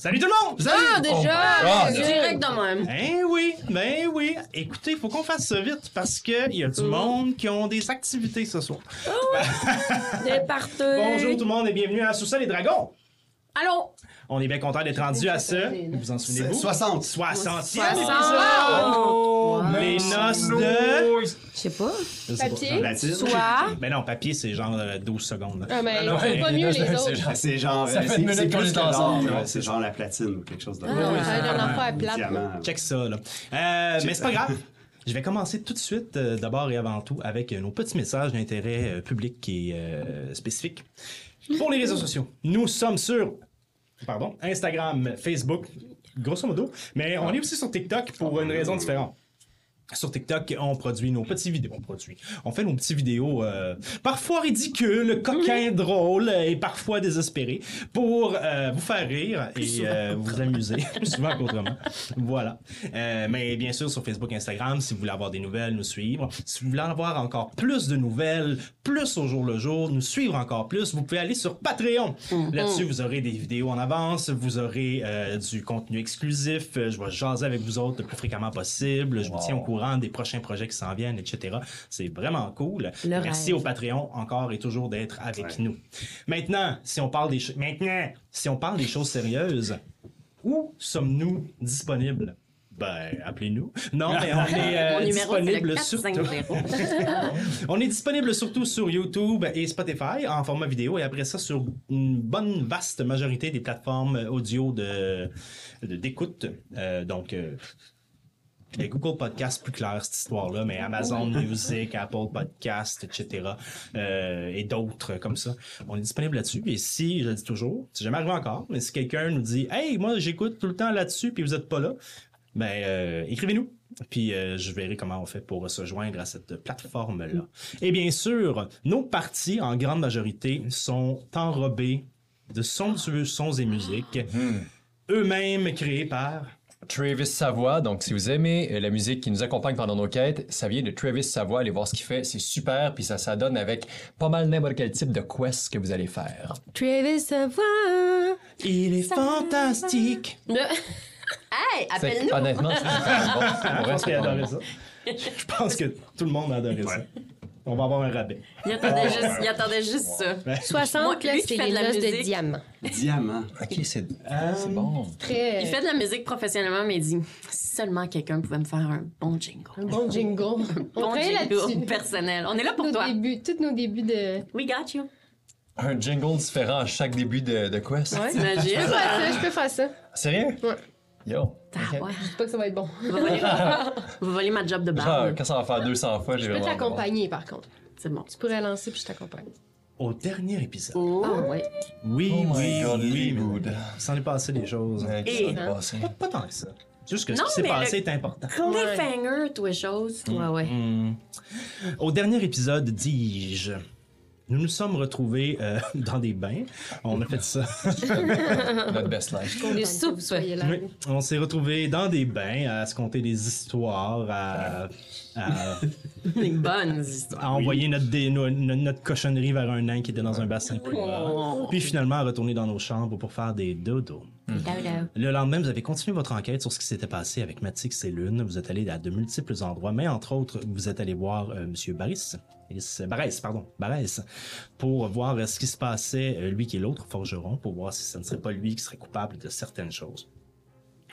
Salut tout le monde! Ah, Salut! déjà! God. direct de même. Ben oui, ben oui. Écoutez, faut qu'on fasse ça vite parce qu'il y a Euh. du monde qui ont des activités ce soir. Des parties. Bonjour tout le monde et bienvenue à Sous-sol et Dragons. Allô? On est bien content d'être rendu à ça. Vous vous en souvenez-vous? 60. 60 e Soixante. épisode! Wow. Les noces de... Je sais pas. Je sais pas. Papier. Latine. Soit. Ben non, papier, c'est genre euh, 12 secondes. là. Ah, mais non, c'est ouais, pas mieux c'est- les c'est autres. genre- C'est genre. Ça fait c'est- une minute c'est qu'on plus est que ensemble, l'or, ouais. C'est genre la platine ou quelque chose de Ah, même. c'est un affaire plate. là. Diamant. Check ça, là. Euh, mais c'est pas grave. Je vais commencer tout de suite, euh, d'abord et avant tout, avec euh, nos petits messages d'intérêt euh, public et euh, spécifique. Pour les réseaux sociaux, nous sommes sur pardon, Instagram, Facebook, grosso modo, mais on est aussi sur TikTok pour une raison différente. Sur TikTok, on produit nos petits vidéos. On produit. On fait nos petits vidéos euh, parfois ridicules, coquins, drôles euh, et parfois désespérés pour euh, vous faire rire et euh, vous amuser. Plus souvent qu'autrement. Voilà. Euh, mais bien sûr, sur Facebook, Instagram, si vous voulez avoir des nouvelles, nous suivre. Si vous voulez en avoir encore plus de nouvelles, plus au jour le jour, nous suivre encore plus, vous pouvez aller sur Patreon. Mm-hmm. Là-dessus, vous aurez des vidéos en avance, vous aurez euh, du contenu exclusif. Euh, Je vais jaser avec vous autres le plus fréquemment possible. Je vous tiens au courant des prochains projets qui s'en viennent, etc. C'est vraiment cool. Le Merci rêve. au Patreon encore et toujours d'être avec nous. Maintenant, si on parle des cho- maintenant, si on parle des choses sérieuses, où sommes-nous disponibles? Ben, appelez-nous. Non, mais on est euh, Mon numéro, c'est le disponible surtout. 450. On est disponible surtout sur YouTube et Spotify en format vidéo et après ça sur une bonne vaste majorité des plateformes audio de de- d'écoute. Euh, donc euh, les Google Podcast plus clair cette histoire-là, mais Amazon Music, Apple Podcast, etc. euh, et d'autres comme ça. On est disponible là-dessus. Et si, je le dis toujours, si jamais arrivé encore, mais si quelqu'un nous dit Hey, moi j'écoute tout le temps là-dessus puis vous êtes pas là, ben euh, écrivez-nous. Puis euh, je verrai comment on fait pour se joindre à cette plateforme-là. Et bien sûr, nos parties, en grande majorité, sont enrobées de somptueux sons et musiques, eux-mêmes créés par... Travis Savoie, donc si vous aimez euh, la musique qui nous accompagne pendant nos quêtes, ça vient de Travis Savoie, allez voir ce qu'il fait, c'est super, puis ça s'adonne avec pas mal n'importe quel type de quest que vous allez faire. Travis Savoie. Il est fantastique! Hey, C'est- appelle-nous. Honnêtement, c'est super bon, c'est Je pour vrai, pense c'est qu'il a pas adoré mal. ça. Je pense que tout le monde a adoré ça. On va avoir un rabais. Il attendait juste, il attendait juste ça. 60, Moi, là, lui qui c'est fait les de la noces de musique. diamant. Diamant. Ok, c'est Euh, c'est bon. Très. euh, Il fait de la musique professionnellement, mais il dit si seulement quelqu'un pouvait me faire un bon jingle. un bon jingle. On Bon travaille jingle là-dessus. personnel. On est là pour Nos toi. débuts, tous nos débuts de. We got you. Un jingle différent à chaque début de, de quest. Je peux T'imagines? faire ça, je peux faire ça. Sérieux? Ouais. Yo. Ah, ouais. Je sais pas que ça va être bon. Vous volez, vous volez ma job de Genre, barbe. quand ça va faire 200 fois, j'ai Bah, Je peux vraiment... t'accompagner par contre. C'est bon. Tu pourrais lancer puis je t'accompagne. Au dernier épisode. Oh, ouais. Oui, Oh my oui, God, oui. les mais good. Il s'en est passé des choses. Ouais, qu'est-ce qui s'est hein. passé? Pas, pas tant que ça. Juste que Non, ce qui s'est mais passé le- est important. Cliffhanger, toi, chose. Ouais, ouais. Hmm. Au dernier épisode, dis-je, nous nous sommes retrouvés euh, dans des bains. On a fait ça. Notre best life. Des soupes, là. Oui, on s'est retrouvés dans des bains à se conter des histoires, à, à- Des Mm. bonnes histoires. à envoyer notre, dé- no- no- notre cochonnerie vers un nain qui était dans un bassin plus bas. Puis finalement, à retourner dans nos chambres pour faire des dodos. Euh, Le lendemain, vous avez continué votre enquête sur ce qui s'était passé avec Matix et Lune. Vous êtes allé à de multiples endroits, mais entre autres, vous êtes allé voir euh, Monsieur Baris, Baris- Barès, pardon, Barès, pour voir euh, ce qui se passait, euh, lui qui est l'autre forgeron, pour voir si ce ne serait pas lui qui serait coupable de certaines choses.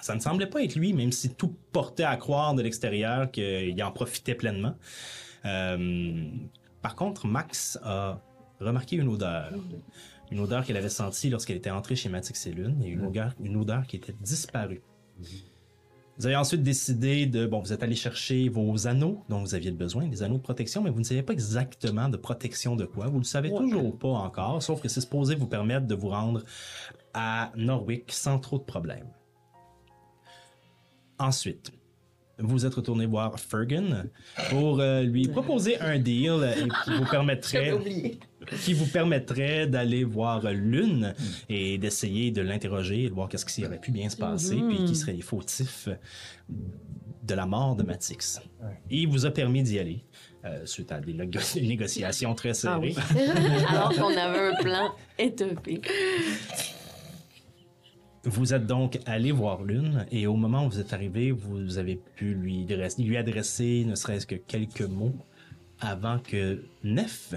Ça ne semblait pas être lui, même si tout portait à croire de l'extérieur qu'il en profitait pleinement. Euh, par contre, Max a remarqué une odeur. Une odeur qu'elle avait sentie lorsqu'elle était entrée chez Matix et Lune, et une odeur, une odeur qui était disparue. Vous avez ensuite décidé de... Bon, vous êtes allé chercher vos anneaux dont vous aviez besoin, des anneaux de protection, mais vous ne savez pas exactement de protection de quoi. Vous ne le savez toujours pas encore, sauf que c'est supposé vous permettre de vous rendre à Norwick sans trop de problèmes. Ensuite, vous êtes retourné voir Fergan pour euh, lui proposer un deal euh, qui vous permettrait qui vous permettrait d'aller voir Lune et d'essayer de l'interroger et de voir qu'est-ce qui aurait pu bien se passer puis qui serait les fautifs de la mort de Matix. Il vous a permis d'y aller euh, suite à des négo- négociations très serrées. Alors qu'on avait un plan étopé. Vous êtes donc allé voir Lune et au moment où vous êtes arrivé, vous avez pu lui, dresse- lui adresser ne serait-ce que quelques mots avant que Nef,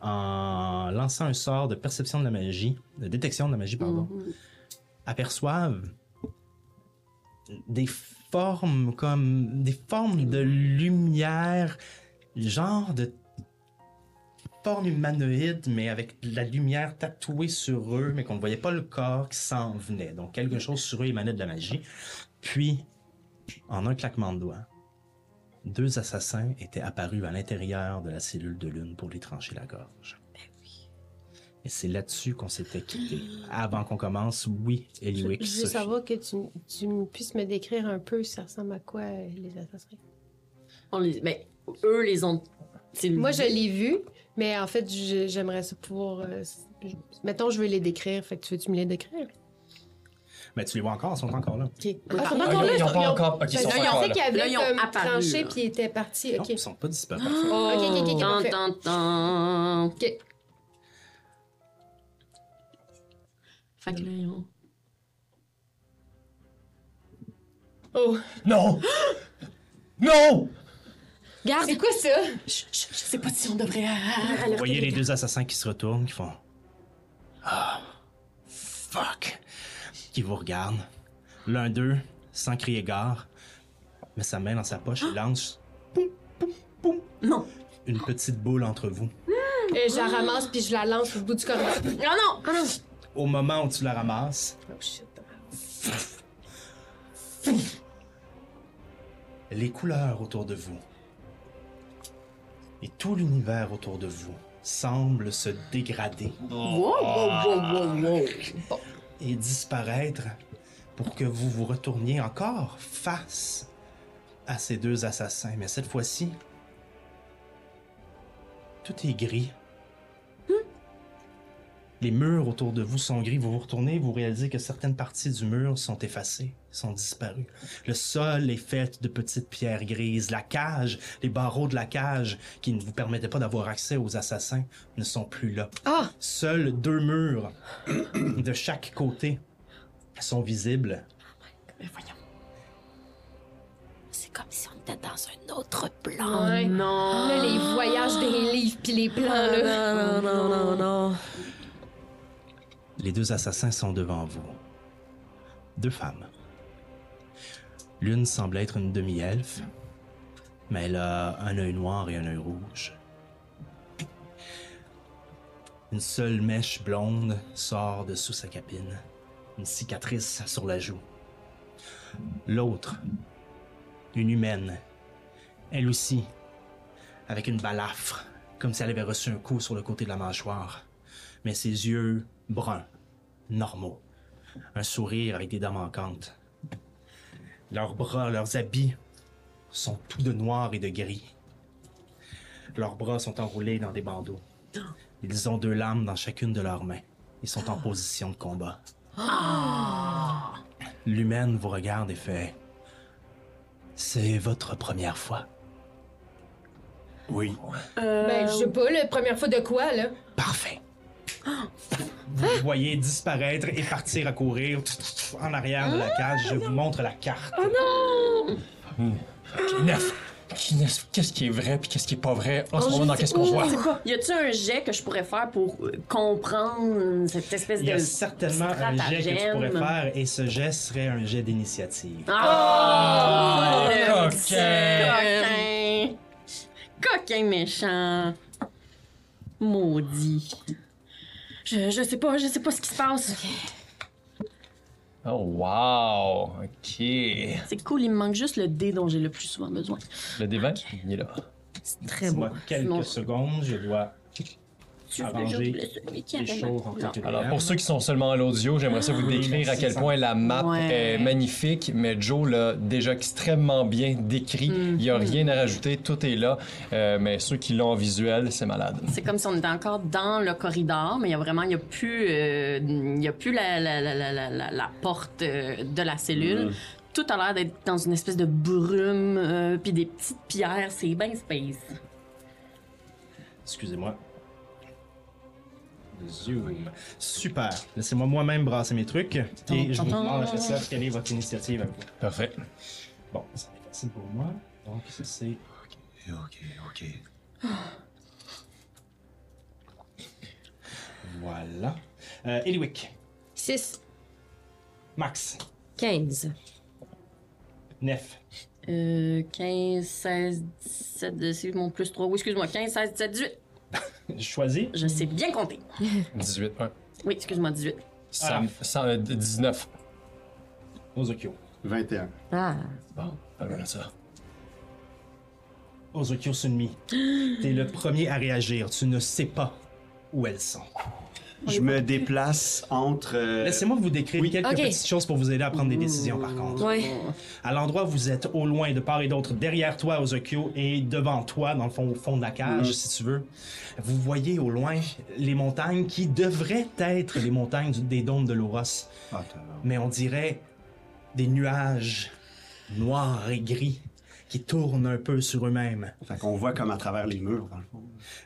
en lançant un sort de perception de la magie, de détection de la magie, pardon, aperçoive des formes comme des formes de lumière, genre de forme humanoïde, mais avec de la lumière tatouée sur eux, mais qu'on ne voyait pas le corps qui s'en venait. Donc quelque chose sur eux émanait de la magie. Puis, en un claquement de doigts, deux assassins étaient apparus à l'intérieur de la cellule de lune pour lui trancher la gorge. Ben Et c'est là-dessus qu'on s'était quitté. Avant qu'on commence, oui, Je Eliwick. je veux Sophie. savoir que tu, tu me- puisses me décrire un peu, ça ressemble à quoi euh, les assassins. On les, ben, eux, les ont. Mm-hmm. c'est- Moi, je l'ai vu, mais en fait, je- j'aimerais ça pouvoir. euh, s- je- mettons, je veux les décrire, fait que tu veux tu me les décrire? Mais tu les vois encore, ils sont encore là. Ah, Ok. Ah, ils encore Ah, là, ils ont ils pas ont- encore. Ok, ils Fait sont que pas je encore pensais là. qu'ils Là, avaient ils ont comme apparu, tranché là. puis ils étaient partis. Non, Ok. ils sont pas disparus. Oh. Ok, ok, ok, ok, Tan, parfait. tan, tan. Ok. Fait que là, ils ont- Oh, Non! Non! Garde! c'est quoi ça? Je, je- je sais pas si on devrait. euh, Vous alerter voyez les gars. deux assassins qui se retournent, qui font. Ah, fuck! Qui vous regardent. L'un d'eux, sans crier gare, met sa main dans sa poche et lance Non! une petite boule entre vous. Euh, je la ramasse puis je la lance au bout du corridor. Ah non! Ah non! Au moment où tu la ramasses, Oh shit. les couleurs autour de vous et tout l'univers autour de vous semblent se dégrader Wow, wow, wow, wow, wow! et disparaître pour que vous vous retourniez encore face à ces deux assassins. Mais cette fois-ci, tout est gris. Les murs autour de vous sont gris. Vous vous retournez, vous réalisez que certaines parties du mur sont effacées, sont disparues. Le sol est fait de petites pierres grises. La cage, les barreaux de la cage qui ne vous permettaient pas d'avoir accès aux assassins ne sont plus là. Ah! Seuls deux murs de chaque côté sont visibles. Mais Ben, voyons. C'est comme si on était dans un autre plan. Ouais. Oh Non! Là, les Ah! voyages des livres puis les plans, là. non, non, non, non. Les deux assassins sont devant vous. Deux femmes. L'une semble être une demi-elfe, mais elle a un œil noir et un œil rouge. Une seule mèche blonde sort de sous sa capine, une cicatrice sur la joue. L'autre, une humaine, elle aussi, avec une balafre, comme si elle avait reçu un coup sur le côté de la mâchoire mais ses yeux bruns, normaux. Un sourire avec des dents manquantes. Leurs bras, leurs habits sont tout de noir et de gris. Leurs bras sont enroulés dans des bandeaux. Ils ont deux lames dans chacune de leurs mains. Ils sont en position de combat. L'humaine vous regarde et fait C'est votre première fois. Oui. Ah, Ben, je sais pas, la première fois de quoi, là? Parfait. Vous le voyez disparaître et partir à courir en arrière de la cage. Je vous montre la carte. Neuf! Neuf, Qu'est-ce qui est vrai puis qu'est-ce qui est pas vrai en ce moment dans qu'est-ce qu'on voit? Y a-tu un jet que je pourrais faire pour euh, comprendre cette espèce Il y de. a certainement un jet que tu pourrais stratagème? faire et ce jet serait un jet d'initiative. Ah! Oh, le coquin! petit Coquin! Coquin méchant! Maudit. Je, je sais pas, je sais pas ce qui se passe. Oh wow! Ok. C'est cool, il me manque juste le dé dont j'ai le plus souvent besoin. Le dévin, il est là. C'est très beau. Laisse-moi quelques Sinon, secondes. Je dois tu veux arranger le jeu de celui qui les avait ma choses en couleur. particulier. Alors, pour ceux qui sont seulement à l'audio, j'aimerais Ah, ça vous décrire à quel point la map Ouais. est magnifique, mais Joe l'a déjà extrêmement bien décrit. Il n'y a rien à rajouter, tout est là. Euh, mais ceux qui l'ont en visuel, c'est malade. C'est comme si on était encore dans le corridor, mais il y a vraiment, il y a plus, euh, il y a plus la, la, la, la, la, la- la porte euh, de la Mm. cellule. Tout a l'air d'être dans une espèce de brume, euh, puis des petites pierres, c'est bien space. Excusez-moi. Zoom. Super. Laissez-moi moi-même brasser mes trucs. Et je vous Tum, tum, demande, tum. Joseph, quelle est votre initiative à vous? Parfait. Bon, ça va être facile pour moi. Donc, ça, c'est. Ok, ok. Voilà. Euh, Eliwick, 6. Max, 15. Nef, Euh, 15, 16, 17, de- c'est mon plus 3. Oui, excuse-moi, 15, 16, 17, 18. choisis. Mm. Je sais bien compter. 18, 1. Oui, excuse-moi, 18. Araf. euh, 19. Ozokyo. 21. Ah, Bon, pas loin de ça. Ozokyo Sunmi, t'es le premier à réagir. Tu ne sais pas où elles sont. Je me déplace entre. euh, Laissez-moi vous décrire oui. quelques Ok. petites choses pour vous aider à prendre des décisions, par contre. ouais. Mm-hmm. À l'endroit où vous êtes, au loin, de part et d'autre, derrière toi, Ozokyo, et devant toi, dans le fond, au fond de la cage, si tu veux, vous voyez au loin les montagnes qui devraient être les montagnes du- des dômes de l'Oros. Ah, t'as- mais on dirait des nuages noirs et gris qui tournent un peu sur eux-mêmes. Fait qu'on voit comme à travers les murs, dans le fond.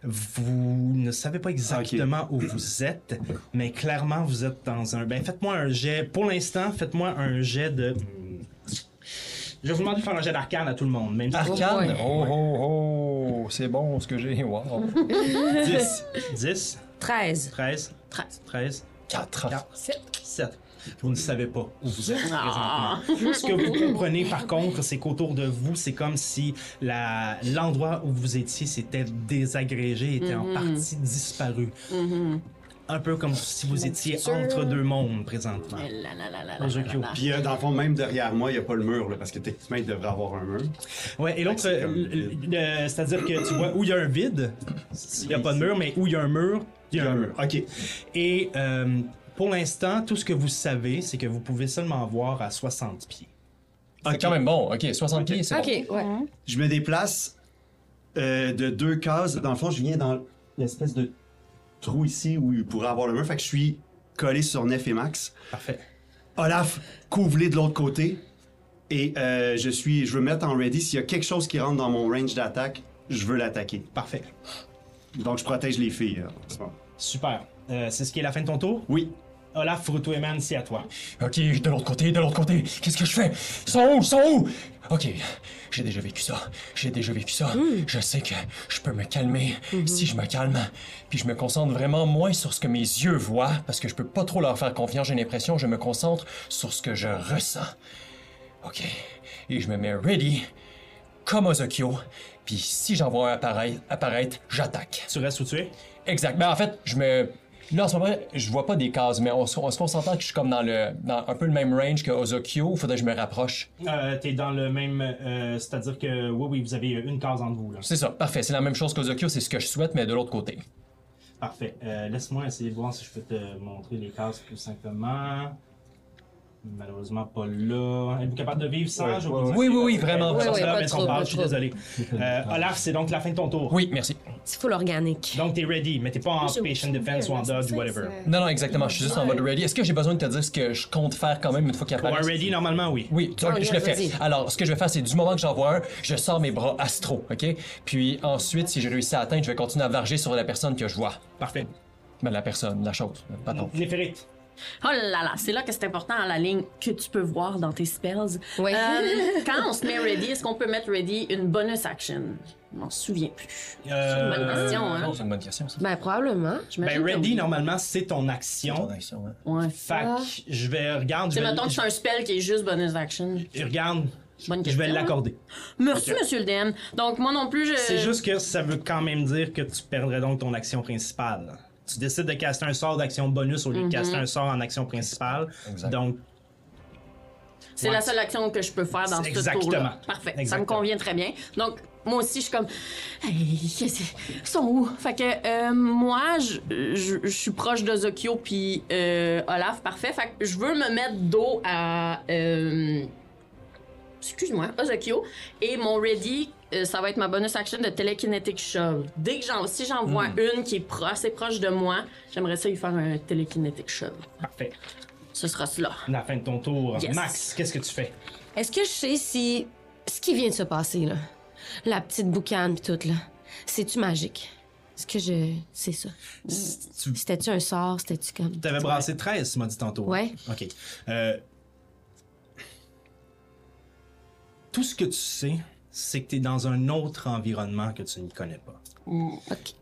Vous ne savez pas exactement où vous êtes, mais clairement vous êtes dans un. Ben faites-moi un jet. Pour l'instant, faites-moi un jet de. Je vais vous demander de faire un jet d'arcane à tout le monde, même si Arcane! Oh, oh, oh! C'est bon ce que j'ai. Wow! 10, 10, 13. 13, 13, 13, 4. 7. 7. Vous ne savez pas où vous êtes présentement. Ce que vous comprenez par contre, c'est qu'autour de vous, c'est comme si la- l'endroit où vous étiez s'était désagrégé, était en partie disparu. Mm-hmm. Un peu comme si vous étiez entre deux mondes présentement. Eh là là là là là Dans un là cube. là. Puis, euh, dans le fond, même derrière moi, il n'y a pas le mur, là, parce que techniquement, il devrait avoir un mur. Ouais, et l'autre, C'est comme euh, l- euh, c'est-à-dire que tu vois où il y a un vide, il n'y a pas de mur, mais où il y a un mur, il y a un mur. Ok. Et euh, pour l'instant, tout ce que vous savez, c'est que vous pouvez seulement voir à 60 pieds. C'est quand même bon. OK, 60 pieds, c'est Ok, ouais. Je me déplace euh, de deux cases. Dans le fond, je viens dans l'espèce de trou ici où il pourrait avoir le mur. Fait que je suis collé sur Nef et Max. Parfait. Olaf, couvre-les de l'autre côté. Et euh, je suis, je veux mettre en ready. S'il y a quelque chose qui rentre dans mon range d'attaque, je veux l'attaquer. Parfait. Donc, je protège les filles. euh, en ce moment. Super. Euh, c'est ce qui est la fin de ton tour. Oui. Olaf Frutoeman, c'est à toi. bon. OK, Euh, de l'autre côté, de l'autre côté. Qu'est-ce que je fais? Ils Sont où? Ils Sont où? OK, j'ai déjà vécu ça. J'ai déjà vécu ça. Je sais que je peux me calmer si je me calme. Puis je me concentre vraiment moins sur ce que mes yeux voient parce que je peux pas trop leur faire confiance. J'ai l'impression que je me concentre sur ce que je ressens. OK. Et je me mets ready comme Ozokyo. Puis si j'en vois un apparaître, apparaître j'attaque. Tu restes où tu es. Exact. Ben, en fait, je me. Là, en ce moment, je vois pas des cases, mais on, se- on se concentre que je suis comme dans le. dans un peu le même range que Ozokyo. Faudrait que je me rapproche. Euh, t'es dans le même. euh, c'est-à-dire que, oui, oui, vous avez une case entre vous. Là. C'est ça, parfait. C'est la même chose qu'Ozokyo, c'est ce que je souhaite, mais de l'autre côté. Parfait. Euh, laisse-moi essayer de voir si je peux te montrer les cases plus simplement. Malheureusement, pas là. Êtes-vous capable de vivre sans je vous dis- Oui, oui, oui, vraiment. Ouais, Sans ouais, cela, pas mais de sans trouble, barre, pas je suis de désolé. Euh, Olaf, c'est donc la fin de ton tour. Oui, merci. C'est full organique. Donc, t'es ready, mais t'es pas en J'ai oublié patient de defense ou en faire, dodge ou ça, whatever. ça- Non, non, exactement. Je suis juste en mode ready. Est-ce que j'ai besoin de te dire ce que je compte faire quand même une fois qu'il Pour un apparaît? ready, normalement, oui. Oui, tu- Oh, je yes, le fais. vas-y. Alors, ce que je vais faire, c'est du moment que j'en vois un, je sors mes bras astro, OK? Puis ensuite, si j'ai réussi à atteindre, je vais continuer à varger sur la personne que je vois. Parfait. Ben, la personne, la chose, le bâton. Néphérite. Oh là là, c'est là que c'est important à la ligne que tu peux voir dans tes spells. Ouais. Euh, quand on se met ready, est-ce qu'on peut mettre ready une bonus action? Je m'en souviens plus. Euh, C'est une bonne question, hein? C'est une bonne question, ça. Ben, probablement. J'imagine Ben, que ready, oui. normalement, c'est ton action. Ton action, hein. Ouais. Fac, Ah. je vais regarde, je C'est vais, mettons que c'est un spell qui est juste bonus action. je- regarde, Bonne je vais question. l'accorder. Merci, monsieur le DM. Donc, moi non plus, je. C'est juste que ça veut quand même dire que tu perdrais donc ton action principale. Tu décides de caster un sort d'action bonus au lieu de caster un sort en action principale. Exact. Donc, C'est la seule action que je peux faire dans ce Exactement. tour-là. Parfait. Ça Exactement. me convient très bien. Donc, moi aussi, je suis comme. Hey, qu'est-ce que- ils sont où? Fait que euh, moi, je, je, je suis proche de Zokyo puis euh, Olaf. Parfait. Fait que je veux me mettre dos à. euh, Excuse-moi, à Zokyo. Et mon ready. euh, ça va être ma bonus action de Telekinetic Shove. Dès que j'en, si j'en Hmm. vois une qui est pro- assez proche de moi, j'aimerais ça y faire un Telekinetic Shove. parfait. Ce sera cela. La fin de ton tour. Yes. Max, qu'est-ce que tu fais? Est-ce que je sais si ce qui vient de se passer, là, la petite boucane pis tout, là, c'est-tu magique? Est-ce que je. C'est ça. Tu C'était-tu un sort? C'était-tu comme. avais brassé 13, tu m'as dit tantôt. Ouais. OK. Euh, tout ce que tu sais, c'est que tu es dans un autre environnement que tu ne connais pas. Ok.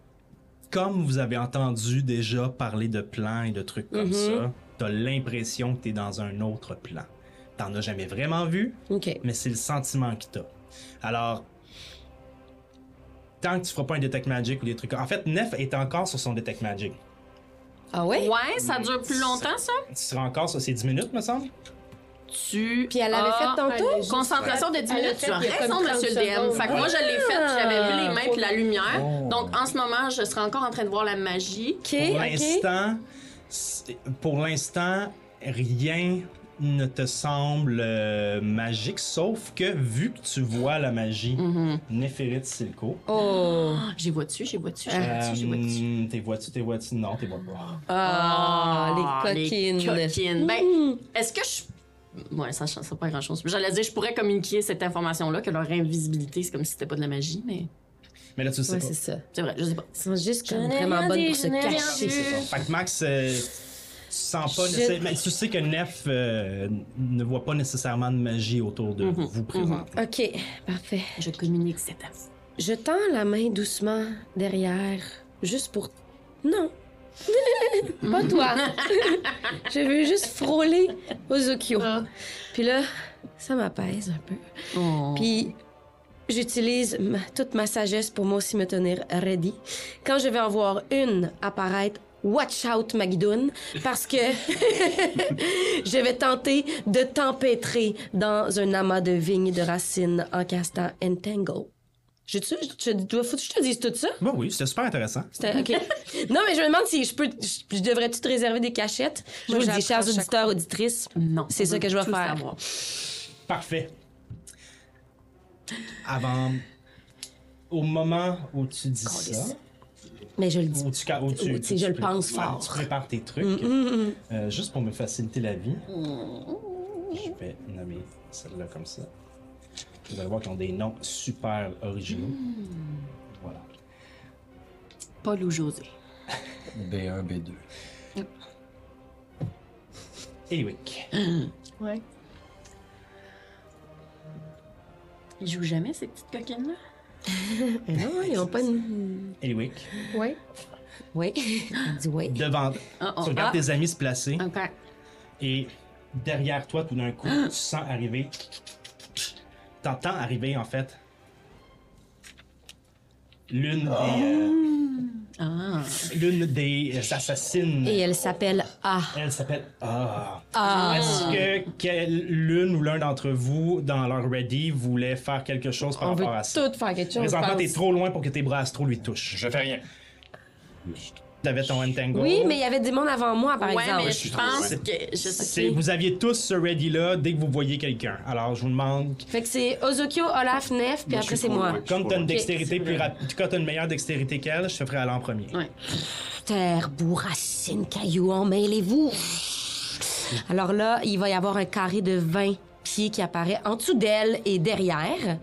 Comme vous avez entendu déjà parler de plans et de trucs comme ça, tu as l'impression que tu es dans un autre plan. T'en as jamais vraiment vu, OK. mais c'est le sentiment que t'as. Alors, tant que tu feras pas un Detect Magic ou des trucs... En fait, Nef est encore sur son Detect Magic. Ah ouais? Ouais, ça dure plus longtemps, ça. Tu seras encore sur ces 10 minutes, me semble? Tu. Puis elle l'avait as fait tantôt? elle a- Concentration de 10 Elle a minutes, fait tu as il y a comme raison, 30 monsieur le DM. secondes. Fait que moi, je l'ai faite, j'avais vu les mains puis la lumière. Donc, en ce moment, je serais encore en train de voir la magie. OK, Pour OK. l'instant, c'est- pour l'instant, rien ne te semble euh, magique, sauf que vu que tu vois la magie Mm. Néphérite Silco, Oh. Ah, J'y vois dessus, j'y vois dessus, j'y vois dessus, j'y vois dessus. euh, t'es vois-tu, t'es vois-tu? Non, t'es vois pas. Ah, Ah, les coquines. coquines. Ben, est-ce que je. Ouais, ça change ça pas grand-chose. J'allais dire, je pourrais communiquer cette information-là, que leur invisibilité, c'est comme si c'était pas de la magie, mais Mais là, tu le sais Ouais, pas. c'est ça. c'est vrai, je sais pas. Ils sont juste Je comme n'ai vraiment rien bonnes dit, pour se je n'ai rien cacher. dit. c'est bon. Fait que Max, euh, tu sens pas Je- nécessaire- mais tu sais que Nef euh, ne voit pas nécessairement de magie autour de Mhm, vous présentement. OK, parfait. Je communique cette info. Je tends la main doucement derrière, juste pour... Non. Pas toi. je veux juste frôler Ozokyo. Ah. Puis là, ça m'apaise un peu. Oh. Puis j'utilise ma- toute ma sagesse pour moi aussi me tenir ready. Quand je vais en voir une apparaître, watch out Magdoun, parce que je vais tenter de t'empêtrer dans un amas de vignes et de racines en castant Entangle. Je, tu, je, dois- faut que je te dise tout ça? Bah oui, c'était super intéressant. C'était- ok. non, mais je me demande si je peux. Je, je devrais-tu te réserver des cachettes? Je Moi, vous le dis, j'apprends chers chaque auditeurs, auditrices. Non. C'est ça que je vais Tout faire. savoir. Parfait. Avant. Au moment où tu dis ça, Mais je le dis. où tu, ca- où tu, Ou, tu sais, je le pré- pense ouais, fort. Mm, Tu prépares tes trucs, euh, juste pour me faciliter la vie. Je vais nommer celle-là comme ça. Vous allez voir qu'ils ont des noms super originaux. Mm. Voilà. Paul ou José. B1, B2. Eliwick. Ouais. Ils jouent jamais, ces petites coquines-là? ben Non, ils n'ont pas une. Eliwick. Ouais. Oui. Elle dit oui. Devant. Ah, ah, tu regardes ah. tes amis se placer OK. et derrière toi, tout d'un coup, tu sens arriver. T'entends arriver, en fait. L'une Oh. des. euh, Ah. l'une des assassines. Et elle s'appelle A. Elle s'appelle. Ah. Ah. Est-ce que, quel- l'une ou l'un d'entre vous, dans leur ready, voulait faire quelque chose par On veut rapport à ça? tout faire quelque chose. Présentement, je t'es pense. trop loin pour que tes bras astro lui touchent. Je fais rien. T'avais ton entangle. Oui, mais il y avait des mondes avant moi, par Ah, ouais, exemple. mais suis je trop- pense ouais. que... Je C'est- sais Vous aviez tous ce ready-là dès que vous voyez quelqu'un. Alors, je vous demande. Fait que c'est Ozokyo, Olaf, Nef, puis Moi, je après suis c'est trop moi. loin. Comme t'as une Ok, dextérité c'est plus vrai. rapide, quand t'as une meilleure dextérité qu'elle, je te ferai aller en premier. Ouais. Terre, boue, racine, cailloux, emmêlez-vous. Alors là, il va y avoir un carré de 20 pieds qui apparaît en dessous d'elle et derrière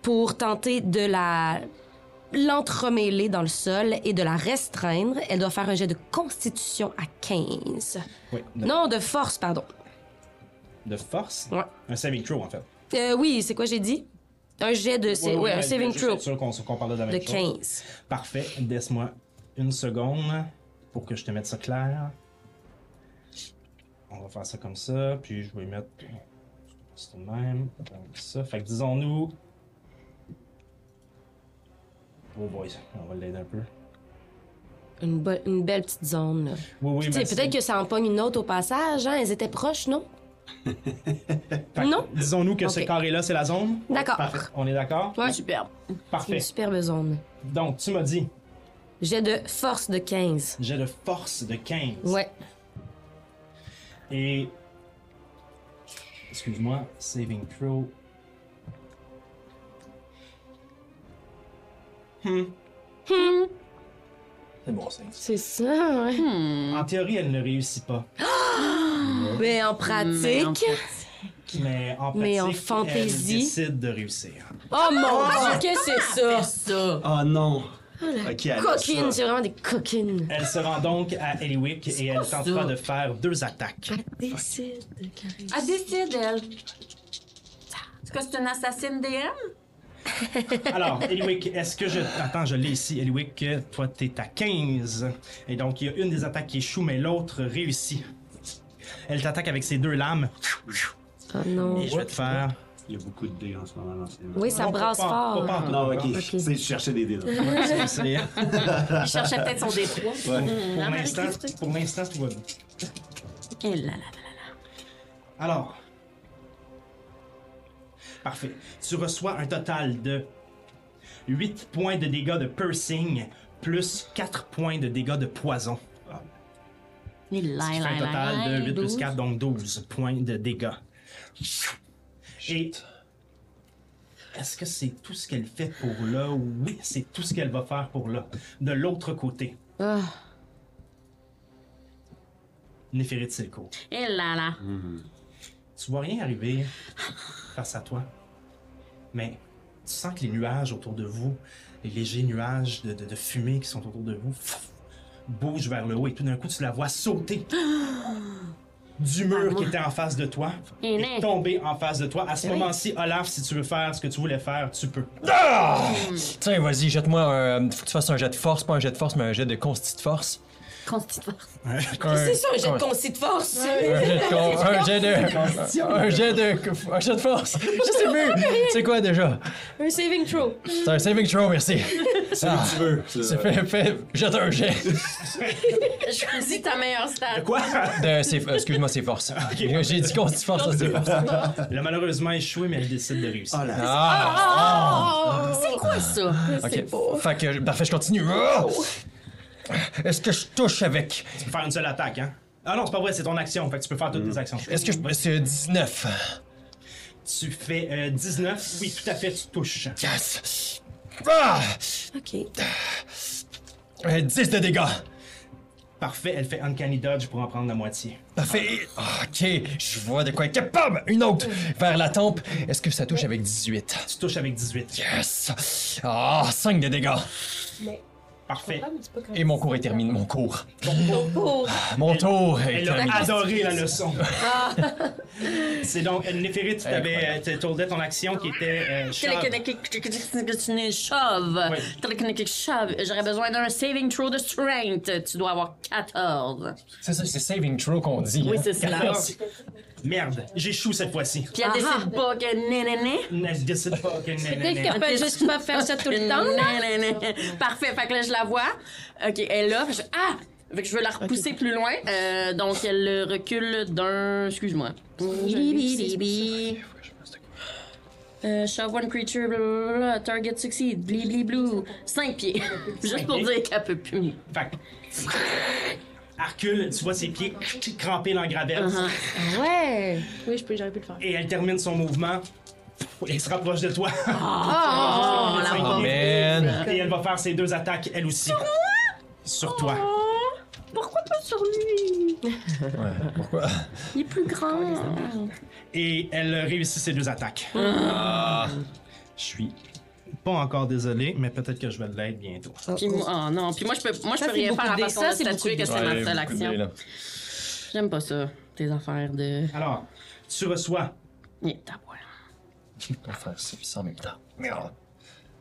pour tenter de la l'entremêler dans le sol et de la restreindre. Elle doit faire un jet de constitution à 15. Oui, de, Non, de force, pardon. de force. Ouais. Un saving throw, en fait. Euh, oui, c'est quoi j'ai dit? Un jet de... c'est- Ouais, ouais, ouais, un saving juste être throw sûr qu'on qu'on parle de la de même chose. 15. Parfait. Laisse-moi une seconde pour que je te mette ça clair. On va faire ça comme ça, puis je vais mettre. C'est le même. Comme ça. Fait que disons-nous. Oh boy, on va l'aider un peu. Une, bo- une belle petite zone. là. Oui, oui, Tu sais, merci. peut-être que ça en pogne une autre au passage, hein? Elles étaient proches, non? Fait que non. Disons-nous que Ok. ce carré-là, c'est la zone. D'accord. Parfait. On est d'accord? Ouais. Superbe. C'est Parfait. une superbe zone. Donc, tu m'as dit, J'ai de force de 15. j'ai de force de 15. Ouais. Et. Excuse-moi, Saving Throw. C'est bon, c'est. C'est ça, ouais. En théorie, elle ne réussit pas. Mais en Mais en pratique. fait, Mais en Mais en pratique, fantaisie- elle décide de réussir. Oh mon dieu, que c'est ça? Ça. Ah non! Ok, elle a Coquine, ça. c'est vraiment des coquines. Elle se rend donc à Eliwick et elle tentera de faire deux attaques. Décide, Clarisse. Elle décide, elle. Est-ce que c'est une assassine DM? Alors, Eliwick, est-ce que je. Attends, je l'ai ici. Eliwick, euh, toi, t'es à 15. Et donc, il y a une des attaques qui échoue, mais l'autre réussit. Elle t'attaque avec ses deux lames. Oh non. Et je vais te faire. Il y a beaucoup de dés en ce moment dans ces mains. Oui, ça Non, pas brasse pas- fort. pas- pas- Non, ok. Ok. C'est de chercher des dés. là. C'est- c'est- Il cherchait peut-être son détroit. Pour l'instant, pour l'instant, tout va bien. Et là, là, là. Alors. Parfait. Tu reçois un total de 8 points de dégâts de piercing plus 4 points de dégâts de poison. Et là, Ça là, fait Ah, un là, là, total de 8 plus 12. 4, donc 12 points de dégâts. Et. Est-ce que c'est tout ce qu'elle fait pour là? Oui, c'est tout ce qu'elle va faire pour là. De l'autre côté, Ah. Néphérite Silco. Et Eh là, là. Tu vois rien arriver face à toi, mais tu sens que les nuages autour de vous, les légers nuages de, de- de fumée qui sont autour de vous, pff, bougent vers le haut et tout d'un coup tu la vois sauter du mur qui était en face de toi Et et là. tomber en face de toi. À ce moment-ci, Olaf, si tu veux faire ce que tu voulais faire, tu peux. Tiens, vas-y, jette-moi un. Faut que tu fasses un jet de force, pas un jet de force, mais un jet de consti de force. Constituant. C'est ça, un jet de concis de force. Un jet de. con- Un jet de. Un jet de. Un jet de force. Je sais plus. C'est quoi déjà? Un saving throw. C'est un saving throw, merci. C'est ce que tu veux. ça. C'est fait, fait. Jette un jet. Choisis ta meilleure stat. Quoi? De, c'est- euh, excuse-moi, c'est force. J'ai dit consti de force, ça, c'est force. Elle a malheureusement échoué, mais elle décide de réussir. Oh là là. Ah! C'est quoi ça? Ok. Fait que, parfait, je continue. Est-ce que je touche avec? Tu peux faire une seule attaque, hein? Ah non, c'est pas vrai, c'est ton action, fait que tu peux faire toutes tes actions. Est-ce que je. C'est 19. Tu fais euh, 19, oui, tout à fait, tu touches. Yes! Ah! OK. Euh, 10 de dégâts. Parfait, elle fait Uncanny Dodge pour en prendre la moitié. Parfait. Ah, Ok, je vois de quoi être capable. Une autre vers la tempe. Est-ce que ça touche avec 18? Tu touches avec 18. Yes! Ah, 5 de dégâts. Parfait. Et mon cours est terminé. Mon cours. Ah, Mon tour est Elle aurait terminé. adoré la leçon. C'est donc, euh, Néphérite, tu avais Incroyable. ton action qui était euh, shove. Télékinétique shove. Oui. Télékinétique shove. J'aurais besoin d'un saving throw de strength. Tu dois avoir 14. C'est ça, c'est saving throw qu'on dit. Oui, hein. c'est ça. Merci. Merde, j'échoue cette fois-ci. Puis elle décide pas que nénéné. Je décide pas que. Quelqu'un qui peut juste pas faire ça tout le temps, là. Parfait. Fait que là, je la vois. OK, elle est là. Fait que je- Ah! Fait que je veux la repousser plus loin. Euh, donc, elle le recule d'un... Excuse-moi. Blibliblibi. Euh, shove one creature, blablabla, target succeed, blibli blue. 5 pieds. Juste pour dire qu'elle peut plus. Fait que- Hercule, tu vois ses pieds crampés dans la gravette. Uh-huh. Ouais. Oui, je peux, j'aurais pu le faire. Et elle termine son mouvement. Et se rapproche de toi. Oh, la Oh, man. Et elle va faire ses deux attaques, elle aussi. Sur toi. Pourquoi pas sur lui? Ouais, pourquoi? Il est plus grand. Et elle réussit ses deux attaques. Je suis pas encore désolé, mais peut-être que je vais l'être bientôt. Puis moi, oh non, puis moi je peux, moi, je Ça, peux c'est rien beaucoup faire à de dés. façon Ça, de c'est statuer que beaucoup de c'est ma seule action. là. J'aime pas ça, tes affaires de. Alors, tu reçois, Ni ta poêle. On va faire ça en même temps. Merde.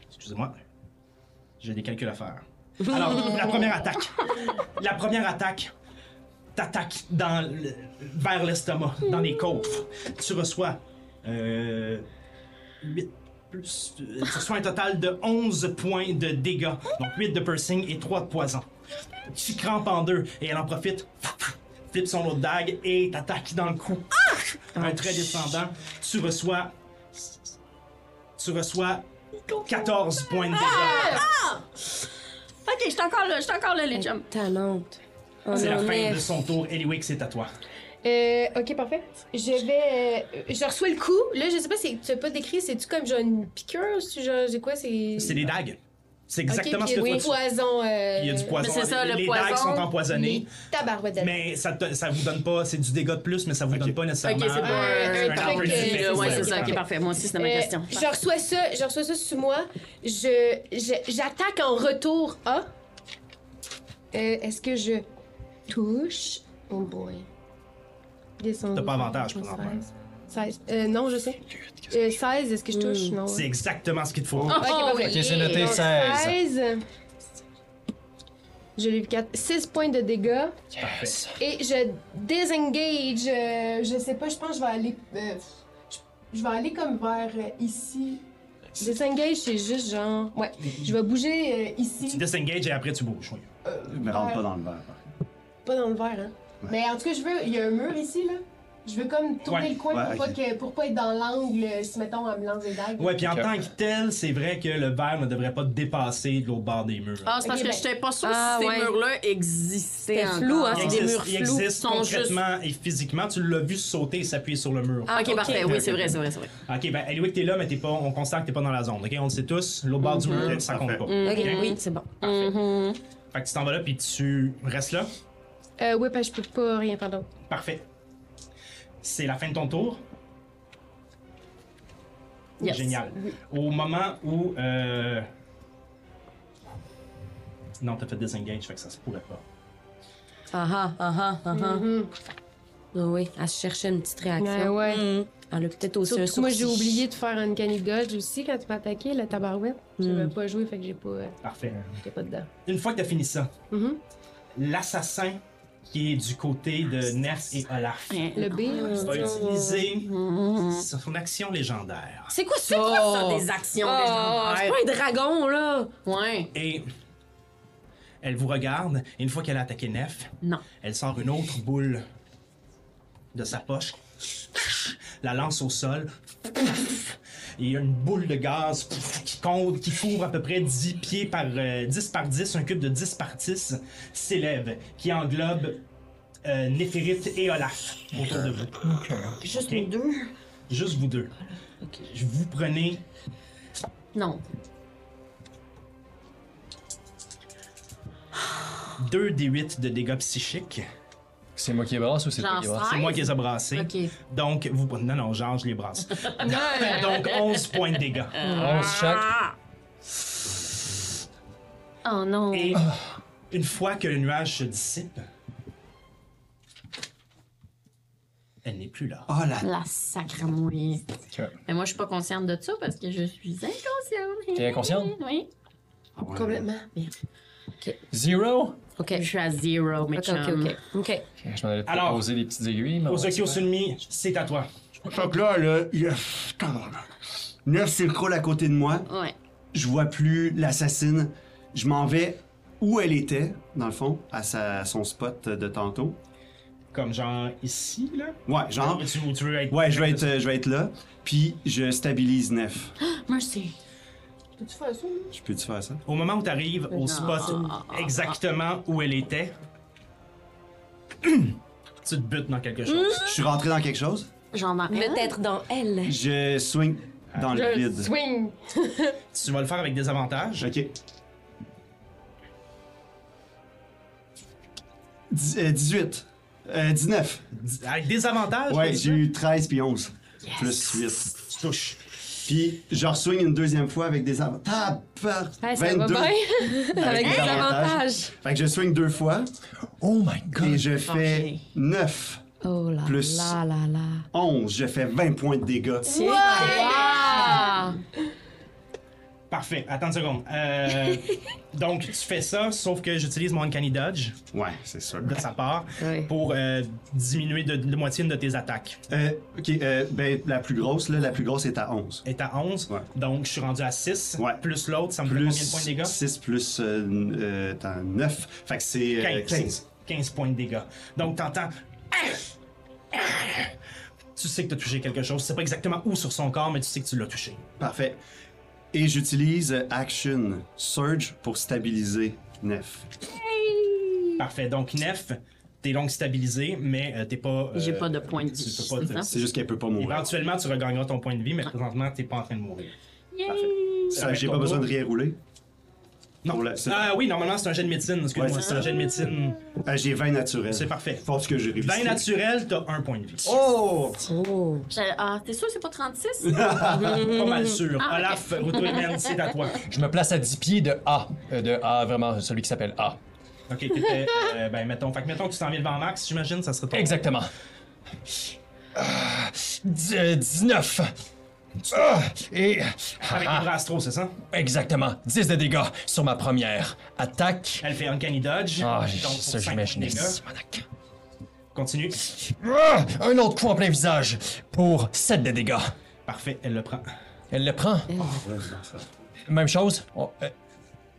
excusez-moi, j'ai des calculs à faire. Alors, la première attaque. La première attaque t'attaque dans le- vers l'estomac, dans les côtes. Tu reçois euh, 8 plus, euh, tu reçois un total de 11 points de dégâts, donc 8 de piercing et 3 de poison. Tu crampes en deux et elle en profite, flippe son autre dague et t'attaque dans le cou. Un trait descendant, tu reçois tu reçois 14 points de Ah! dégâts. Ok, je suis encore là, je suis encore là, les chums. Talente. Oh, On C'est la en fin est. de son tour. Eliwick, c'est à toi. Euh, ok, parfait. Je vais. euh, je reçois le coup. Là, je sais pas si tu as pas décrit, c'est-tu comme genre une piqûre ou si genre- j'ai quoi? C'est. C'est des dagues. C'est exactement Ok, ce que puis toi il y a tu du poison. euh, Il y a du poison. Mais c'est ça, les le les poison, dagues sont empoisonnées. Tabarouette. Mais ça, te- ça vous donne pas. C'est du dégât de plus, mais ça vous donne pas Ok, nécessairement. c'est pas un, un un truc. truc, euh, euh, ouais, c'est ok, ça. parfait. Ok, parfait. Moi aussi, c'était ma Euh, question. je reçois ça, je reçois ça sous moi. Je, je- j'attaque en retour A. Euh, est-ce que je touche Oh boy. Descends. T'as pas avantage, présentement. 16. 16. Euh, non, je sais. Euh, 16, est-ce que je touche Hmm. Non. C'est exactement ce qu'il te faut. Oh, Ok, oui. parfait. Ok, c'est noté Donc, 16. 16. Je lui 4. 6 points de dégâts. Yes. Et je désengage. euh, je sais pas, je pense que je vais aller. euh, je, je vais aller comme vers euh, ici. Désengage, c'est juste genre. Ouais. Je vais bouger euh, Tu ici. désengages et après tu bouges. oui. Mais rentre pas dans le verre. par contre. Pas dans le verre, hein. Ouais. Mais en tout cas, je veux. Il y a un mur ici, là. Je veux comme tourner Ouais. le coin Ouais, pour, ok. pas que, pour pas être dans l'angle, euh, si mettons, à me lance des dagues. Ouais, puis en Ok. tant que tel, c'est vrai que le verre ne devrait pas dépasser de l'autre bord des murs. Ah, c'est parce Ok, que ben- je n'étais pas sûre Ah, si ces ouais. murs-là existaient C'était encore. flou, hein, Il c'est existe, des murs il flous existe sont concrètement et physiquement. Tu l'as vu sauter et s'appuyer sur le mur. Ah, ok, parfait. Oui, c'est vrai, c'est vrai, c'est vrai. Ok, ben, Eliwick, t'es là, mais t'es pas, on constate que t'es pas dans la zone. Ok, on le sait tous. L'autre bord du mur, ça compte pas. Ok, Ok. oui, c'est bon. Parfait. Fait que tu t'en vas là, puis tu restes là. Euh, ouais, parce que je peux pas rien faire d'autre. Parfait. C'est la fin de ton tour. Yes. Génial. Au moment où. euh, Non, t'as fait disengage, fait que ça se pourrait pas. Ah ah, ah ah, ah ah. Ah oui, elle se cherchait une petite réaction. Ouais, ouais. Mhm. Elle a peut-être aussi un Surtout que moi, j'ai sourcil. oublié de faire une canigode aussi quand tu m'as attaqué, la tabarouette. J'avais pas joué, fait que j'ai pas, euh, Parfait. j'étais pas dedans. Une fois que t'as fini ça, Mhm. l'assassin qui est du côté de Nerf et Olaf Le B, euh, va utiliser son action légendaire. C'est quoi ça? Ça, des actions Oh, c'est légendaires. pas un dragon, là! Ouais. Et elle vous regarde, et une fois qu'elle a attaqué Nef, Non. elle sort une autre boule de sa poche, la lance au sol, et il y a une boule de gaz qui, compte, qui couvre à peu près 10 pieds par euh, 10 par 10, un cube de 10 par 10, s'élève, qui englobe euh, Néphérite et Olaf autour de vous. Juste nous deux? Juste vous deux. Je Vous prenez Non. 2 des 8 de dégâts psychiques. C'est moi qui brasse ou c'est toi J'en qui brasse? C'est moi qui les ai brassés. Ok. Donc, vous. Non, non, genre, je les brasse. Donc, 11 points de dégâts. 11 chaque. Oh non. Et une fois que le nuage se dissipe, elle n'est plus là. Oh la La sacramouille. Ok. Mais moi, je suis pas consciente de ça parce que je suis inconsciente. T'es inconsciente? Oui. oh, complètement. Zero? Ok. Je suis à zero, mes Ok, ok, ok. Ok. Ok, Je m'en allais Alors, pas poser des petites aiguilles, mais. Ah, on va Ozaki Osunmi, c'est à toi. Fait que là, là, il y a. Tabarnak. Neuf circles à côté de moi. Ouais. Je vois plus l'assassine. Je m'en vais où elle était, dans le fond, à, sa- à son spot de tantôt. Comme genre ici, là. Ouais, genre. Ou tu, ou tu veux être. Ah. Ouais, je vais être, euh, je vais être là. Puis je stabilise Nef. Merci. Peux-tu faire ça? hein? Je peux-tu faire ça? Au moment où tu arrives au spot exactement où elle était, tu te butes dans quelque chose. Je suis rentré dans quelque chose. J'en ai Peut-être dans elle. Je swing dans le Je vide. swing. Tu vas le faire avec des avantages. Ok. Dix- euh, 18. Euh, 19. Avec des avantages, Ouais, vas-y. j'ai eu 13 puis 11. Plus 8. tu touches. Puis, genre, swing une deuxième fois avec des avantages. Hey, ça va bien? Avec des avantages. Fait que je swing deux fois Oh my et god! je fais Ok. 9, Oh là Plus- là là là. 11. Je fais 20 points de dégâts. Parfait. Attends une seconde. Euh, donc, tu fais ça, sauf que j'utilise mon Uncanny Dodge Ouais, c'est sûr. de sa part Oui. pour euh, diminuer de, de moitié une de tes attaques. Euh, ok, euh, ben, la plus grosse, là, la plus grosse est à 11. Est à 11, Ouais. donc je suis rendu à 6. Ouais. Plus l'autre, ça me fait Plus combien de points de dégâts? 6 plus euh, 9. Fait que c'est euh, 15. 15 points de dégâts. Donc, t'entends. Tu sais que t'as touché quelque chose. Tu sais pas exactement où sur son corps, mais tu sais que tu l'as touché. Parfait. Et j'utilise euh, Action Surge pour stabiliser 9. Parfait. Donc, Nef, t'es donc stabilisé, mais euh, t'es pas. euh, J'ai pas de point de tu vie. peux pas te- C'est juste qu'elle peut pas mourir. Éventuellement, tu regagneras ton point de vie, mais présentement, t'es pas en train de mourir. Ça, J'ai pas besoin de rien rouler. Non. Pour la- c'est- Ah oui, normalement, c'est un jet de médecine. Excuse-moi, Ouais, c'est un jet de médecine. Ah, j'ai 20 naturels. C'est parfait. Je pense que j'ai réussi. 20 naturel, t'as un point de vie. Oh! Oh. J'ai- Ah, t'es sûr que c'est pas 36? Pas mal sûr. Ah, ok. Olaf, Rutoyman, c'est à toi. Je me place à 10 pieds de A. Euh, de A, vraiment, celui qui s'appelle A. Ok, t'étais. euh, ben, mettons. Fait que mettons que tu t'en viens devant Max, j'imagine, ça serait ton. Exactement. Ah, dix- euh, 19. Ah, et. Avec Ah, le bras astro, c'est ça? exactement. 10 de dégâts sur ma première attaque. Elle fait Uncanny Dodge. Ah, Donc, pour ça, cinq j'imaginais. dégâts. Simonac. Continue. Ah, un autre coup en plein visage pour 7 de dégâts. Parfait, elle le prend. Elle le prend. Oh. Même chose. On- euh,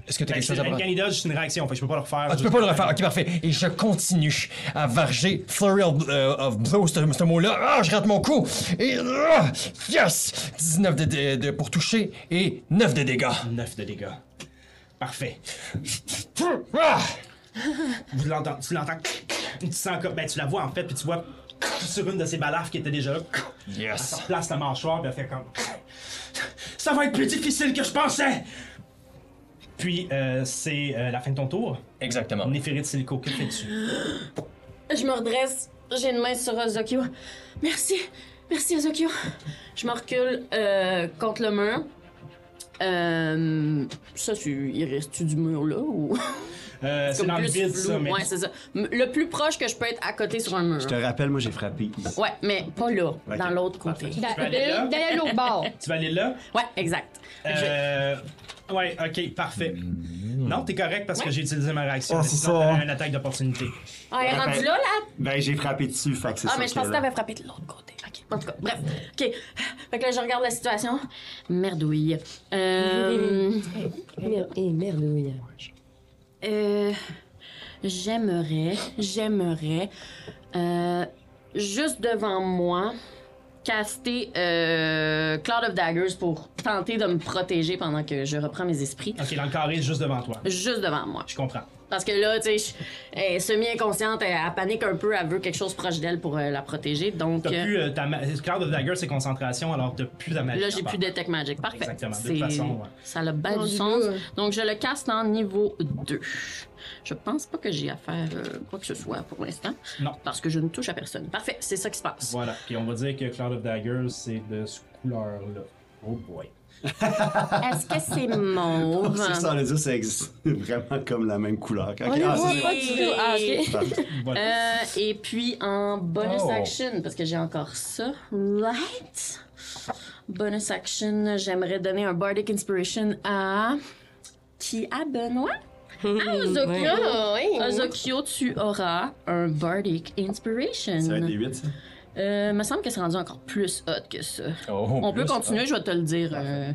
Est-ce que tu as Fait que quelque Ben, c'est- chose à prendre? Uncanny Dodge, c'est une réaction, fait que je peux pas le refaire. Ah, tu peux pas le refaire. Ok, parfait. Et je continue à varger Flurry of, euh, of Blow, ce, ce mot-là. Ah, je rate mon coup. Et. ah, yes! 19 de, de- de- pour toucher et 9 de dégâts. 9 de dégâts. Parfait. Ah! Vous l'entendez, tu l'entends. Tu sens comme. Ben, tu la vois en fait, puis tu vois sur une de ses balafres qui était déjà là. Yes! Elle place la mâchoire, puis elle fait comme. Ça va être plus difficile que je pensais! Puis, euh, c'est euh, la fin de ton tour. Exactement. Néphérite Silico, que fais-tu? Je me redresse, j'ai une main sur Ozokyo. Merci, merci Ozokyo. Je me recule euh, contre le mur. Euh, ça, c'est- il reste-tu du mur là ou. Euh, c'est comme dans le plus vide, flou. ça, mais. Ouais, c'est ça. M- Le plus proche que je peux être à côté sur un mur. Je te rappelle, moi, j'ai frappé ici. Ouais, mais pas là, Ok. dans l'autre peux côté. aller là? D'aller d'aller l'autre bord. Tu vas aller là? Ouais, exact. Euh, Ouais, ok, parfait. Non, t'es correct parce que j'ai utilisé ma réaction. Ah, c'est Sinon, ça. t'aurais Une attaque d'opportunité. Ah, elle est rendue là, là? Ben, j'ai frappé dessus, fait que c'est Ah, ça mais je qu'elle pensais que a. t'avais frappé de l'autre côté. Ok, en tout cas, bref. Ok, fait que là, je regarde la situation. Merdouille. Euh. Mer- eh, merde, oui. Euh, j'aimerais, j'aimerais, euh, juste devant moi, caster euh, Cloud of Daggers pour tenter de me protéger pendant que je reprends mes esprits. Ok, dans le carré, juste devant toi. Juste devant moi. Je comprends. Parce que là, tu sais, je- elle est semi-inconsciente, elle, elle panique un peu, elle veut quelque chose proche d'elle pour euh, la protéger. Donc, T'as euh, plus euh, ta ma- Cloud of Dagger, c'est concentration, alors t'as plus ta Ah, magie. là, j'ai plus d'être. Detect Magic. Parfait. Exactement, de toute C'est- façon, ouais. Ça a bien Rendu du sens. là. Donc, je le casse en niveau 2. Je pense pas que j'ai à faire euh, quoi que ce soit pour l'instant. Non. Parce que je ne touche à personne. Parfait, c'est ça qui se passe. Voilà. Puis on va dire que Cloud of Daggers, c'est de ce couleur-là. Oh boy. Est-ce que c'est mauve? Ça, sans le dire, ça existe vraiment comme la même couleur. Ok, On les ah, voit c'est- pas du tout. Ah, ok. Parfait. Voilà. Euh, et puis en bonus Oh. action, parce que j'ai encore ça. Right? Bonus action, j'aimerais donner un Bardic Inspiration à. Qui? À Benoît? Ah, Ozokyo! Oh. Ah, Ozokyo, tu auras un Bardic Inspiration. Ça va être des 8, ça? Euh, me semble que c'est rendu encore plus hot que ça. Oh, On peut plus, continuer, je vais te le dire. euh. Ah,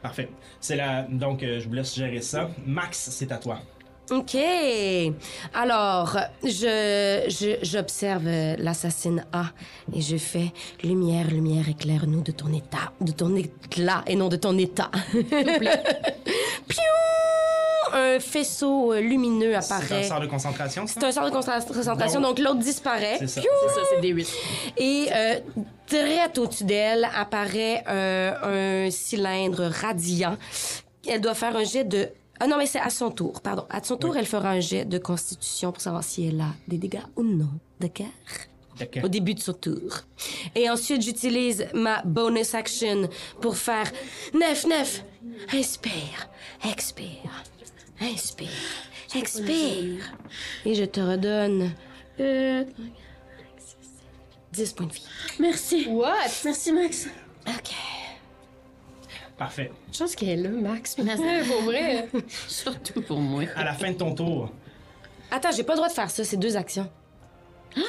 Parfait. C'est la. Donc, euh, je vous laisse gérer ça. Max, c'est à toi. OK. Alors, je, je- j'observe euh, l'assassine A et je fais lumière, lumière, éclaire-nous de ton état, de ton éclat et non de ton état. Piou! Un faisceau euh, lumineux C'est un apparaît. sort de concentration, ça? C'est un sort de concentra- concentration, Donc- donc l'autre disparaît. C'est ça. C'est ça, c'est des 8. Et euh, très au-dessus d'elle apparaît euh, un cylindre radiant. Elle doit faire un jet de... Ah non, mais c'est à son tour, pardon. À son tour, elle fera un jet de constitution pour savoir si elle a des dégâts ou non. D'accord? D'accord. Au début de son tour. Et ensuite, j'utilise ma bonus action pour faire 9-9. Inspire, expire, inspire, expire. Et je te redonne euh, 10 points de vie. Merci. What? Merci, Max. OK. Parfait. Je pense qu'elle est là, Max. Merci. Ouais, Pour vrai. Surtout pour moi. À la fin de ton tour. Attends, j'ai pas le droit de faire ça, c'est deux actions.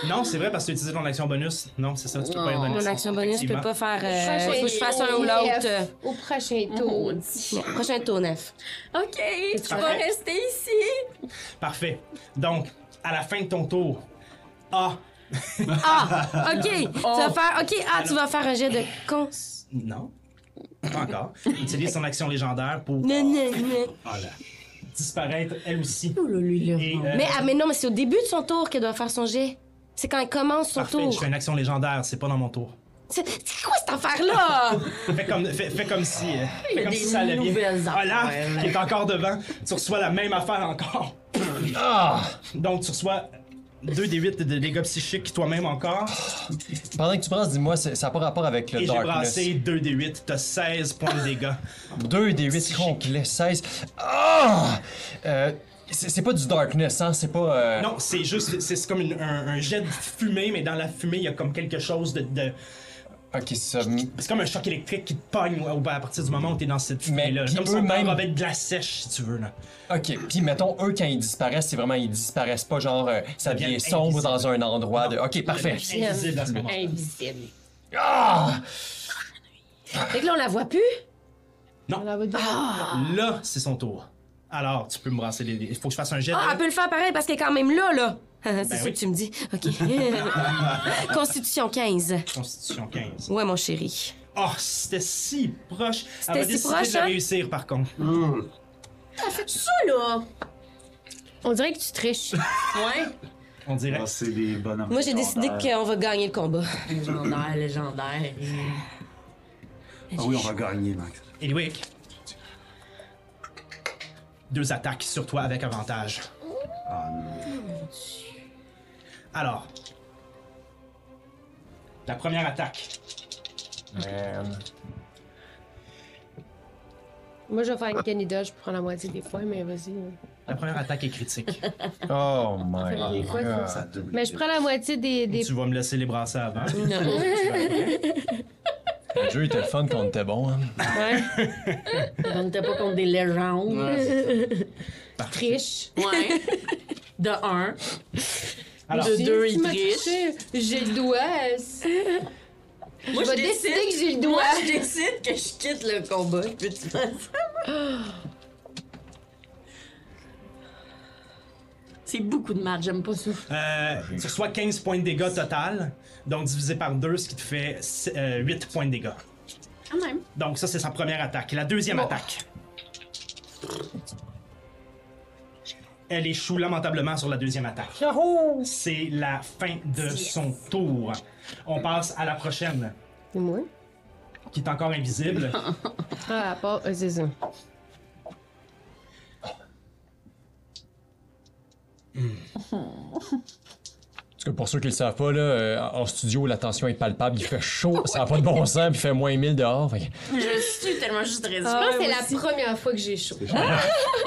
Non, c'est vrai parce que tu utilises ton action bonus. Non, Ah, c'est ça, tu peux pas y Non. bonus. Mon action bonus, je peux pas faire. Prochain Euh, faut que je fasse un tour, ou F. l'autre. euh, Au prochain tour. Maudit. bon, prochain tour, neuf. Ok, tu vas Parfait. rester ici. Parfait. Donc, à la fin de ton tour. Ah! Ah! OK! Tu vas faire. OK, ah, tu vas faire un jet de cons. Non. Pas encore. Utilise son action légendaire pour Non, non, non. voilà, disparaître elle aussi. Oh Et, euh, Mais, ah, mais non, mais c'est au début de son tour qu'elle doit faire son jet. C'est quand elle commence son Parfait, je tour. fais une action légendaire, c'est pas dans mon tour. C'est c'est quoi cette affaire-là? Fais comme, fais, fais comme si, euh, fais Ah, a comme des si ça allait bien. nouvelles affaires, Olaf, là. qui est encore devant, tu reçois la même affaire encore. Ah! Donc, tu reçois 2 des 8 de dégâts psychiques toi-même encore. Pendant que tu brasses, dis-moi, c'est- ça n'a pas rapport avec le Et j'ai darkness. brassé 2 des 8. T'as 16 points de dégâts. 2 des 8 complets, 16. Ah! Euh, c'est c'est pas du darkness, hein? C'est pas. euh, Non, c'est juste, c'est c'est comme une- un, un jet de fumée, mais dans la fumée, il y a comme quelque chose de. de- Ok, ça. c'est comme un choc électrique qui te pogne au- au- à partir du moment où t'es dans cette fumée-là. Mais qui Comme si on eux-mêmes- t'enrobait de la sèche, si tu veux. Là. Ok, puis mettons, eux, quand ils disparaissent, c'est vraiment, ils disparaissent pas, genre, euh, ça Ils devient deviennent sombre invisibles. dans un endroit. De... Ok, parfait. C'est Invisible à ce moment-là. Invisible. Ah! Fait que là, on la voit plus? Ah! bah. Là, c'est son tour. Alors, tu peux me brasser les. Il faut que je fasse un jet. Ah, de- elle peut le faire pareil parce qu'elle est quand même là, là. C'est ce oui. que tu me dis. OK. Constitution 15. Constitution 15. Ouais, mon chéri. Oh, c'était si proche. Elle va si décider proche, de hein? réussir, par contre. Ça, là! On dirait que tu triches. Ouais. On dirait. Ah, c'est des bonhommes. Moi, j'ai décidé qu'on va gagner le combat. Légendaire, légendaire. Ah oui, on va gagner, Max. Eliwick. Deux attaques sur toi avec avantage. Oh, Alors. La première attaque. Man. Moi, je vais faire une canida, je prends la moitié des fois, mais vas-y. La première attaque est critique. Oh my Ça fait des quoi, ça? god. Ça double. Mais je prends la moitié des. des... tu vas me laisser les brasser avant. Le jeu était le fun quand on était bon. Hein. Ouais. On n'était pas contre des légendes. Triche. Ouais. De un. Alors, De deux, Tu il m'as triche. triché. J'ai le doigt. c'est- Moi, je vais décider que j'ai le doigt. Moi, je décide que je quitte le combat. Peux-tu faire ça? C'est beaucoup de mal, j'aime pas ça. euh, tu reçois 15 points de dégâts total. Donc, divisé par deux, ce qui te fait 8 points de dégâts. Quand même. Donc, ça, c'est sa première attaque. La deuxième attaque. Elle échoue lamentablement sur la deuxième attaque. C'est la fin de son tour. On passe à la prochaine, C'est moi. qui est encore invisible. Ah, à part. euh, c'est ça. Parce que pour ceux qui le savent pas, là, euh, en studio, la tension est palpable, il fait chaud, ça n'a pas de bon sens, puis il fait moins 1000 dehors. fait que- Je suis tellement juste très Je pense que c'est la aussi. première fois que j'ai chaud.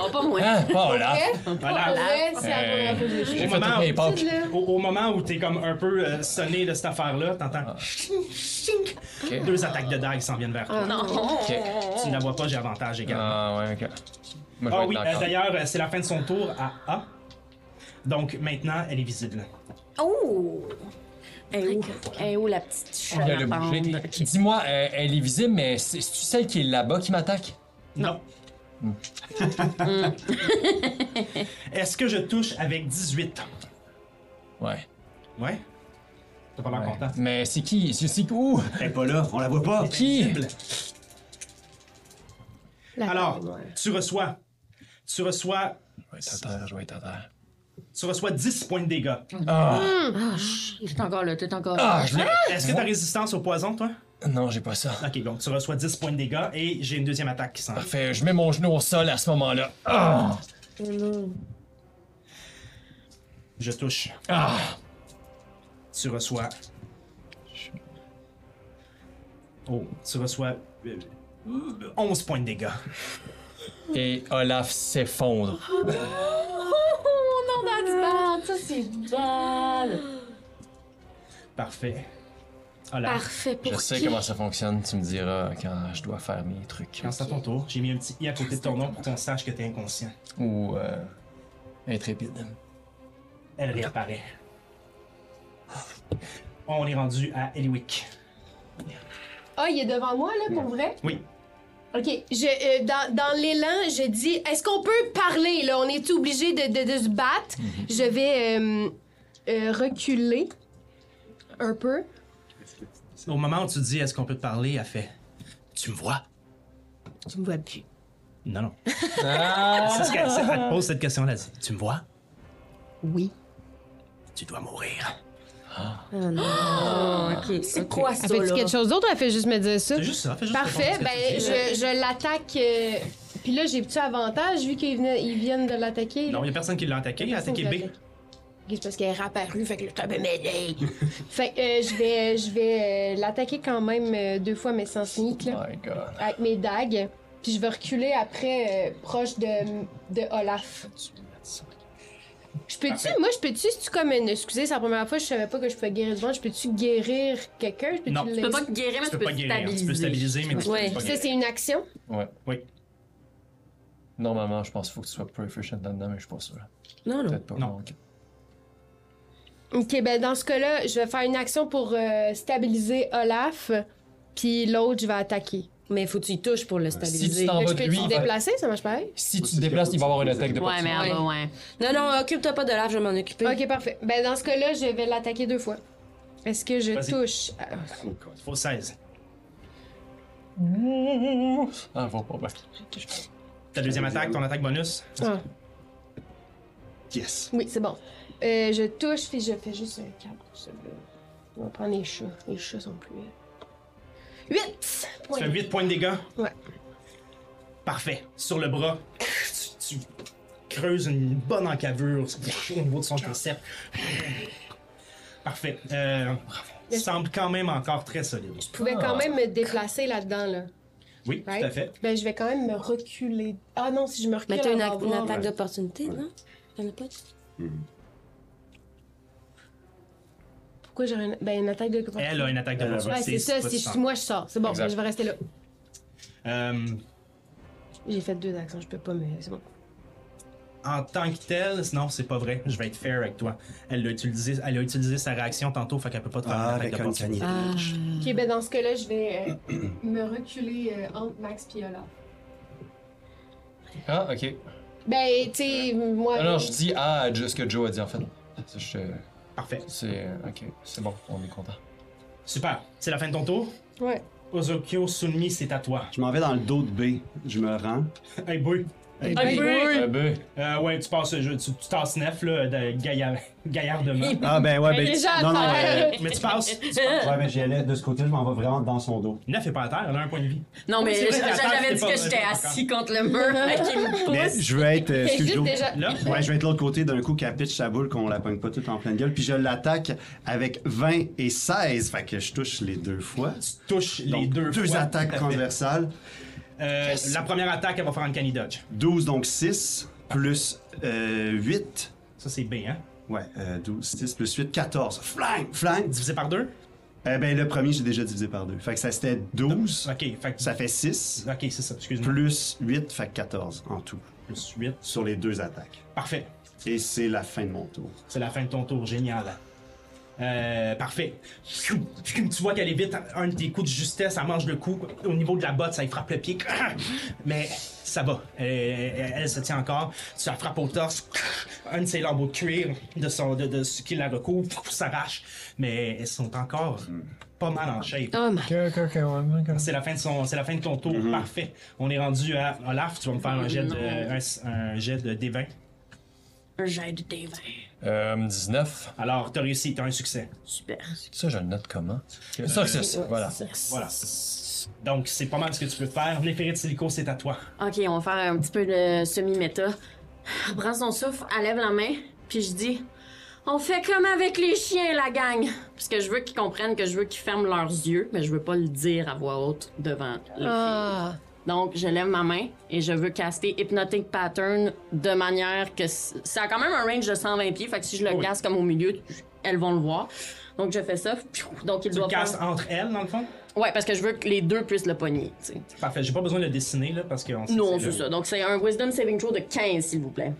Oh, pas moi. Ah. Hein? Pas là. Voilà. Ouais, c'est la Euh, première fois que j'ai chaud. J'ai Au fait moment toutes mes où- pâtes. Là. Au, au moment où t'es comme un peu euh, sonné de cette affaire-là, t'entends chink, chink. Ok. deux attaques de dague s'en viennent vers toi. Non. Ok. Tu ne la vois pas, j'ai avantage également. Ah ouais, ok. Moi, je Ah vais oui, être euh, d'accord. d'ailleurs, euh, c'est la fin de son tour à A. Donc maintenant, elle est visible. Oh! Eh où? Eh où la petite Il y a le bouger. chalabande? Dis-moi, euh, elle est visible, mais c'est- c'est-tu celle qui est là-bas qui m'attaque? Non. Est-ce que je touche avec 18 Ouais. Ouais. T'as pas l'air Ouais. content. Mais c'est qui? C'est c'est- où? Elle est pas là, on la voit pas. Qui? La- Alors, tu reçois. Tu reçois. Je vais être à terre, je vais être à terre. Tu reçois 10 points de dégâts. Ah! T'es encore là, t'es encore là. Ah! Je l'ai- Est-ce que t'as résistance au poison, toi? Non, j'ai pas ça. Ok, donc tu reçois 10 points de dégâts et j'ai une deuxième attaque qui s'en vient. Parfait, je mets mon genou au sol à ce moment-là. Ah! Je touche. Ah! Tu reçois. Oh, tu reçois. euh, 11 points de dégâts. Et Olaf s'effondre. Ah, ça, c'est Parfait. Ah, Voilà. Parfait pour Je sais qui? comment ça fonctionne, tu me diras quand je dois faire mes trucs. Quand c'est à ton tour, j'ai mis un petit i à côté de ton nom pour qu'on sache que t'es inconscient. Ou euh, intrépide. Elle réapparaît. On est rendu à Eliwick. Ah, il est devant moi, là, pour vrai? Oui. OK. Je, euh, dans dans l'élan, je dis est-ce qu'on peut parler, là? On est obligé de, de, de se battre? Mhm. Je vais euh, euh, reculer un peu. Au moment où tu dis est-ce qu'on peut te parler, elle fait Tu me vois Tu me vois plus. Non, non. Ah! C'est ce qu'elle c'est- elle te pose cette question-là. elle dit, Tu me vois Oui. Tu dois mourir. Oh non. ok. C'est quoi ça, Elle fait là? quelque chose d'autre ou elle fait juste me dire ça? C'est juste ça. fais juste Parfait, répondre à ce que ben tu dis. je, je l'attaque. euh, Puis là, j'ai-tu avantage vu qu'ils venaient- ils viennent de l'attaquer? Non, il n'y a personne qui l'a attaqué. Il a attaqué B. Ok, C'est parce qu'elle est réapparue, fait que le temps me mêlé. fait que euh, je vais, je vais euh, l'attaquer quand même euh, deux fois, mais sans sneak, là, My God. avec mes dagues. Puis je vais reculer après, euh, proche de, de Olaf. Je peux-tu, moi, je peux-tu, c'est-tu comme une. Excusez, c'est la première fois, je savais pas que je pouvais guérir du vent. Je peux-tu guérir quelqu'un? Je peux-tu Non. l'aider? Tu peux pas guérir, mais Tu tu peux peux pas guérir. Tu peux stabiliser, mais tu Ouais. peux pas Ça, guérir. c'est une action. Ouais. Oui. Normalement, je pense qu'il faut que tu sois proficient là-dedans, mais je suis pas sûr. Non, non. Peut-être pas. Oh, Non. donc. Ok, ben dans ce cas-là, je vais faire une action pour euh, stabiliser Olaf, puis l'autre, je vais attaquer. Mais faut que tu y touches pour le Si stabiliser. tu t'en Je vas de peux lui, te il va- déplacer, ça marche pareil? si tu te déplaces, il va avoir une attaque de Ouais, mais opportunité. elle va, ouais. Non, non, occupe-toi pas de l'âge, je vais m'en occuper. Ok, parfait. Ben dans ce cas-là, je vais l'attaquer deux fois. Est-ce que je Vas-y. touche? Ah, Oh, Faut 16. Ah, va pas bien. Ta deuxième attaque, ton attaque bonus. Yes. Ah, Oui, c'est bon. Euh, je touche, puis je fais juste un cadre. On va prendre les chats. Les chats sont plus... euh, 8! Tu fais 8 points de dégâts. Ouais. Parfait. Sur le bras, tu, tu creuses une bonne encavure au niveau de son concept. Parfait. Euh, semble quand même encore très solide. Je pouvais quand même me déplacer là-dedans, là. Oui, tout à Right? fait. Ben je vais quand même me reculer. Ah non, si je me recule, Mais t'as une, elle va a- une avoir- attaque d'opportunité, non? T'en as pas? Pourquoi j'aurais une... Ben, une attaque de... Elle a une attaque de Elle a- Ouais, c'est ça, pas si du je- sang. moi je sors. C'est bon, Exact. je vais rester là. Euh, J'ai fait deux actions, je peux pas, mais c'est bon. en tant que telle, non, c'est pas vrai. Je vais être fair avec toi. Elle a utilisé, elle a utilisé sa réaction tantôt, fait qu'elle peut pas te faire Ah, une avec attaque un d'opportunité. canier. Ok, ben dans ce cas-là, je vais euh, me reculer euh, entre Max et Olaf. Ah, ok. Ben, tu sais, moi. Ah non, je dis ah, à ce que Joe a dit en fait. C'est- je- Parfait. C'est. Ok, c'est bon, on est content. Super. C'est la fin de ton tour. Ouais. Ozokyo Sunmi, c'est à toi. Je m'en vais dans le dos de B. Je me rends. Hey, boy. Ah, ben, Euh, ouais, tu passes, je- tu, tu t'en sniffes, là, de gaillard, gaillardement. Ah, ben ouais, ben. déjà non, non, à terre. ouais. mais tu passes. Ouais, mais j'y allais de ce côté, je m'en vais vraiment dans son dos. Neuf est pas à terre, elle a un point de vie. Non, mais c'est vrai, la table, j'avais c'est dit pas que vrai, j'étais je suis assis contre le mur. fait qu'il me pousse. Mais je veux être. euh, excuse, Juste Joe. déjà- Là, Ouais, je vais être de l'autre côté d'un coup qu'elle pitch sa boule, qu'on la pogne pas tout en pleine gueule. Puis je l'attaque avec 20 et 16. Fait que je touche les deux fois. tu touches les deux. Donc, fois. attaques Tout à fait. transversales. Euh, La première attaque, elle va faire un canny dodge. 12, donc 6, plus 8. Ça, c'est B, hein? Ouais, euh, 12, 6 plus 8, 14. Flying, flying. Divisé par deux? Eh ben, le premier, j'ai déjà divisé par deux. Fait que ça, c'était 12. Ok, fait que- Ça fait 6, Ok, c'est ça, excuse-moi. plus 8, fait que 14 en tout, Plus 8. sur les deux attaques. Parfait. Et c'est la fin de mon tour. C'est la fin de ton tour, génial. Euh, parfait. Tu vois qu'elle évite un de tes coups de justesse, elle mange le coup. Au niveau de la botte, ça lui frappe le pied. Mais ça va. Elle, elle- elle se tient encore. Tu la frappes au torse. Un de ses lambeaux de cuir, de, son, de, de ce qui la recouvre, s'arrache. Mais elles sont encore pas mal en shape. Oh my. C'est la fin de son, c'est la fin de ton tour. Parfait. On est rendu à Olaf. Tu vas me faire un jet de, un, un jet de D20. Un jet de D20. Euh, 19. Alors, t'as réussi, t'as un succès. Super. Ça, je le note comment Ça, c'est ça. Voilà. Voilà. Donc, c'est pas mal ce que tu peux faire. Néphérite Silico, c'est à toi. Ok, on va faire un petit peu de semi-méta. Prends son souffle, elle lève la main, puis je dis On fait comme avec les chiens, la gang. Parce que je veux qu'ils comprennent que je veux qu'ils ferment leurs yeux, mais je veux pas le dire à voix haute devant les Ah. filles. Donc, je lève ma main et je veux caster Hypnotic Pattern de manière que. c- Ça a quand même un range de 120 pieds, fait que si je le Ah Oui. casse comme au milieu, elles vont le voir. Donc, je fais ça. Piou! Donc, il Tu le doit casses faire. entre elles, dans le fond? Ouais, parce que je veux que les deux puissent le pogner, tu sais. Parfait. J'ai pas besoin de le dessiner, là, parce qu'on sait Non, que c'est le- ça. Donc, c'est un Wisdom Saving Throw de 15, s'il vous plaît.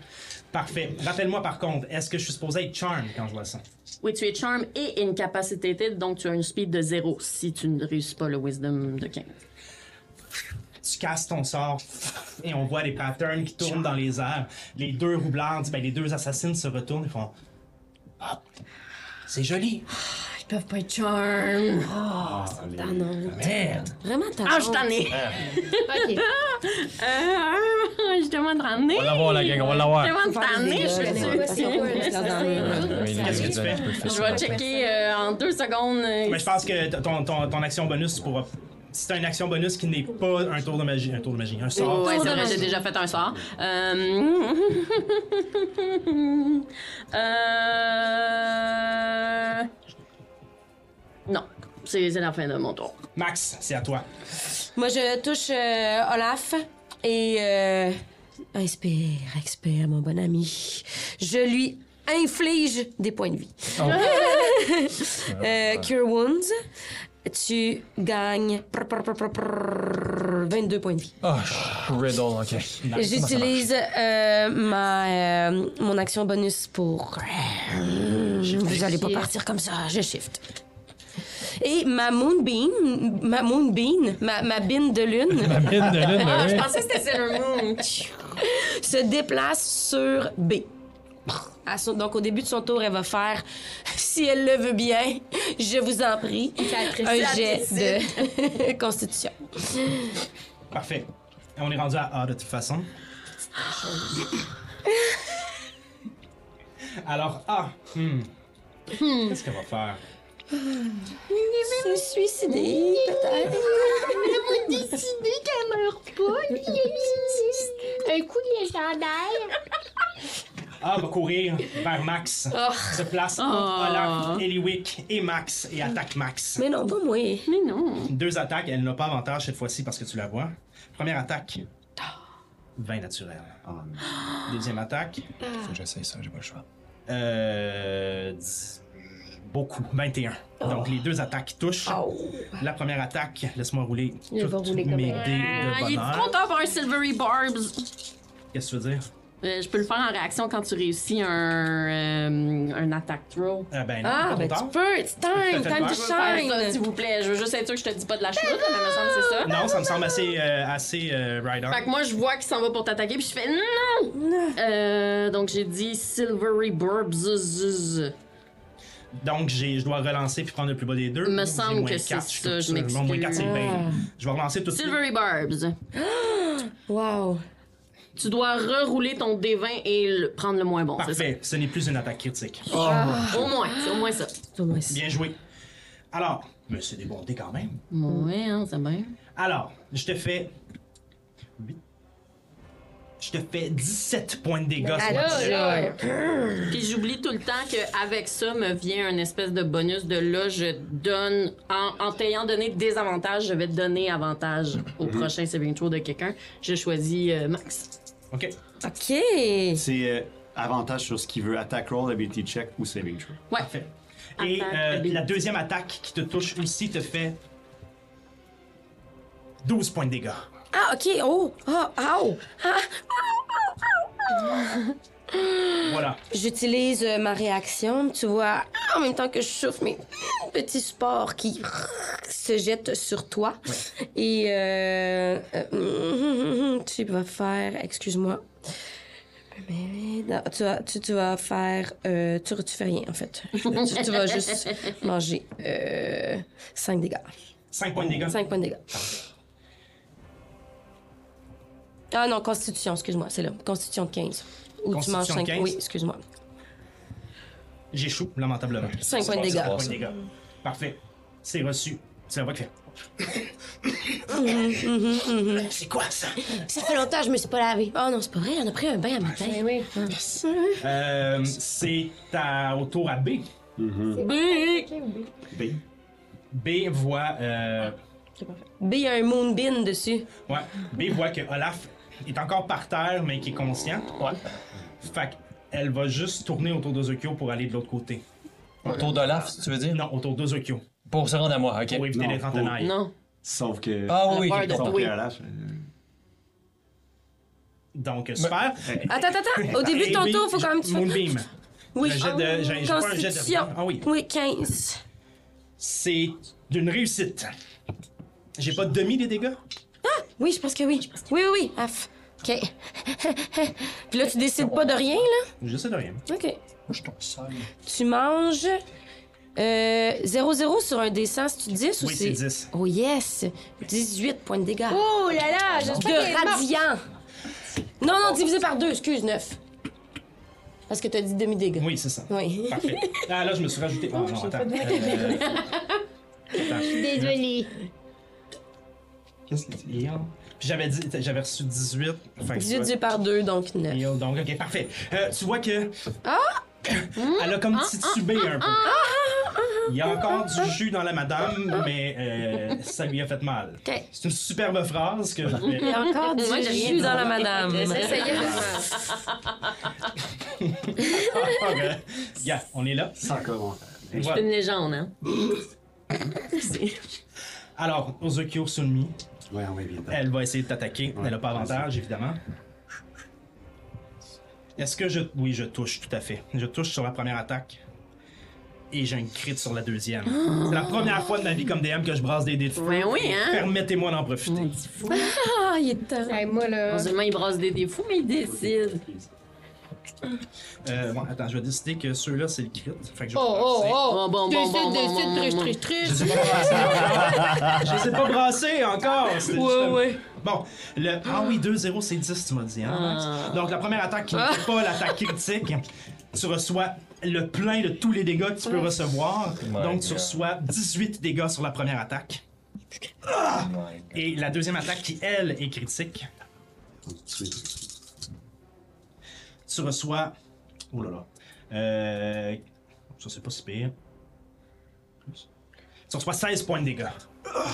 Parfait. Rappelle-moi, par contre, est-ce que je suis supposé être charm quand je vois ça? Oui, tu es charm et incapacitated, donc tu as une speed de 0 si tu ne réussis pas le wisdom de 15. Tu casses ton sort et on voit les patterns qui tournent dans les airs. Les deux roublards, ben, les deux assassines se retournent et font... Ah, c'est joli. peuvent pas être charm. Ah non. Merde! Vraiment, t'as Ah, je t'en ai. Ok. Euh, ah, je demande à On va l'avoir, la gang, on va l'avoir. Je demande à des je dégâts, suis là. sûre. Quoi, c'est quoi, là, ça, Ah oui, c'est- Qu'est-ce que les tu résultats, fais? peux le faire Je sur vais la tête. checker euh, en deux secondes. euh, Mais je pense que t- ton, ton, ton action bonus, tu pourras. Si t'as une action bonus qui n'est pas un tour de magie, un tour de magie, un sort. Ouais, Tour c'est de vrai, magie. j'ai déjà fait un sort. Euh... Euh, Non, c'est c'est la fin de mon tour. Max, c'est à toi. Moi, je touche euh, Olaf et. euh, inspire, expire, mon bon ami. Je lui inflige des points de vie. Ah Euh, Cure Wounds, tu gagnes prr, prr, prr, prr, prr, 22 points de vie. Ah, je- riddle, ok. Et Comment ça marche? J'utilise euh, ma, euh, mon action bonus pour. euh, Vous allez pas partir comme ça, je shift. Et ma moonbeam, ma moonbeam, ma, ma bine de lune. La mine de lune, Ah, je oui. pensais que c'était Sailor Moon. se déplace sur B. À son- donc, au début de son tour, elle va faire, si elle le veut bien, je vous en prie, un jet de constitution. Parfait. Et On est rendu à A de toute façon. Alors A. hmm. Qu'est-ce qu'elle va faire? Se suicider, peut-être. Un coup de légendaire. A va courir vers Max. Se place entre Olaf, Eliwick et Max et attaque Max. Mais non, pas moi. Mais non. Deux attaques, elle n'a pas avantage cette fois-ci parce que tu la vois. Première attaque. 20 naturel. Ah, Deuxième attaque. Ah. Faut que j'essaye ça, j'ai pas le choix. Euh, dix- beaucoup. 21. Oh. Donc les deux attaques touchent. La première attaque, laisse-moi rouler Il va toutes rouler comme mes dés un- Ah, de il est bonheur. content pour un Silvery Barbs. Qu'est-ce que tu veux dire? Euh, je peux le faire en réaction quand tu réussis un, euh, un attack throw. Ah ben non, Ah, pas ben trop tu tard. peux, it's time, time to hein, Faire ça, S'il shine. vous plaît, je veux juste être sûr que je te dis pas de la chenoute, mais il me semble que c'est ça. Non, ça me semble assez, euh, assez euh, rider. Fait que moi, je vois qu'il s'en va pour t'attaquer, puis je fais non! Euh, donc j'ai dit Silvery Burbs. zuz. Donc j'ai- je dois relancer puis prendre le plus bas des deux. J'ai Me semble moins que c'est quatre, suis ça, tout je seul. m'excuse. euh, Moins quatre, c'est bien. Ah. Je vais relancer tout de suite. Silvery Burbs. Wow. Tu dois rerouler ton D20 et le- prendre le moins bon, c'est ça? Oh. Parfait, ce n'est plus une attaque critique. Au moins, c'est au moins ça. C'est au moins ça. Bien joué. Alors, mais c'est des bons dés quand même. Ouais, hein, c'est bien. Alors, je te fais. huit. Je te fais 17 points de dégâts sur la Là, tête. là. Puis j'oublie tout le temps qu'avec ça me vient un espèce de bonus de là, je donne, en, en t'ayant donné des avantages, je vais te donner avantage au Mhm. prochain saving throw de quelqu'un. Je choisis euh, Max. Ok. OK. C'est euh, avantage sur ce qu'il veut. Attack roll, ability check ou saving throw. Ouais. Parfait. Et Attaque, euh, ability. la deuxième attaque qui te touche aussi te fait 12 points de dégâts. Ah, OK. Oh, ah, ow. Ah. Voilà. J'utilise euh, ma réaction, tu vois, en même temps que je chauffe mes petits sports qui se jettent sur toi. Et euh, euh, tu vas faire, excuse-moi, mais non, tu, vas, tu, tu vas faire, euh, tu, tu fais rien en fait. tu, tu vas juste manger 5 dégâts, 5 points de dégâts. 5 points de dégâts. Ah non, constitution, excuse-moi, c'est là. Constitution de 15. Où tu Constitution manges de 5. 15? Oui, excuse-moi. J'échoue, lamentablement. 5 points de C'est dégâts. pas Points de dégâts. Parfait. C'est reçu. C'est la voix qui fait. C'est quoi ça? Ça fait longtemps que je me suis pas lavée. Oh non, c'est pas vrai, on a pris un bain à matin. Ben oui. Euh, c'est à- au tour à B. B. B voit. euh, B, il y a un moonbin dessus. Ouais. B voit que Olaf est encore par terre, mais qui est conscient. Ouais. Fait qu'elle va juste tourner autour d'Ozokyo pour aller de l'autre côté. Autour de l'af, si tu veux dire? Non, autour d'Ozokyo. Pour se rendre à moi, ok. Pour éviter Non, d'être en pour- tenaille. Non. Sauf que. Ah oui, La oui, peur j'ai de compris. Sauf oui. que Olaf, euh, Donc, super. Attends, attends, attends. Au début de ton Et tour, B- faut quand même que tu fasses- Moonbeam. Oui, Le jet de- j'ai- j'ai pas un jet de- Constitution. Ah oui. Oui, 15. C'est d'une réussite. J'ai pas demi des dégâts? Oui, je pense que oui. Oui, oui, oui. Af. OK. Puis là, tu décides pas de rien, là? Je sais de rien. OK. Moi, je tombe seul. Tu manges Euh, 0-0 sur un dessin, c'est-tu 10 ou Oui, c'est 10. Oh yes! 18 points de dégâts. Oh là là, j'espère qu'elle est de morte. radiant! Non, non, divisé par 2, excuse, 9. Parce que t'as dit demi-dégâts. Oui, c'est ça. Oui. Parfait. Ah, là, je me suis rajouté. Oh, non, attends. Euh, Désolée. Qu'est-ce que tu dis? Heal. Puis j'avais dit, j'avais reçu 18. Enfin, 18 divisé par 2, donc 9. Heal, donc, ok, parfait. Euh, tu vois que. Elle a comme titubé un peu. Il y a encore du jus dans la madame, mais euh, ça lui a fait mal. Ok. C'est une superbe phrase que je vais- Il y a encore du Moi, j'ai rien jus dit. dans la madame. Essayez. Ah, ben, yeah, on est là. Sans commentaire. C'est Voilà. une légende, hein? Alors, Ozokyo Sunmi, Ouais, on va bien. elle va essayer de t'attaquer. Ouais, elle n'a pas vas-y. avantage, évidemment. Est-ce que je. Oui, je touche, tout à fait. Je touche sur la première attaque. Et j'ai un crit sur la deuxième. C'est la première fois de ma vie comme DM que je brasse des dés de feu. Ouais, oui, hein? Permettez-moi d'en profiter. Ah, il est temps. Hey, moi là. Non seulement il brasse des défauts, mais il décide. Euh, bon, attends, je vais décider que ceux-là, c'est le crit. Fait que je vais Oh oh brasser. oh. Bon, bon, bon, Décide, bon, bon, décide, bon, bon, triche, bon. triche, triche. Je sais pas brasser. je sais pas brasser encore. c'est juste- Bon, le. Ah oui, 2-0, c'est 10, tu m'as dit, hein, Max? Ah. Donc, la première attaque qui n'est pas l'attaque critique, tu reçois le plein de tous les dégâts que tu peux recevoir. Oh My Donc, tu God. reçois 18 dégâts sur la première attaque. Et la deuxième attaque qui, elle, est critique, tu reçois. Oh là là. Euh. Ça, c'est pas si pire. Plus. Tu reçois 16 points de dégâts.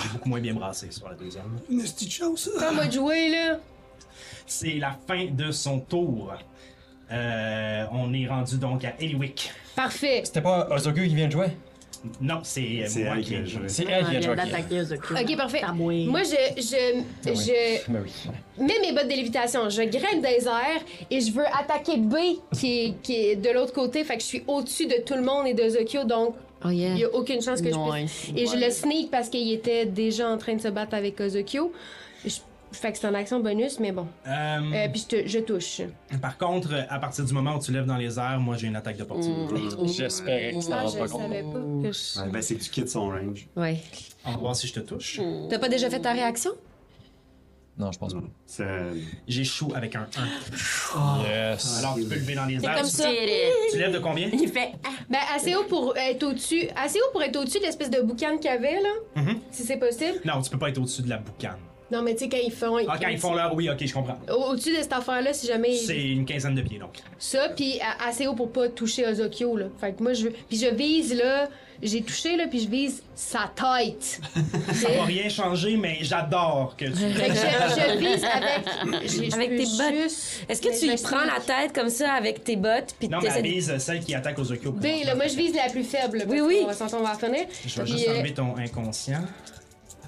J'ai beaucoup moins bien brassé sur la deuxième. Une petite chance. Pas moi de jouer là. C'est la fin de son tour. Euh, on est rendu donc à Eliwick. Parfait. C'était pas Ozogu qui vient de jouer? Non, c'est euh, C'est moi elle qui qui a joué. C'est elle qui vient de jouer. ok. l'attaquer, Ozokyo. Ok, parfait. Taboué. Moi, je, je, Ben oui. je Ben oui. mets mes bottes de lévitation, je grimpe dans les airs et je veux attaquer B qui est, qui est de l'autre côté. Fait que je suis au-dessus de tout le monde et de Zokyo, donc Oh yeah. il n'y a aucune chance que Nice. je puisse. Et je le sneak parce qu'il était déjà en train de se battre avec Zokyo. Je- Fait que c'est en action bonus, mais bon. Euh, Euh, puis je, te- je touche. Par contre, à partir du moment où tu lèves dans les airs, moi j'ai une attaque d'opportunité. Mm. J'espérais que tu t'en Ah, rendes je pas compte. savais pas que je. Ben, c'est que tu quittes son range. Ouais. On va voir si je te touche. T'as pas déjà fait ta réaction? Non, je pense pas. C'est. J'échoue avec un 1. Ah, Yes. Alors tu peux lever dans les airs. comme Tu- ça. Did it. Tu lèves de combien Il fait Ah, Ben, assez haut pour être au-dessus. Assez haut pour être au-dessus de l'espèce de boucan qu'il y avait, là. Mhm. Si c'est possible. Non, tu peux pas être au-dessus de la boucane. Non, mais tu sais, quand ils font. Ah, quand ils font leur. Oui, ok, je comprends. Au- Au-dessus de cette affaire-là, si jamais. il- C'est une quinzaine de pieds donc. Ça, puis à- assez haut pour pas toucher Ozokyo, là. Fait que moi, je veux. Puis je vise, là. J'ai touché, là, puis je vise sa tête. Ça va rien changer, mais j'adore que Fait que tu. je, je vise avec. j'ai- je Avec peux tes bottes. juste- Est-ce que Mais tu je y me prends la sneak. tête comme ça avec tes bottes puis Non, mais t'essaies de- avise celle qui attaque aux occupes. B, là, moi, je vise la plus faible. parce Oui, oui. qu'on va s'entendre, on va revenir. Je vais Puis, juste euh, enlever ton inconscient.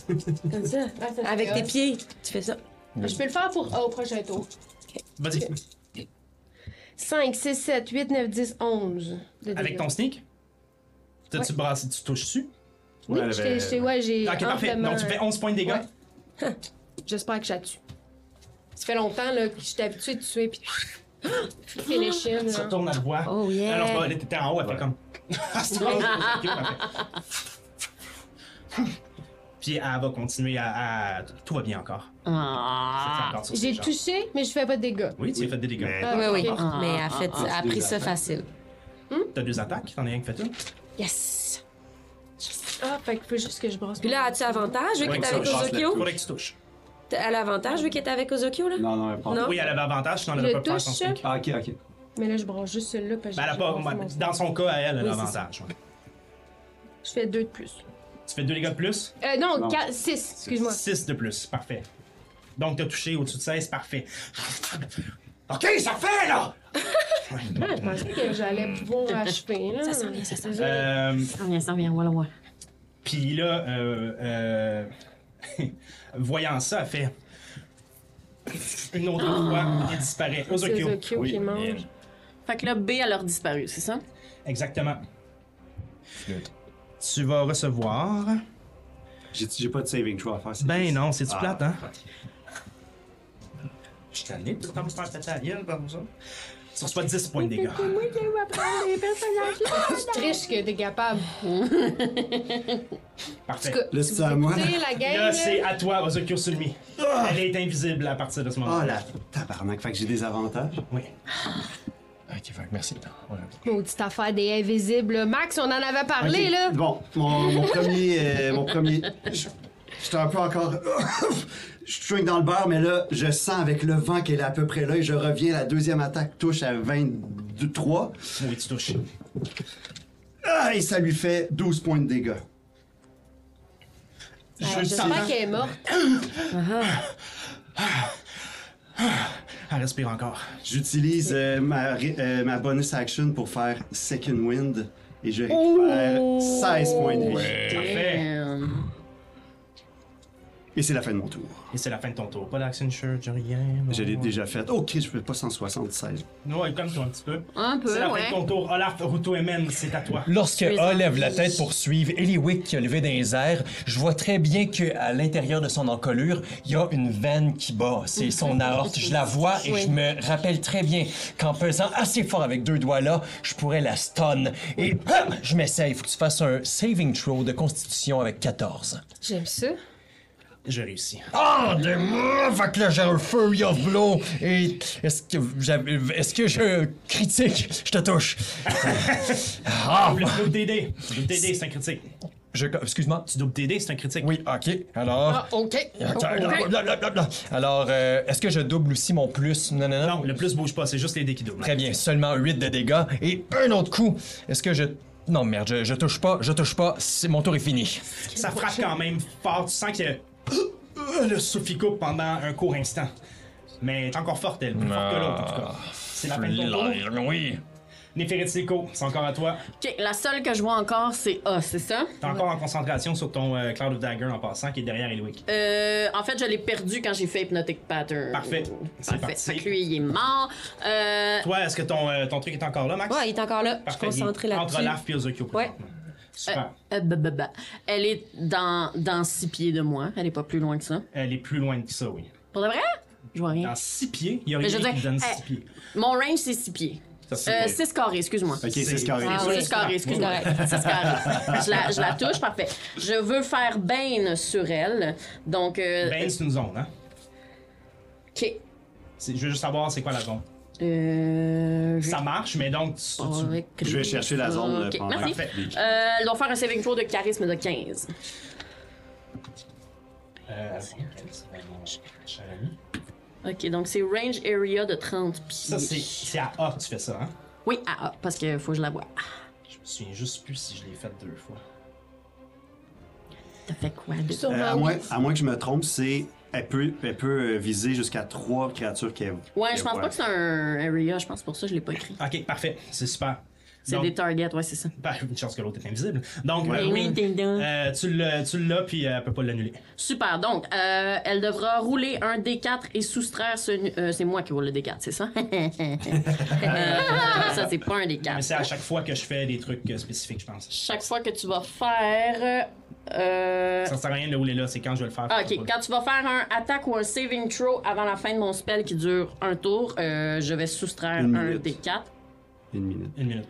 comme ça? ah, ça, c'est Avec tes hot. pieds, tu fais ça. Je peux le faire pour ah, au prochain tour. Vas-y. 5, 6, 7, 8, 9, 10, 11. de Avec dégâts. ton sneak, t'as-tu brassé, tu touches dessus? Oui, Ouais, elle je avait- t'ai- je t'ai- ouais, j'ai. Ok, parfait. amplement, Donc tu fais 11 points de dégâts. Ouais. J'espère que je la tue. Ça fait longtemps là, que je suis habituée de tuer, puis. Finish him, Tu là. retournes à le voir. Oh yeah. Alors, bah, elle était en haut, elle fait Ouais. comme. Ah, c'est drôle, c'est ok, parfait. Puis elle va continuer à. à- Tout va bien encore. C'est Ah. encore sur ses J'ai jambes. touché, mais je fais pas de dégâts. Oui, tu as fait des dégâts. Mais- Oui, oui. ok. mais elle a, fait, elle a pris ça facile. T'as deux attaques, t'en as rien que fait une. Yes! Ah, fait qu'il faut juste que je brasse. Puis là, as-tu avantage vu Ouais, qu'elle est ça, avec je pense la Ozokyo? Faudrait que tu touches. Elle a avantage vu qu'elle est avec Ozokyo, là? Non, non, elle prend. Non. Oui, elle avait avantage, sinon elle Je n'a pas peur touche. son sneak. Ah, ok, ok. Mais là, je brasse juste celui-là. parce que Ben, elle a j'ai pas- brassé mon- dans son cas, à elle, elle a Oui, c'est avantage. ouais. Je fais deux de plus. Tu fais deux dégâts de plus, Euh, non, Non. 6, excuse-moi. 6 de plus, parfait. Donc t'as touché au-dessus de 16, parfait. Ok, ça fait là! Ah, je pensais que j'allais pouvoir achever, là. Ça sent bien, ça sent bien. Euh, Ça revient, ça revient, voilà, voilà. Puis là, euh, euh, voyant ça, elle fait une autre fois et disparaît. Ah! C'est Ozokyo. Zokyo Oui, qui Et- mange. Fait que là, B a leur disparu, c'est ça? Exactement. Tu vas recevoir. J'ai j'ai pas de saving throw à faire. c'est Ben juste- non, c'est du Ah. plate, hein? Je t'en ai, tu t'en me faire péter la gueule, par ça. Ça reçoit 10 points de dégâts. Tu triches que t'es capable. Parfait. En tout cas, Là, c'est à moi. Tu sais, la game. Ah, Là, là, c'est à toi, Ozokyo Sulmi. Ah! Elle est invisible à partir de ce moment. Oh la tabarnak, fait que j'ai des Ah. avantages. Oui. Ok, fait que merci. Ouais. Maudite affaire des invisibles. là. Max, on en avait parlé, Ok, là. Bon, mon, mon premier. euh, mon premier je- J'étais un peu encore. je suis dans le beurre, mais là, je sens avec le vent qu'elle est à peu près là et je reviens. La deuxième attaque touche à 23. Oui, tu touches. Ah, et ça lui fait 12 points de dégâts. Euh, Je sens. J'espère qu'elle est morte. Elle Ah, respire encore. J'utilise euh, ma, ré- euh, ma bonus action pour faire Second Wind et je récupère Oh! 16 points de vie. Euh. Parfait. Damn. Et c'est la fin de mon tour. Et c'est la fin de ton tour. Pas d'action shirt, rien. Je l'ai non. déjà fait. Ok, je fais pas 176. Ouais, calme-toi un petit peu. Un C'est la peu, fin ouais. de ton tour. Olaf, Ruto et Mem, c'est à toi. Lorsque les A lève la envies. tête pour suivre Eliwick qui a levé dans les airs, je vois très bien que à l'intérieur de son encolure, il y a une veine qui bat. C'est son aorte. Je la vois et je me rappelle très bien qu'en pesant assez fort avec deux doigts là, je pourrais la stun. Et ah, je m'essaye. Il faut que tu fasses un saving throw de constitution avec 14. J'aime ça. Je réussis. Ah, des mots! Fait que là, j'ai un Fury of Blow. Et est-ce que, j'avais- est-ce que je critique? Je te touche. ah! Le double TD. Double TD, c'est un critique. Je, excuse-moi. Tu double TD, c'est un critique. Oui, ok. Ah, Alors. Ah, OK. Ok, OK. Oh, blablabla. Alors, euh, est-ce que je double aussi mon plus? Non, non, non. Non, le plus bouge pas, c'est juste les dés qui doublent. Très bien, seulement 8 de dégâts et un autre coup. Est-ce que je. Non, merde, je, je touche pas, je touche pas, c'est, mon tour est fini. Ça frappe quand même fort. Tu sens que le souffle coupe pendant un court instant. Mais elle est encore forte, elle. Plus forte que l'autre, en tout cas. Ah, Ah. C'est la fin de ton tour. Oui. Néfertitico, c'est encore à toi. Ok, la seule que je vois encore, c'est A, c'est ça? T'es encore en concentration sur ton euh, Cloud of Dagger en passant, qui est derrière Eliwick. Euh, en fait, je l'ai perdu quand j'ai fait Hypnotic Pattern. Parfait. C'est Parfait. parti. Fait que lui, il est mort. Euh, Toi, est-ce que ton, euh, ton truc est encore là, Max? Ouais, il est encore là. Je suis Parfait. concentrée Il- Entre là-dessus. Olaf et Ozokyo. Ouais. Super. euh, bah, bah, bah. Elle est dans, dans six pieds de moi. Elle est pas plus loin que ça. Elle est plus loin que ça, oui. Pour de vrai? Je vois rien. Dans 6 pieds, il y a Mais rien je veux qui dire, donne eh, 6 pieds. Mon range, c'est six pieds. Ça, Euh, c'est six carrés, excuse-moi. Ok, C'est- 6 carrés. Ah, oui. six carrés, excuse-moi. Six carrés. Je la, je la touche, parfait. Je veux faire Bane sur elle. Donc, euh, Ben, c'est une zone, hein? ok. C'est- Je veux juste savoir c'est quoi la zone. Euh, Ça marche, mais donc tu- tu- je... Je vais chercher la zone. euh, Ok, pendant- merci. Parfait. Euh, elles doivent faire un saving throw de charisme de 15. Euh, mon cher ami. Ok, donc c'est range area de 30 pieds. Ça, c'est- c'est à A que tu fais ça, hein? Oui, ah, ah, parce que faut que je la Ah, vois. Je me souviens juste plus si je l'ai fait deux fois. T'as fait quoi de Euh, Sûrement. à, oui. moins, à moins que je me trompe, c'est. Elle peut, elle peut euh, viser jusqu'à 3 créatures qu'elle. Ouais, qu'elle je pense voit. pas que c'est un area, je pense pour ça que je l'ai pas écrit. Ok, parfait. C'est super. C'est Donc- des targets, ouais, c'est ça. Ben, une chance que l'autre est invisible. Donc, Ouais. euh, oui, Ding, ding, ding. euh, tu l'as, tu l'as, puis euh, elle peut pas l'annuler. Super, donc, euh, elle devra rouler un D4 et soustraire ce... nu- euh, c'est moi qui roule le D4, c'est ça? Euh, ça, c'est pas un Mais c'est à D4. chaque fois que je fais des trucs euh, spécifiques, je pense. Chaque fois que tu vas faire... euh, Ça sert à rien de le rouler là, c'est quand je vais le faire. Ah, ok, quand tu vas faire un attaque ou un saving throw avant la fin de mon spell qui dure un tour, euh, je vais soustraire Une un minute. des quatre. Une minute. Une minute.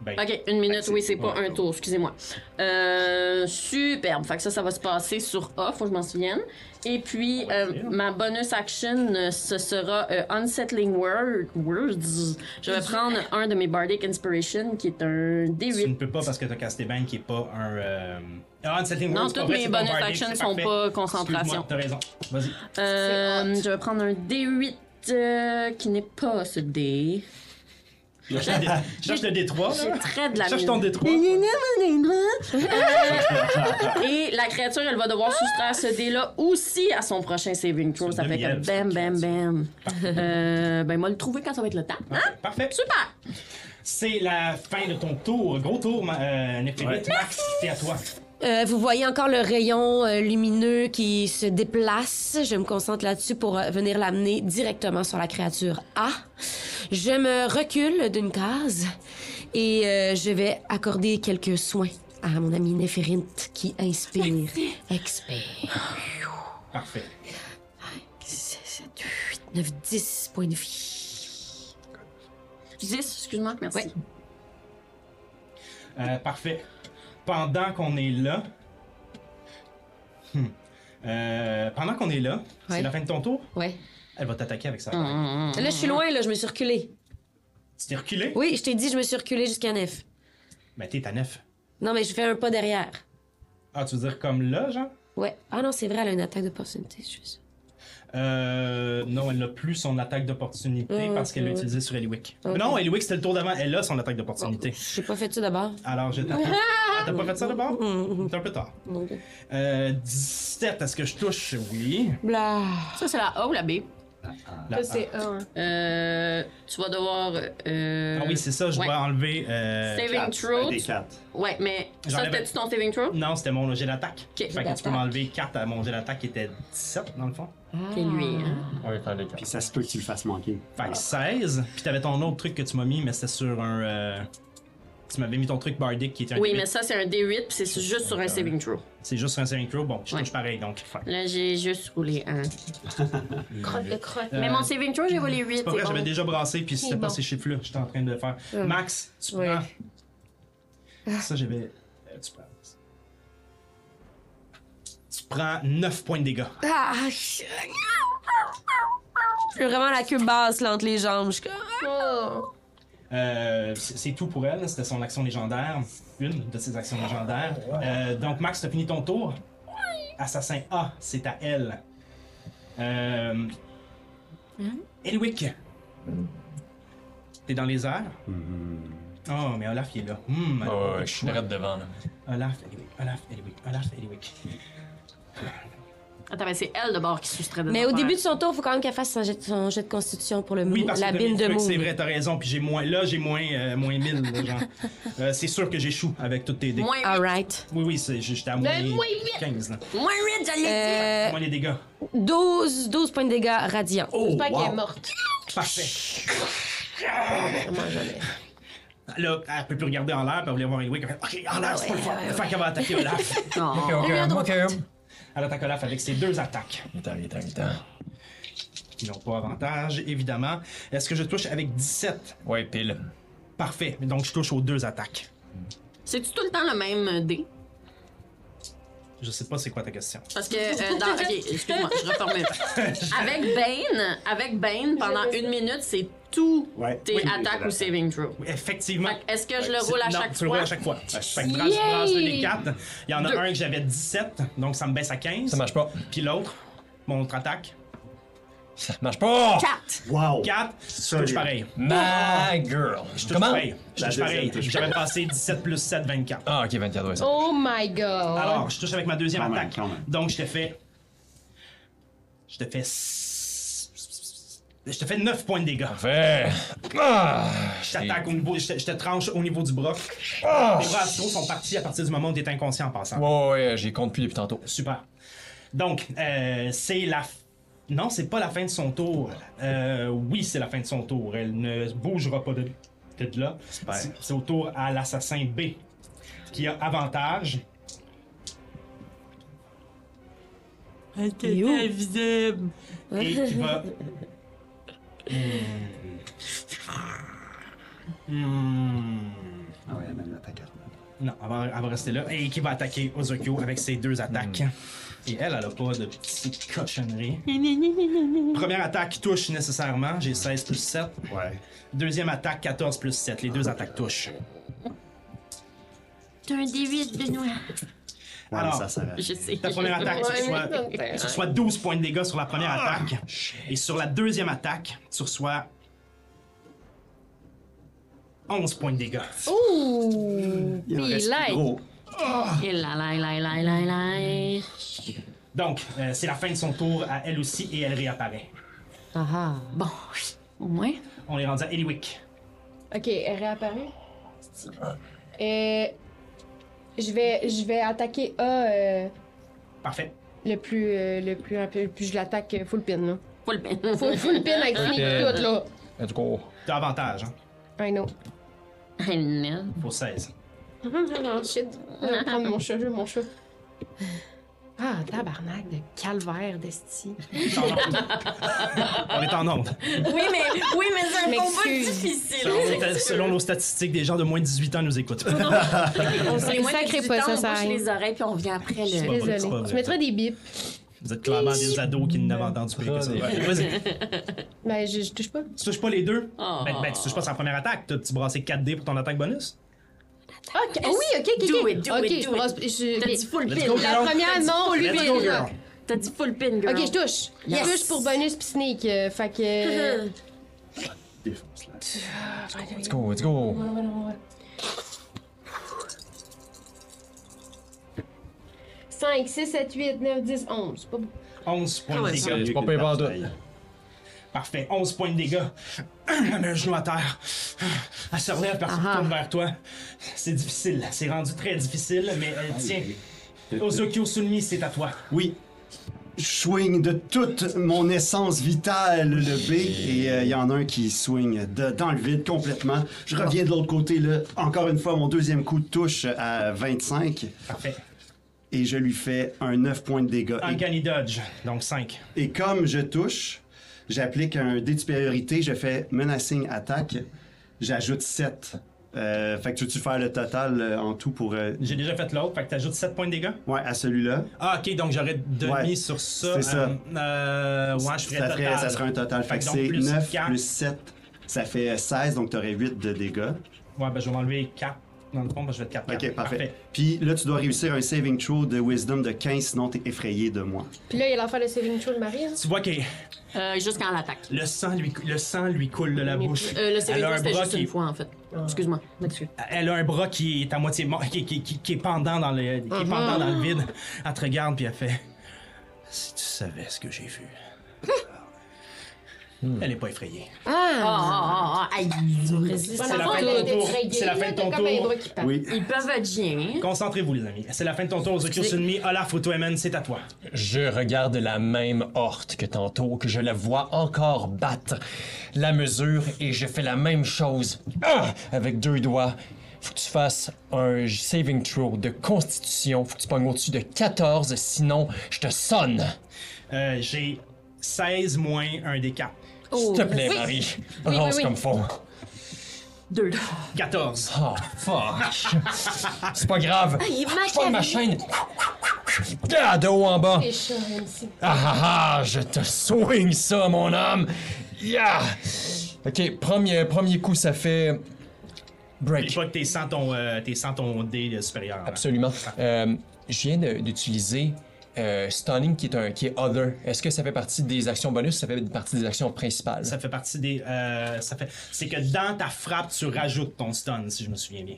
Ben, Ok, une Ah, minute, oui, c'est pas Ouais, un tour, excusez-moi. Euh, superbe, fait que ça, ça va se passer sur A, faut que je m'en souvienne. Et Ah, puis, bah, euh, ma bonus action, euh, ce sera euh, Unsettling Word- Words. Je vais prendre un de mes Bardic Inspiration qui est un tu ne D8. peux pas parce que t'as casté Bang qui est pas un. euh, Ah, Unsettling Non, Words, c'est pas toutes vrai, mes c'est ton bonus bardic, actions c'est sont parfait. pas concentration. Excuse-moi, T'as raison. Vas-y. Euh, je vais prendre un D8 euh, qui n'est pas ce D. Cherche le dé- Cherche le D3. là. J'ai très de la Cherche mine. ton D3. Euh, Et la créature, elle va devoir soustraire ce dé-là aussi à son prochain saving throw. C'est Ça fait demi-elfe, que bam, cette bam, bam. Euh, ben, moi, le trouver quand ça va être le temps. Hein? Parfait. Super! C'est la fin de ton tour. Gros tour, ma- euh, Neférite. Max, c'est à toi. Euh, vous voyez encore le rayon euh, lumineux qui se déplace. Je me concentre là-dessus pour euh, venir l'amener directement sur la créature A. Je me recule d'une case et euh, je vais accorder quelques soins à mon amie Néphérinte qui inspire, expire. Parfait. 6, 7, 8, 9, 10 points de vie. 10, excuse-moi, merci. Oui. Euh, parfait. Pendant qu'on est là. Hmm. Euh, pendant qu'on est là, Ouais. c'est la fin de ton tour, Ouais. Mm-hmm. elle va t'attaquer avec sa Hum, Tu hum, hum. Là, je suis loin, là, je me suis reculée. t'es reculé? Oui, je t'ai dit, je me suis reculée jusqu'à Nef. Mais t'es à neuf. Non, mais je fais un pas derrière. Ah, tu veux dire comme là, genre? Ouais. Ah non, c'est vrai, elle a une attaque d'opportunité, je suis Euh, non, elle n'a plus son attaque d'opportunité Ah, parce ok, qu'elle l'a ouais. utilisée sur Eliwick. Ok. Non, Eliwick, c'était le tour d'avant. Elle a son attaque d'opportunité. J'ai pas fait ça d'abord. Alors, je t'attaque. Ah, T'as pas fait ça d'abord? C'est un peu tard. Euh, 17, est-ce que je touche? Oui. Blah. Ça, c'est la A ou la B? La- Ça, c'est un. Euh, tu vas devoir. euh, Ah oui, c'est ça, je ouais. vais enlever. euh, Saving throw. Des tu- quatre. Ouais, mais ça, J'enlève- c'était-tu ton saving throw? Non, c'était mon jet d'attaque. Ok, fait que tu peux d'attaque. m'enlever 4 à mon jet d'attaque qui était 17 dans le fond. C'est lui, hein? Ouais, t'as les quatre. Puis ça se peut que tu le fasses manquer. Fait que 16. Puis t'avais ton autre truc que tu m'as mis, mais c'était sur un. euh, Tu m'avais mis ton truc bardic qui était un. Oui, D8. mais ça, c'est un D8, puis c'est juste sur un saving throw. C'est juste sur un saving throw. Bon, je Ouais. touche pareil donc. Fait que- Là, j'ai juste roulé un. Crotte de crotte. Mais Euh, mon saving throw, j'ai roulé 8. C'est pas vrai, j'avais déjà brassé, puis c'était C'est pas bon. ces chiffres-là. J'étais en train de le faire. Max, tu Ouais. prends. Ça, j'avais. euh, Tu prends. Tu prends 9 points de dégâts. Ah, ah, je- J'ai vraiment la queue basse là, entre les jambes. Je suis comme- ah. Oh! Euh, c'est c'est tout pour elle. C'était son action légendaire. Une de ses actions légendaires. Ah, Euh, donc, Max, t'as fini ton tour. Assassin A, c'est à elle. Euh... Hmm? Elwick. T'es dans les airs. Oh, mais Olaf, il est là. Hmm, Hmm. Ah ouais, ouais, je suis direct devant, là. Olaf, Elwick, Olaf, Elwick, Olaf, Elwick. Attends, mais c'est elle d'abord qui soustrait de Mais au affaires. début de son tour, il faut quand même qu'elle fasse son jet, son jet de constitution pour le Oui, mou- parce que la t'as bine mis de le truc, mou. C'est vrai, t'as raison. Puis j'ai moins. Là, j'ai moins, euh, moins 1000. là, genre. Euh, c'est sûr que j'échoue avec toutes tes dégâts. Moins 8. All right. Oui, oui, c'est- j'étais à Ben, moins 15. Là. Moins 8, j'allais dire. Euh, Moins les dégâts. 12, 12 points de dégâts radiants. Oh, J'espère qu'elle est morte. Parfait. Vraiment jamais. Là, elle peut plus regarder en l'air, puis elle voulait voir Elwick. elle fait, Ok, en l'air, c'est pas le fun. Fait qu'elle va attaquer Olaf. Non. Ok, ok, ok. Elle attaque Olaf avec ses deux attaques, Il est temps, il est temps, il est temps. qui n'ont pas avantage, évidemment. Est-ce que je touche avec 17 Ouais, pile. Parfait. Donc, je touche aux deux attaques. C'est-tu tout le temps le même euh, dé? Je sais pas c'est quoi ta question. Parce que euh, dans. Ok, excuse-moi, je reformule. Avec Bane, avec Bane, pendant une minute, c'est tout Ouais. tes Oui, attaques oui, ou saving throw. Oui, Effectivement. Fait que Est-ce que je le roule à Non, chaque tu le roules fois? à chaque fois. Fait que brasse, brasse le D4. Il y en a Deux. un que j'avais 17, donc ça me baisse à 15. Ça marche pas. Puis l'autre, mon autre attaque, Ça marche pas! 4. Wow! 4, je touche Solide. pareil. My girl! Je touche Comment? pareil. Je La touche pareil. deuxième touche. J'avais passé 17 plus 7, 24. Ah, ok, 24, ouais, ça. Oh my god. Alors, Ah, je touche avec ma deuxième Ah Quand même, attaque. quand même. Donc, je te fais. Je te fais. s- Je te fais 9 points de dégâts. Parfait! Ah! Je t'attaque au niveau. Je te, je te tranche au niveau du bras. Ah! Les bras astraux sont partis à partir du moment où t'es inconscient en passant. Ouais, ouais, ouais, j'y compte plus depuis tantôt. Super. Donc, euh, c'est la. f- Non, c'est pas la fin de son tour. Euh, oui, c'est la fin de son tour. Elle ne bougera pas de, de là. C'est c'est au tour à l'assassin B, qui a avantage. Il est où? et qui va. Hmm. Ah ouais, même l'attaque. Non, elle va, elle va rester là. Et qui va attaquer Ozokyo avec ses deux attaques. Et elle, elle a pas de petite cochonnerie. Première attaque touche nécessairement. J'ai 16 plus 7. Ouais. Deuxième attaque, 14 plus 7. Les deux attaques touchent. T'as un D8, Benoît. Ouais, Alors, ça s'arrête. Je sais. Ta première attaque, Ouais, tu reçois, mais non, tu reçois 12 points de dégâts sur la première attaque. Et sur la deuxième attaque, tu reçois 11 points de dégâts. Ouh! Il en Puis reste light. plus gros. Et la la la la la la. Donc, euh, c'est la fin de son tour à elle aussi et elle réapparaît. Bon, au moins. On est rendu à Eliwick. Ok, elle réapparaît. Euh, je vais, je vais attaquer A euh, Parfait. le plus, euh, le plus rapide, puis je l'attaque euh, full pin là. Full Bane. Full, full pin avec lui pin. tout là. Let's go. T'as avantage, hein, I know. I know. pour 16. Oh, Shit. Je vais prendre mon chat, je veux mon chat. Ah, tabarnak de calvaire d'esti. On est en ordre. Oui, mais, oui, mais c'est un combat M'excuse. difficile. Selon nos statistiques, des gens de moins de 18 ans nous écoutent. On se les moins de sacrait 18 pas, ans, ça on sert à bouche rien. les oreilles, puis on revient après C'est le... pas vrai, c'est pas Désolée. vrai. Tu mettras des bips. Vous êtes clairement des ados qui n'avaient entendu pire que ça. Vas-y. Ben, je, je touche pas. Tu touches pas les deux? Oh. Ben, ben, tu touches pas sa première attaque. T'as- Tu brassé 4D pour ton attaque bonus? Ok, ah oui, ok, ok. Do ok. it, do ok, it, je do it. brasse- je- T'as ok. dit full Let's pin. go, La girl. première, non, Let's full go, pin. girl. T'as dit full pin, girl. Ok, je touche. Yes. Je touche pour bonus pis sneak. euh, fait que. euh, Défonce là. Let's go, let's go. ouais. 5, 6, 7, 8, 9, 10, 11. C'est pas beaucoup. 11 points de ça. dégâts. C'est pas pire par deux. Parfait, 11 points de dégâts. Elle met un genou à terre. Elle se relève parce qu'elle Ah ah. tourne vers toi. C'est difficile, c'est rendu très difficile, mais elle tient. Ozuki Osumi, c'est à toi. Oui. Je swing de toute mon essence vitale le B et euh, il y en a un qui swing de- dans le vide complètement. Je reviens de l'autre côté là. Encore une fois, mon deuxième coup de touche à 25 Parfait. et je lui fais un 9 points de dégâts. Et- Uncanny Dodge, donc 5. Et, comme je touche, j'applique un dé de supériorité, je fais menacing attaque, j'ajoute 7. Euh, fait que tu veux-tu faire le total euh, en tout pour... euh, J'ai déjà fait l'autre, fait que t'ajoutes 7 points de dégâts. ouais, à celui-là. Ah, ok, donc j'aurais demi Ouais, sur ça. c'est ça. Euh, euh, ouais, je ferais ça, ferait- total. ça serait un total. Fait, que donc c'est plus 9 quatre. plus 7. Ça fait euh, 16, donc tu aurais 8 de dégâts. Ouais, ben je vais m'enlever 4. Dans le fond, ben, je vais te 4. Ok, parfait. Puis là, tu dois réussir un saving throw de wisdom de 15, sinon t'es effrayé de moi. Pis là, il y a l'enfer de Saving Throw de Marie. hein. Tu vois que Euh, Jusqu'en l'attaque. le sang, lui, le sang lui coule de la bouche. Euh, Elle le a CV, un c'était bras juste qui- Ah. une fois, en fait. Excuse-moi, Ah, m'excuse. Elle a un bras qui est à moitié mort, qui, qui- qui- qui est pendant dans le, qui est pendant Mm. dans le vide. Elle te regarde puis elle fait Si tu savais ce que j'ai vu. Elle est pas effrayée. Ah, ah, ah, ah, aïe, ils résistent. Bon, C'est la enfant, fin de elle ton était tour. très C'est la gay, fin de là, ton t'as comme un tour. doigt qui part. Oui. Ils peuvent être bien. Concentrez-vous, les amis. C'est la fin de ton tour. Zokyo Sunmi, Olaf Otoemen, c'est à toi. Je regarde la même horte que tantôt, que je la vois encore battre la mesure et je fais la même chose Ah! avec deux doigts. Faut que tu fasses un saving throw de constitution. Faut que tu pognes au-dessus de 14, sinon je te sonne. Euh, j'ai 16 moins un des 4. S'il te plaît, Marie. oui, Rose oui. comme faux. Deux. 14. Oh, fuck. C'est pas grave. Ah, Je pogne ma chaîne. Ah, de haut en bas. C'est chaud, MC. Ah ah ah, je te swing ça, mon homme! Yeah! Ok, premier, premier coup, ça fait. Je Break. pas que t'es sans ton, euh, t'es sans ton dé euh, supérieur. là. Absolument. Euh, je viens de- d'utiliser euh, Stunning qui est, un, qui est Other. Est-ce que ça fait partie des actions bonus ou ça fait partie des actions principales? Ça fait partie des. euh, ça fait. C'est que dans ta frappe, tu rajoutes ton stun, si je me souviens bien.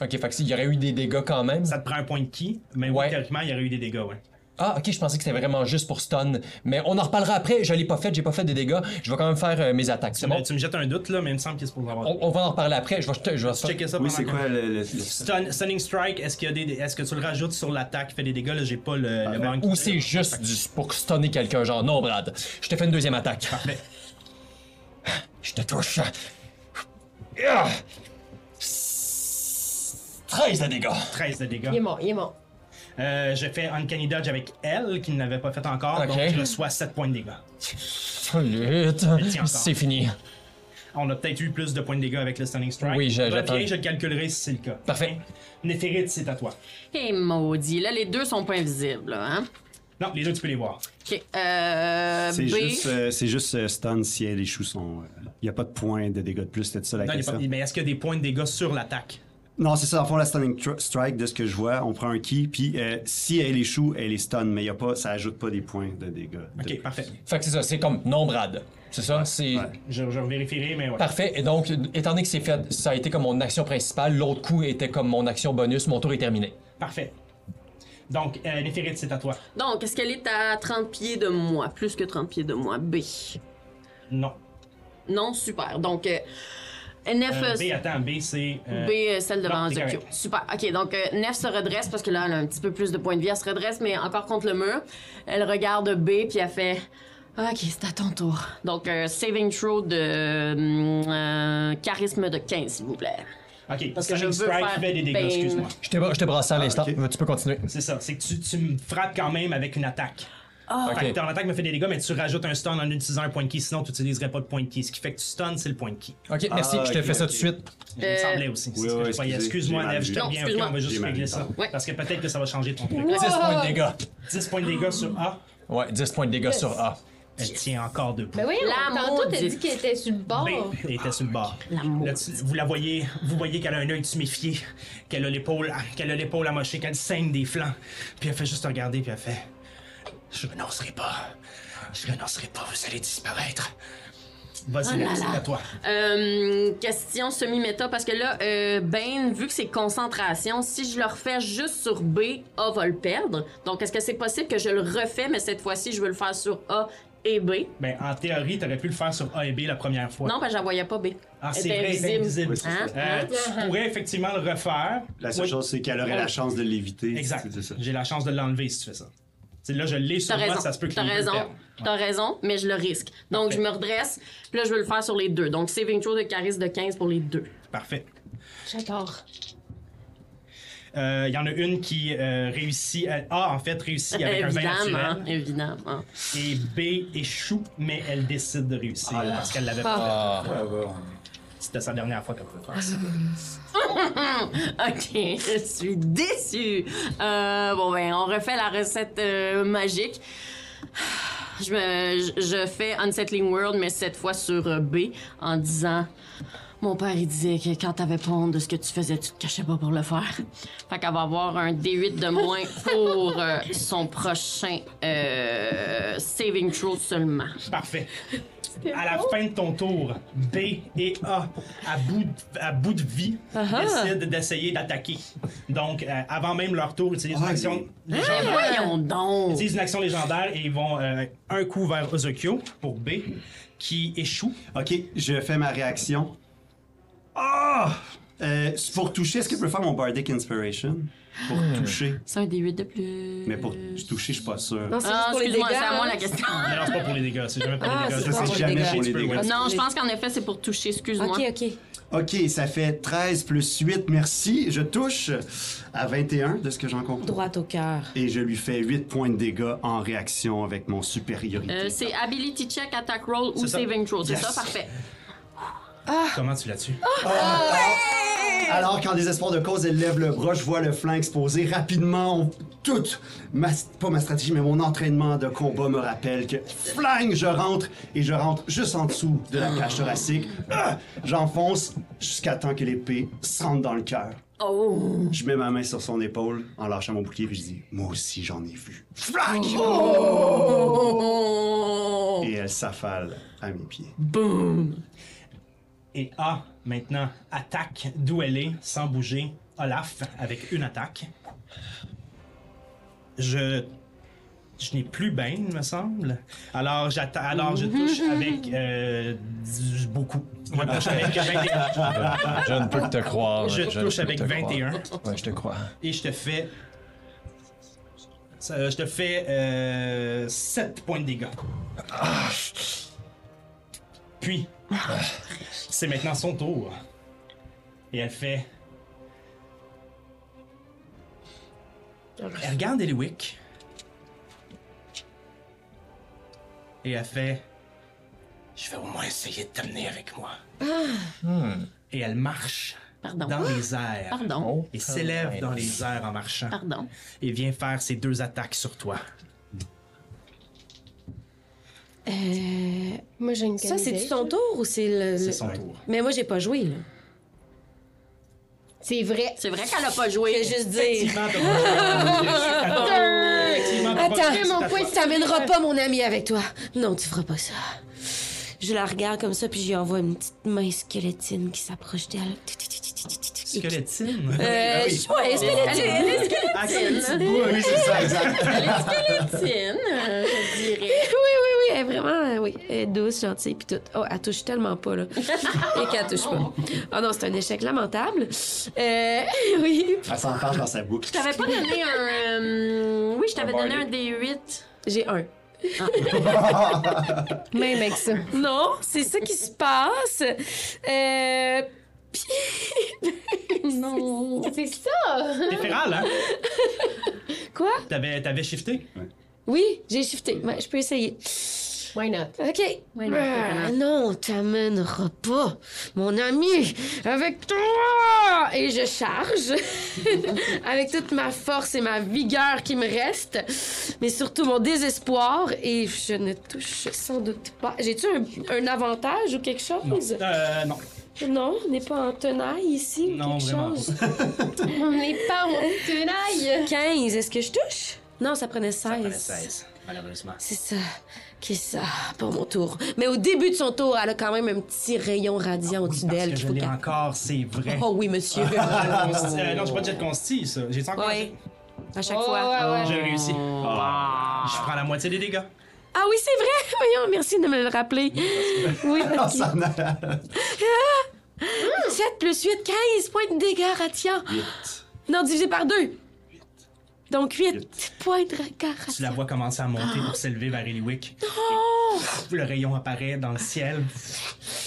Ok, fait que s'il y aurait eu des dégâts quand même. Ça te prend un point de qui, mais Ouais. oui, théoriquement, il y aurait eu des dégâts, ouais. Ah, ok, je pensais que c'était vraiment juste pour stun. Mais on en reparlera après. Je l'ai pas fait, j'ai pas fait de dégâts. Je vais quand même faire euh, mes attaques. C'est Mais bon? Tu me jettes un doute, là, mais il me semble qu'il est supposé avoir. On, on va en reparler après. Je vais, je vais faire- Checker ça Oui, pendant c'est que- quoi le... le- le- Stun- stunning Strike, est-ce, qu'il y a des, est-ce que tu le rajoutes sur l'attaque, fait des dégâts, là, j'ai pas le, le manque. Ou c'est juste du- pour stunner quelqu'un, genre non, Brad. Je te fais une deuxième attaque. Parfait. Je te touche. Ah! 13 de dégâts. 13 de dégâts. Il est mort, il est mort. Euh, je fais Uncanny Dodge avec elle, qui ne l'avait pas fait encore, Ok. donc je reçois 7 points de dégâts. Flûte. tiens encore. C'est fini. On a peut-être eu plus de points de dégâts avec le Stunning Strike. Oui, je- j'attends. Reviens, je le calculerai si c'est le cas. Hein? Parfait. Néphérite, c'est à toi. Et Eh, maudit, là, les deux sont pas invisibles, là, hein? Non, les deux, tu peux les voir. Ok, euh, C'est B. juste, euh, c'est juste euh, stun si euh, les choux sont... Il n'y a pas de point de dégâts de plus, c'est ça la Non, il y a question. pas- mais est-ce qu'il y a des points de dégâts sur l'attaque? Non, c'est ça. En fond, la stunning tr- strike, de ce que je vois, on prend un key, puis euh, si elle échoue, elle est stun, mais y a pas, ça ajoute pas des points de dégâts. De Ok, plus. parfait. Fait que c'est ça, c'est comme non, Brad. C'est ça, c'est. ouais. Je, je vérifierai, mais ouais. Parfait. Et donc, étant donné que c'est fait, ça a été comme mon action principale. L'autre coup était comme mon action bonus. Mon tour est terminé. Parfait. Donc, euh, Néphérite, c'est à toi. Donc, est-ce qu'elle est à 30 pieds de moi? Plus que 30 pieds de moi. B. Non. Non, super. Donc, euh, Nef, Euh, euh, B, attends, B, c'est. euh, B, euh, celle devant non, t'es Zokyo. correct. Super. OK, donc euh, Nef se redresse parce que là, elle a un petit peu plus de points de vie. Elle se redresse, mais encore contre le mur. Elle regarde B, puis elle fait OK, c'est à ton tour. hum, Donc, euh, saving throw de euh, euh, charisme de 15, s'il vous plaît. Ok, Parce que Sonic je veux Strike faire fait des dégâts, bang. excuse-moi. Je t'ai, je t'ai brassé à l'instant, ok. mais tu peux continuer. C'est ça, c'est que tu, tu me frappes quand même avec une attaque. Fait Ah. Ok. que ton attaque me fait des dégâts, mais tu rajoutes un stun en utilisant un point de ki, sinon tu n'utiliserais pas de point de ki. Ce qui fait que tu stun, c'est le point de ki. Ok, merci, Ah, je te ok, fais ça ok. tout de suite. Il me semblait aussi. c'est oui, ce que oui, je croyais. excusez, excuse-moi, j'ai mal Neve, je vu. te Euh, Non, reviens, ok, excuse-moi. on va juste J'ai mal régler vu, ça. pardon. Ouais. Mhm. Parce que peut-être que ça va changer ton truc. 10 points de dégâts. 10 points de dégâts sur A, Ouais, 10 points de dégâts sur A. elle tient encore debout. Ben oui, La tantôt t'as maudite. dit qu'elle était sur le Oh. bord. B était sur le bord. La maudite. Là, tu- vous la voyez, vous voyez qu'elle a un œil tuméfié, qu'elle a l'épaule, qu'elle a l'épaule amochée, qu'elle saigne des flancs. Puis elle fait juste regarder, puis elle fait Je renoncerai pas. Je renoncerai pas, vous allez disparaître. Vas-y, Oh là Neve, c'est là. à toi. Euh, question semi-méta, parce que là, euh, Bane, vu que c'est concentration, si je le refais juste sur B, A va le perdre. Donc, est-ce que c'est possible que je le refais, mais cette fois-ci, je veux le faire sur A et B? Ben, en théorie, t'aurais pu le faire sur A et B la première fois. Non, ben, je la voyais pas B. Ah, Elle c'est était vrai, elle est invisible. Oui, c'est Hein? ça. Euh, tu pourrais effectivement le refaire. La seule Oui, chose, c'est qu'elle aurait la chance de l'éviter. Exact. C'est ça. J'ai la chance de l'enlever si tu fais ça. C'est là, je l'ai sur T'as moi, raison. ça se peut que T'as les deux raison. perdent. T'as raison, mais je le risque. Donc, Parfait. je me redresse, puis là, je veux le faire sur les deux. Donc, saving throw de charisme de 15 pour les deux. Parfait. J'adore. Euh, Il y en a une qui euh, réussit, à- A en fait réussit avec un 20 évidemment, naturel évidemment. et B échoue, mais elle décide de réussir parce qu'elle l'avait pas. Ah, C'était sa dernière fois qu'elle pouvait faire ça. Ok, je suis déçue. Euh, bon, ben, on refait la recette euh, magique. Je, me, je, je fais Unsettling World, mais cette fois sur euh, B, en disant Mon père, il disait que quand t'avais pas honte de ce que tu faisais, tu te cachais pas pour le faire. Fait qu'elle va avoir un D8 de moins pour euh, son prochain euh, Saving Throw seulement. Parfait. À la fin de ton tour, B et A, à bout de, à bout de vie, Ah décident d'essayer d'attaquer. Donc, euh, avant même leur tour, utilisent une Ah, action légendaire. Voyons donc! Ils utilisent une action légendaire et ils vont euh, un coup vers Ozokyo pour B, qui échoue. Ok, je fais ma réaction. Ah! Euh, pour toucher, est-ce que je peux faire mon Bardic Inspiration? Pour toucher. C'est un D8 de plus. Mais pour toucher, je suis pas sûr. Non, c'est Ah, juste pour les dégâts. excuse-moi, c'est à moi hein. la question. Mais non, c'est pas pour les dégâts, c'est jamais pour Ah, les dégâts. c'est pas Ça, pour c'est les jamais dégâts. pour les Tu peux, dégâts. ouais. Non, je pense qu'en effet, c'est pour toucher, excuse-moi. Ok, ok. Ok, ça fait 13 plus 8, merci. Je touche à 21 de ce que j'en comprends. Droite au cœur. Et je lui fais 8 points de dégâts en réaction avec mon supériorité. Euh, c'est Ability Check, Attack Roll ou C'est ça. Saving Throw. C'est Yes. ça, parfait. Comment tu l'as tué? Alors qu'en désespoir de cause, elle lève le bras, je vois le flanc exposé. Rapidement, on- toute, ma, pas ma stratégie, mais mon entraînement de combat me rappelle que flang, je rentre et je rentre juste en dessous de la cage thoracique. Ah! J'enfonce jusqu'à temps que l'épée s'entre dans le cœur. Oh! Je mets ma main sur son épaule en lâchant mon bouclier puis je dis Moi aussi j'en ai vu. Flang! Oh. Et elle s'affale à mes pieds. Et A, maintenant, attaque d'où elle est, sans bouger, Olaf, avec une attaque. Je. Je n'ai plus Bane, me semble. Alors, j'atta- Alors je touche avec. euh, du- beaucoup. Je touche avec 21. je ne peux que te croire. Je ne touche peux avec que te croire. 21. Ouais, je te crois. Et je te fais. Ça, je te fais 7 points de dégâts. Puis, c'est maintenant son tour. Et elle fait. Elle regarde Eliwick. Et elle fait. Je vais au moins essayer de t'amener avec moi. Et elle marche Pardon. dans les airs Pardon. et s'élève dans les airs en marchant Pardon. et vient faire ses deux attaques sur toi. Moi j'ai une Ça, c'est-tu idée. son tour ou c'est le. le- C'est son tour. Mais moi, j'ai pas joué, là. C'est vrai. C'est vrai qu'elle a pas joué. Je vais juste dire. Effectivement, t'as pas- Effectivement, t'as Ah, pas- c'est Attends, ta mon point, faute. tu t'amèneras pas mon ami avec toi. Non, tu feras pas ça. Je la regarde comme ça, puis j'y envoie une petite main squelettine qui s'approche d'elle. Squelettine. Euh, oui. ouais, squelettine. Ah, squelettine. Oui, c'est ça, exact. Tine, euh, je dirais. Oui, oui, oui, elle est vraiment, euh, oui, elle est douce, gentille, puis tout. Oh, elle touche tellement pas, là. Et qu'elle touche pas. Oh non, c'est un échec lamentable. Euh, oui. Elle s'en parle dans sa boucle. Je t'avais pas donné un. euh, oui, je t'avais Un donné un D8. J'ai un. Même avec ça. Non, c'est ça qui se passe. Euh, Non. C'est ça! T'es féral, hein? Quoi? T'avais, t'avais shifté? Oui, j'ai shifté. Ouais, je peux essayer. Why not? OK. Ouais, non, Ah, non, t'amèneras pas, mon ami, avec toi! Et je charge avec toute ma force et ma vigueur qui me reste, mais surtout mon désespère, et je ne touche sans doute pas. J'ai-tu un, un avantage ou quelque chose? Euh, non. Non, on n'est pas en tenaille ici ou Non, quelque vraiment chose? On n'est pas en tenaille! 15, est-ce que je touche? Non, ça prenait 16. T'avais 16, malheureusement. C'est ça. Qui ça? Pour mon tour. Mais au début de son tour, elle a quand même un petit rayon radiant au-dessus Ah Parce d'elle que qu'il je faut l'ai qu'elle. encore, c'est vrai. Oh oui, monsieur. Consti- euh, non, j'ai pas de jet de consti, ça. J'ai encore. Ouais. À chaque Ouais, fois. ouais, ouais. J'ai réussi. Je prends la moitié des dégâts. Ah oui, c'est vrai. Voyons, merci de me le rappeler. Oui, parce que Ça en a Ah, 7 plus 8, 15 points de dégâts radiants. huit. Non, divisé par 2. Donc 8 Huit. points de dégâts Tu la radiants. vois commencer à monter pour s'élever vers Eliwick. Oh. Le rayon apparaît dans le ciel.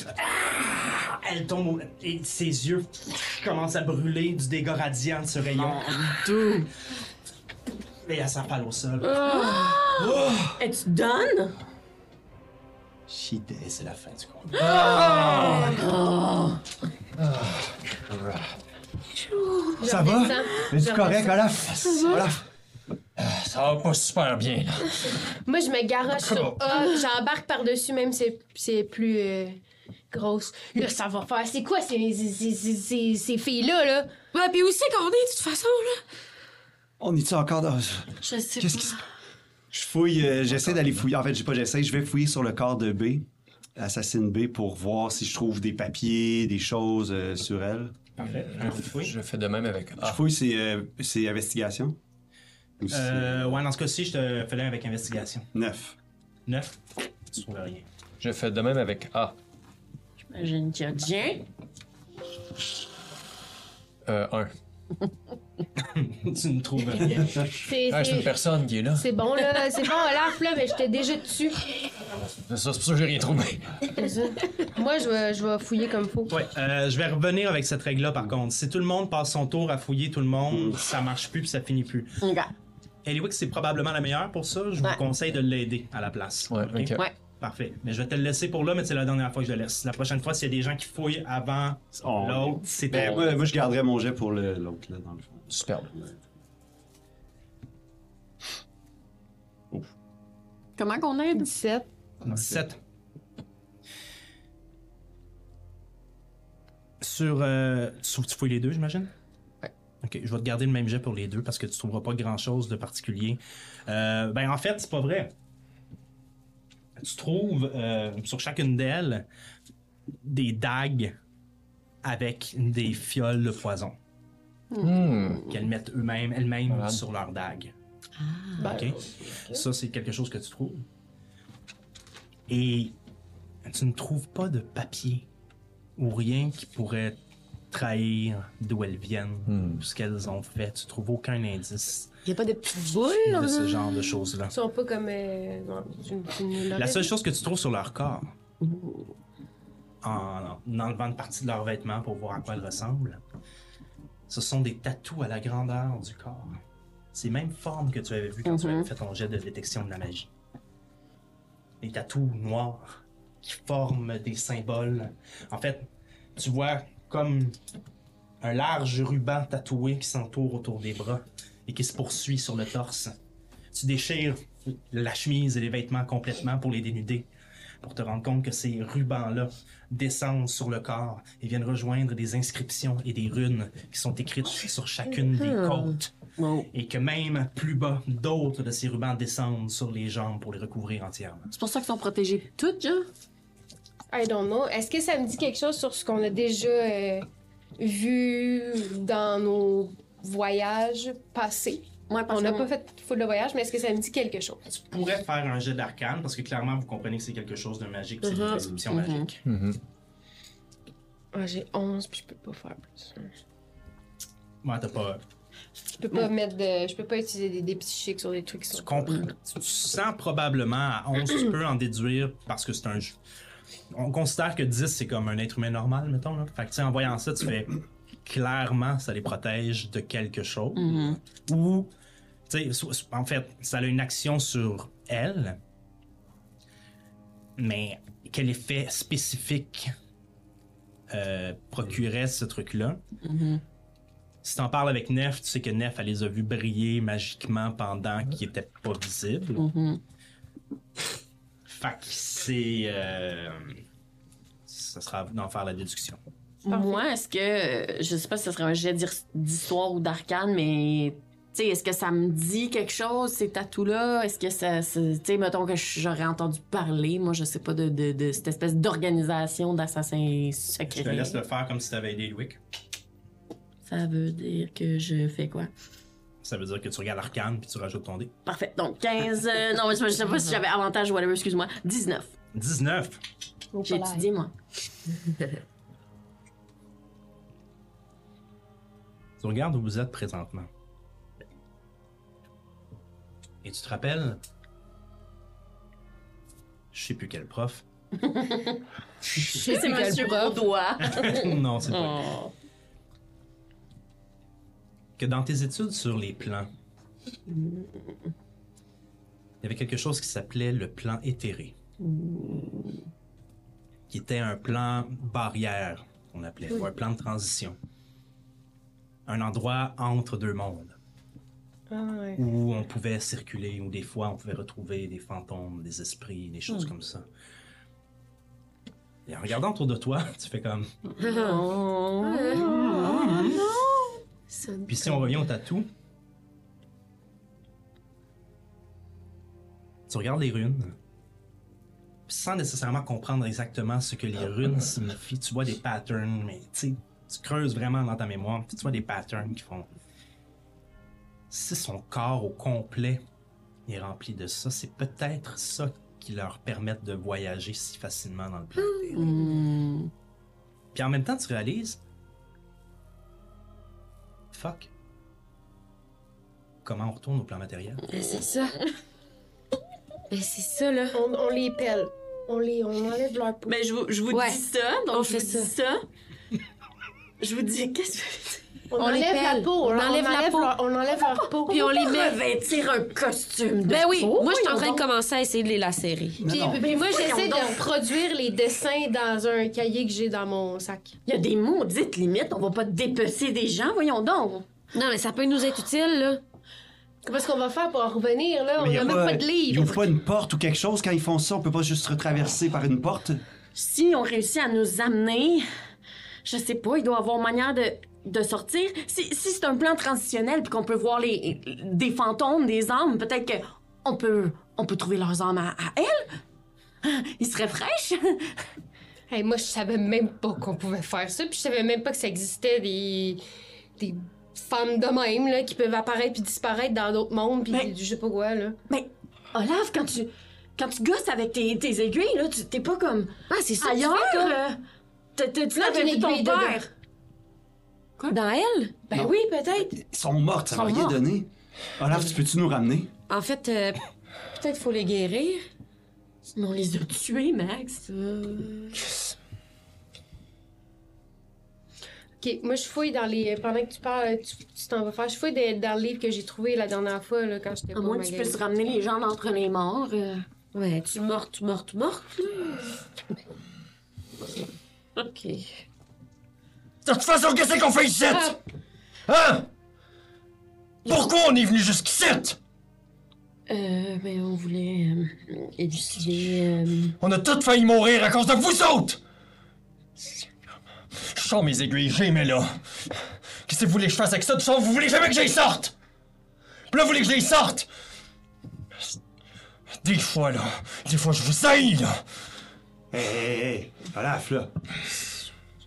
Ah! Elle tombe au- et ses yeux commencent à brûler du dégât radiant de ce rayon. Ah. Et elle s'appale au sol. Ah. Et tu donnes? She Et dead. c'est la fin du combat. Ça va? redescends. Es-tu correct, Olaf? Olaf? Ça va pas super bien, là. Moi, je me garoche sur A, j'embarque par-dessus, même si c'est plus euh, grosse. Là, ça va faire. C'est quoi ces, ces, ces, ces, ces filles-là, là? Ouais, puis où c'est qu'on est, de toute façon, là? On est-tu encore dans... Je sais Qu'est-ce qui se... Je fouille, euh, j'essaie d'aller fouiller. En fait, j'ai pas j'essaie, je vais fouiller sur le corps de B, assassine B, pour voir si je trouve des papiers, des choses euh, sur elle. Parfait. Un coup de fouille. Je fais de même avec Je A. fouille ses, euh, ses investigations. Ou si- Euh, ouais, dans ce cas-ci, je te fais l'un avec investigation. Neuf. Neuf. Tu trouves rien. Je fais de même avec A. pas. J'ai une tiens. Euh, 1. tu ne trouves rien. C'est Ah, c'est une c'est- personne qui est là. c'est bon, là. C'est bon, Olaf, là, mais j'étais déjà dessus. C'est ça, c'est pour ça que j'ai rien trouvé. Moi, je vais, je vais fouiller comme faut. Ouais, euh, je vais revenir avec cette règle-là par contre. Si tout le monde passe son tour à fouiller tout le monde, ça marche plus puis ça finit plus. Regarde. Eliwick, c'est probablement la meilleure pour ça. Je vous Ouais. conseille de l'aider à la place. Ouais, Ok? ok. Ouais. Parfait. Mais je vais te le laisser pour là, mais c'est la dernière fois que je le laisse. La prochaine fois, s'il y a des gens qui fouillent avant On- l'autre, c'est Ben, bon. moi, moi, je garderais mon jet pour le- l'autre, là, dans le fond. Superbe. Comment qu'on aide? 17. 17. Sur. euh, tu, tu fouilles les deux, j'imagine? Ouais. Ok, je vais te garder le même jet pour les deux parce que tu trouveras pas grand chose de particulier. Euh, ben, en fait, c'est pas vrai. Tu trouves euh, sur chacune d'elles des dagues avec des fioles de poison Hmm. qu'elles mettent eux-mêmes, elles-mêmes Malade. Ben, sur leurs dagues. Ok. Ça, c'est quelque chose que tu trouves. Et tu ne trouves pas de papier ou rien qui pourrait trahir d'où elles viennent, ou ce qu'elles ont fait. Tu trouves aucun indice Y a pas de petites boules, hein? de ce genre de choses-là. Ils sont pas comme. euh, non, tu- tu nous l'aurais La seule dit. chose que tu trouves sur leur corps, en, en enlevant une partie de leurs vêtements pour voir à quoi elles ressemblent, ce sont des tatous à la grandeur du corps. C'est les mêmes formes que tu avais vues quand tu Mhm. avais fait ton jet de détection de la magie. Des tatous noirs qui forment des symboles. En fait, tu vois comme un large ruban tatoué qui s'entoure autour des bras et qui se poursuit sur le torse. Tu déchires la chemise et les vêtements complètement pour les dénuder, pour te rendre compte que ces rubans-là descendent sur le corps et viennent rejoindre des inscriptions et des runes qui sont écrites sur chacune des côtes. Et que même plus bas, d'autres de ces rubans descendent sur les jambes pour les recouvrir entièrement. C'est pour ça qu'ils sont protégés toutes, genre? I don't know. Est-ce que ça me dit quelque chose sur ce qu'on a déjà euh, vu dans nos voyages passés? Ouais, On n'a que- pas fait full de voyage, mais est-ce que ça me dit quelque chose? Tu pourrais faire un jet d'arcane parce que clairement, vous comprenez que c'est quelque chose de magique, c'est une description magique. Mhm. Ah, j'ai 11, puis je peux pas faire plus. Ouais, t'as pas. Je peux pas mettre de... Je peux pas utiliser des, des psychiques sur des trucs qui sont... Tu comprends. Tu tu sens probablement à 11, tu peux en déduire parce que c'est un jeu. On considère que 10, c'est comme un être humain normal, mettons. Là. Fait que, tu sais, en voyant ça, tu fais clairement, ça les protège de quelque chose. Ou, tu sais, so- so- en fait, ça a une action sur elle. Mais quel effet spécifique euh, procurait ce truc-là? Si t'en parles avec Nef, tu sais que Nef, elle les a vus briller magiquement pendant qu'ils étaient pas visibles. Mm-hmm. Mhm. Fait que c'est. euh, ça sera à vous d'en faire la déduction. Moi, est-ce que. euh, Je sais pas si ce serait un jet d'his- d'histoire ou d'arcane, mais. Tu sais, est-ce que ça me dit quelque chose, ces tatous-là? Est-ce que ça. ça- Tu sais, mettons que j'aurais entendu parler, moi, je sais pas, de, de- de cette espèce d'organisation d'assassins Je te secrets. laisse le faire comme si t'avais aidé Louis. Ça veut dire que je fais quoi? Ça veut dire que tu regardes l'arcane puis tu rajoutes ton dé. Parfait. Donc, 15. euh, non, mais je je sais pas si j'avais avantage ou whatever, excuse-moi. 19. 19! J'ai étudié, moi. Tu regardes où vous êtes présentement. Et tu te rappelles. Je sais plus quel prof. sais C'est plus quel Monsieur prof. Baudois. non, c'est pas. Oh. Que dans tes études sur les plans, il y avait quelque chose qui s'appelait le plan éthéré. Qui était un plan barrière, on appelait, ou un plan de transition. Un endroit entre deux mondes. Ah, où on pouvait circuler, où des fois on pouvait retrouver des fantômes, des esprits, des choses comme ça. Et en regardant autour de toi, tu fais comme. Puis si on revient au tatou, tu regardes les runes, puis sans nécessairement comprendre exactement ce que les runes signifient, tu vois des patterns, mais tu sais, tu creuses vraiment dans ta mémoire, puis tu vois des patterns qui font si son corps au complet est rempli de ça, c'est peut-être ça qui leur permettent de voyager si facilement dans le plan. Hmm. Puis en même temps, tu réalises. Fuck. Comment on retourne au plan matériel? Ben, c'est ça. Ben, c'est ça, là. On, on les pèle. On les on enlève leur peau. Ben, je vous, je vous Ouais. dis ça, donc On je fait vous dis ça. Je vous dis, qu'est-ce que on, on les enlève la pèle. peau. On enlève la peau. leur- on enlève leur peau. Puis on les met. Revêtir un costume de Ben oui, peau? moi, je suis en train de commencer à essayer de les lacérer. Puis, Non, non. puis moi, j'essaie voyons donc. de reproduire les dessins dans un cahier que j'ai dans mon sac. Il y a des maudites limites, on va pas dépecer des gens, voyons donc. Non, mais ça peut nous être utile, là. Comment est-ce qu'on va faire pour en revenir, là? On Mais y n'a même pas de Ils livre. ouvrent pas une porte ou quelque chose quand ils font ça. On peut pas juste retraverser par une porte. Si on réussit à nous amener, je sais pas, il doit avoir une manière de, de sortir. Si, si c'est un plan transitionnel puis qu'on peut voir les, des fantômes, des âmes, peut-être que on peut, on peut trouver leurs âmes à, à Ah, elles. Ils seraient fraîches. Hey, moi, je savais même pas qu'on pouvait faire ça. Puis je savais même pas que ça existait des, des femmes de même, là, qui peuvent apparaître puis disparaître dans d'autres mondes. Puis Ben- je sais pas quoi, là. Mais Olaf, quand tu, quand tu gosses avec tes, tes aiguilles, là, tu- t'es pas comme Ah, c'est ça. ailleurs. tu fais, euh, t'as- t'as- Tu Là, l'avais une vu ton aiguille dedans. père. toi? Dans elle? Ben oui, peut-être. Ils sont mortes, ça va Ils sont rien mortes. donner. Olaf, tu peux-tu nous ramener? En fait, euh, peut-être faut les guérir. Mais on les a tués, Max. Ok, moi, je fouille dans les. Pendant que tu parles, tu tu t'en vas faire. Je fouille des- dans le livre que j'ai trouvé la dernière fois, là, quand j'étais À pas moins au que tu puisses magasin. ramener les gens d'entre les morts. euh. Ouais, tu mortes, tu mortes, tu mortes. ok. De toute façon, qu'est-ce qu'on fait ici? Hein? Pourquoi on est venu jusqu'ici? Euh, mais on voulait euh, élucider. euh, On a toutes failli mourir à cause de vous autres! Je sors mes aiguilles, j'ai mais là. Qu'est-ce que vous voulez que je fasse avec ça? De toute façon, vous voulez jamais que j'y sorte! Puis là, vous voulez que j'y sorte! Des fois, là, des fois, je vous haïs, là! Hé, hé, hé, Olaf, là.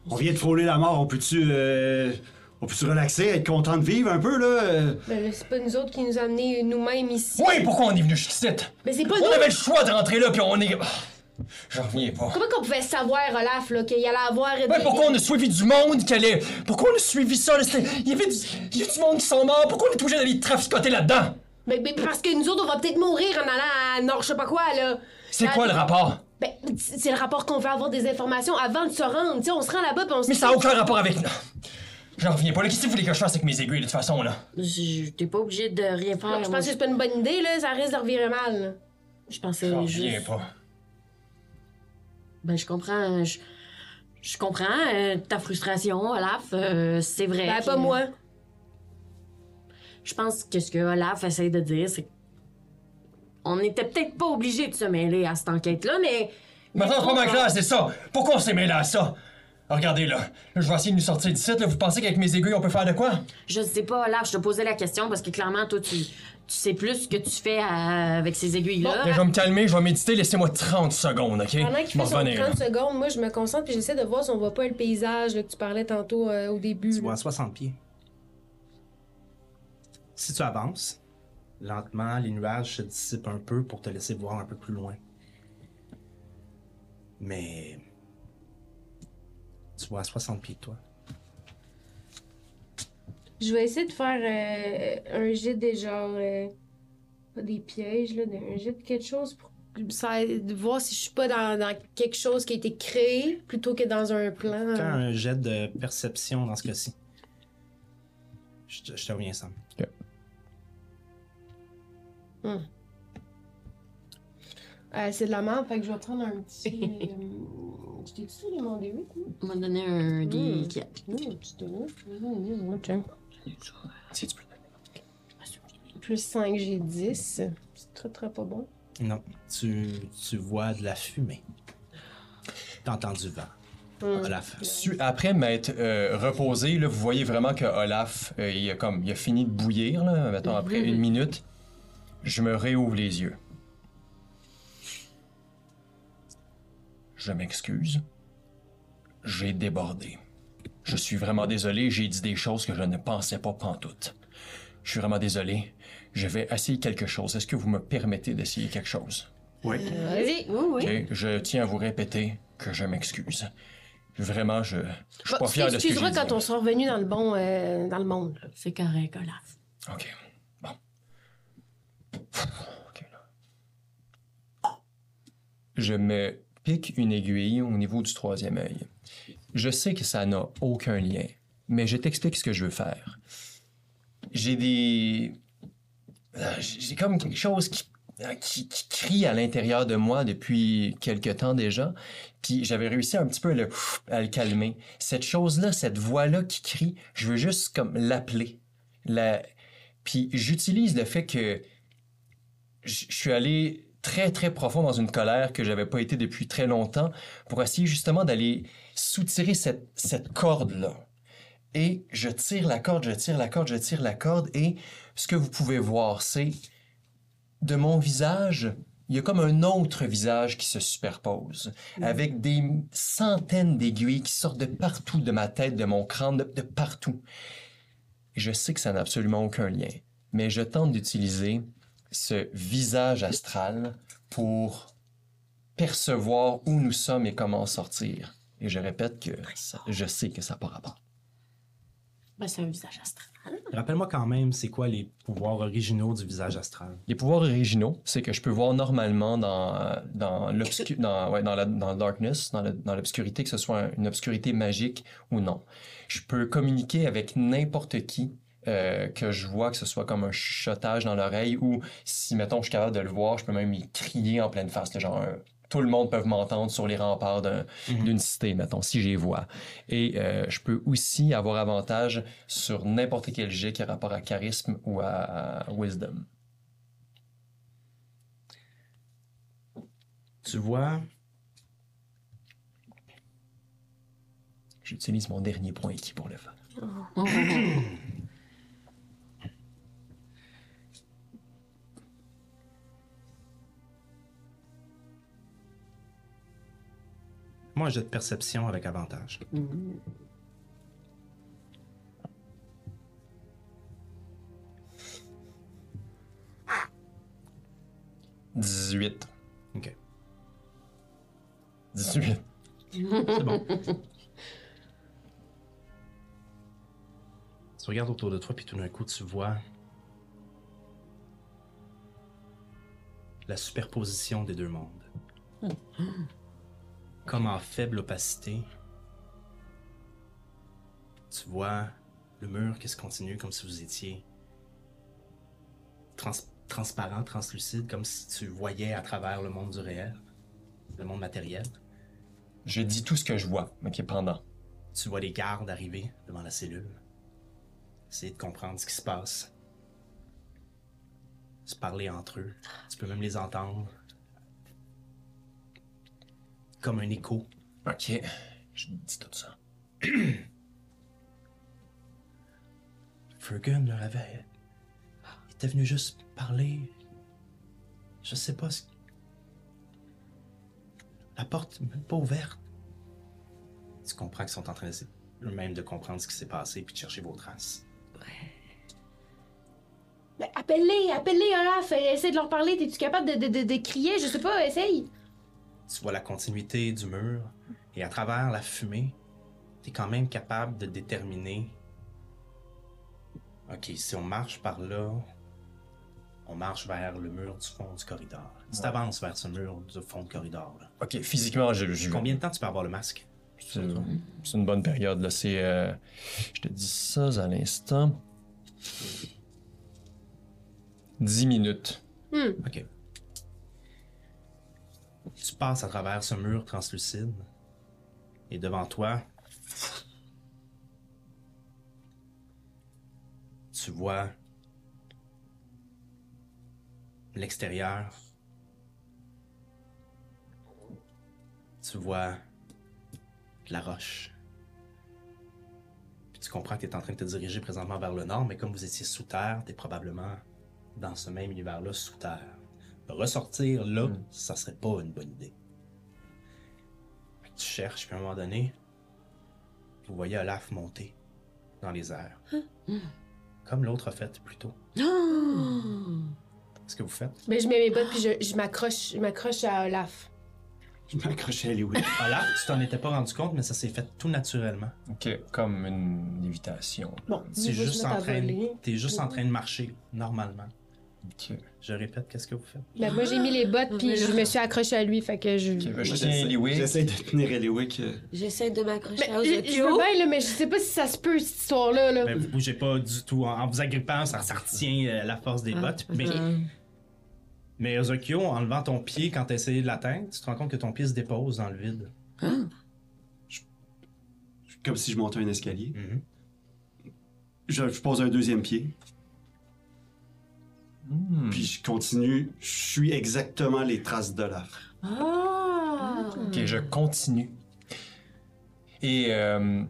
On vient de frôler la mort. On peut-tu. euh, on peut-tu relaxer, être content de vivre un peu, là? euh? Ben là, c'est pas nous autres qui nous amenés nous-mêmes ici. Oui, pourquoi on est venu jusqu'ici? Mais c'est pas On nous. avait le choix de rentrer là, puis on est. Ah, J'en reviens pas. Comment qu'on pouvait savoir, Olaf, là, qu'il allait avoir. des- Ouais, pourquoi on a suivi du monde qu'elle est. Pourquoi on a suivi ça? là? C'était- Il y avait du... il y a du monde qui sont morts. Pourquoi on est obligé d'aller traficoter là-dedans? Ben, Mais, mais parce que nous autres, on va peut-être mourir en allant à Nord, je sais pas quoi, là. C'est Ah, quoi le rapport? Ben, c'est le rapport qu'on veut avoir des informations avant de se rendre. Tu sais, on se rend là-bas puis on se Mais ça n'a aucun rapport avec. Non. J'en reviens pas là. Qu'est-ce que vous voulez que je fasse avec mes aiguilles, de toute façon, là? Je- T'es pas obligé de rien faire. Non, je moi. pense que c'est pas une bonne idée, là. Ça risque de revirer mal. là. Je pensais J'en reviens juste. pas. Ben, je comprends. Je, je comprends euh, ta frustration, Olaf. euh, c'est vrai. Ben, pas Puis, moi. Je pense que ce que Olaf essaie de dire, c'est qu'on n'était peut-être pas obligé de se mêler à cette enquête-là, mais. Maintenant, c'est pas ma classe, c'est ça. Pourquoi on s'est mêlé à ça? Ah, Regardez, là. Là, je vais essayer de nous sortir d'ici, là. Vous pensez qu'avec mes aiguilles, on peut faire de quoi? Je sais pas, Olaf, je te posais la question parce que clairement, toi, tu, tu sais plus ce que tu fais à- avec ces aiguilles-là. Là, je vais me calmer, je vais méditer. Laissez-moi 30 secondes, OK? Ah. Pendant qu'il Je vais fait son revenir, 30 secondes, moi, je me concentre puis j'essaie de voir si on voit pas le paysage là, que tu parlais tantôt euh, au début. Tu vois là. à 60 pieds. Si tu avances, lentement, les nuages se dissipent un peu pour te laisser voir un peu plus loin. Mais. Tu vois à 60 pieds de toi. Je vais essayer de faire euh, un jet des genre. euh, pas des pièges, là, mais un jet de quelque chose pour ça- de voir si je suis pas dans, dans quelque chose qui a été créé plutôt que dans un plan. Fais un jet de perception dans ce cas-ci. Je te, je te reviens, Sam. Euh, c'est de la merde, fait que je vais prendre un petit. euh, Je t'ai dit, mon D8, moi? On m'a donné un des Mm. Oui, un petit D8. Si tu peux. Plus 5, j'ai 10. C'est très très pas bon. Non. Tu, tu vois de la fumée. T'entends du vent. Olaf. Su- Après m'être euh, reposé, là, vous voyez vraiment que Olaf, euh, il, a comme, il a fini de bouillir, là, mettons, après une minute. Je me réouvre les yeux. Je m'excuse. J'ai débordé. Je suis vraiment désolé, j'ai dit des choses que je ne pensais pas pantoute. Je suis vraiment désolé. Je vais essayer quelque chose. Est-ce que vous me permettez d'essayer quelque chose? Vas-y! Oui, oui. Ok, Je tiens à vous répéter que je m'excuse. Vraiment, je, je suis Bon, pas tu fier de ce que j'ai t'excuseras dit. Bah, quand on sera revenu dans le bon euh, dans le monde. là. C'est correct, Olaf. Ok, bon. Ok, là. Je me pique une aiguille au niveau du troisième œil. Je sais que ça n'a aucun lien, mais je t'explique ce que je veux faire. J'ai des. Euh, J'ai comme quelque chose qui, euh, qui- qui crie à l'intérieur de moi depuis quelque temps déjà. Puis j'avais réussi un petit peu à le, à le calmer. Cette chose-là, cette voix-là qui crie, je veux juste comme l'appeler. La... Puis j'utilise le fait que je je suis allé très très profond dans une colère que j'avais pas été depuis très longtemps pour essayer justement d'aller soutirer cette, cette corde-là. Et je tire la corde, je tire la corde, je tire la corde et ce que vous pouvez voir, c'est de mon visage, il y a comme un autre visage qui se superpose avec des centaines d'aiguilles qui sortent de partout, de ma tête, de mon crâne, de- de partout. Je sais que ça n'a absolument aucun lien, mais je tente d'utiliser ce visage astral pour percevoir où nous sommes et comment en sortir. Et je répète que ça- je sais que ça n'a pas rapport. Ben, c'est un visage astral. Rappelle-moi quand même, c'est quoi les pouvoirs originaux du visage astral? Les pouvoirs originaux, c'est que je peux voir normalement dans, euh, dans, l'obscu- dans, ouais, dans la dans le darkness, dans le- dans l'obscurité, que ce soit une obscurité magique ou non. Je peux communiquer avec n'importe qui euh, que je vois, que ce soit comme un chuchotage dans l'oreille ou si, mettons, je suis capable de le voir, je peux même y crier en pleine face, là, genre un- Tout le monde peut m'entendre sur les remparts d'un- Mhm. d'une cité, mettons, si j'y vois. Et euh, je peux aussi avoir avantage sur n'importe quel jet qui a rapport à charisme ou à, à wisdom. Tu vois J'utilise mon dernier point ici pour le faire. Moi, j'ai de perception avec avantage. « 18. Ok. 18. C'est bon. tu regardes autour de toi, puis tout d'un coup, tu vois la superposition des deux mondes. Comme en faible opacité, tu vois le mur qui se continue comme si vous étiez trans- transparent, translucide, comme si tu voyais à travers le monde du réel, le monde matériel. Je dis tout ce que je vois, ok, pendant. Tu vois les gardes arriver devant la cellule. Essayer de comprendre ce qui se passe. Se parler entre eux. Tu peux même les entendre. Comme un écho. Ok, je dis tout ça. Fergun leur avait. Il était venu juste parler. Je sais pas ce. La porte est même pas ouverte. Tu comprends qu'ils sont en train d'essayer eux-mêmes de comprendre ce qui s'est passé puis de chercher vos traces. Mais Ben, appelle-les, appelle-les, Olaf. Essaye de leur parler. T'es-tu capable de, de, de, de crier? Je sais pas, essaye. Tu vois la continuité du mur et à travers la fumée, tu es quand même capable de déterminer. Ok, si on marche par là, on marche vers le mur du fond du corridor. Tu t'avances vers ce mur du fond du corridor. là. Ok, physiquement, je, je Combien de temps tu peux avoir le masque? C'est c'est une bonne période, là. C'est. euh, je te dis ça à l'instant. 10 minutes. Ok. Tu passes à travers ce mur translucide et devant toi, tu vois l'extérieur. Tu vois de la roche. Puis tu comprends que tu es en train de te diriger présentement vers le nord, mais comme vous étiez sous terre, tu es probablement dans ce même univers-là sous terre. Ressortir là, ça serait pas une bonne idée. Fait que tu cherches, puis à un moment donné, vous voyez Olaf monter dans les airs. Hein? Hmm. Comme l'autre a fait plus tôt. Oh! Qu'est-ce que vous faites? Mais Ben, je mets mes bottes puis je, je m'accroche, je m'accroche à Olaf. Je m'accrochais à Louis. Olaf, tu t'en étais pas rendu compte, mais ça s'est fait tout naturellement. Ok, comme une lévitation. Bon, T'es je vais juste, me mettre en à train, voler. t'es juste en train de marcher, normalement. Ok. Je répète, qu'est-ce que vous faites? Ben, moi, j'ai mis les bottes puis je me suis accrochée à lui, fait que je. Ok, ben, je tiens Moi, j'essaie- Eliwick. J'essaie de tenir Eliwick. euh, J'essaie de m'accrocher Ben, à je, je veux Ozokyo. bien, là, mais je sais pas si ça se peut, cette histoire-là. Là. Ben, vous bougez pas du tout. En, en vous agrippant, ça, ça retient euh, la force des Ah. bottes. Mais, mais Ozokyo, en levant ton pied quand tu essayé de l'atteindre, tu te rends compte que ton pied se dépose dans le vide. Comme si je montais un escalier. Mhm. Je, je pose un deuxième pied. Hmm. Puis je continue. Je suis exactement les traces d'Olaf. Ah! Ok, je continue. Et euh,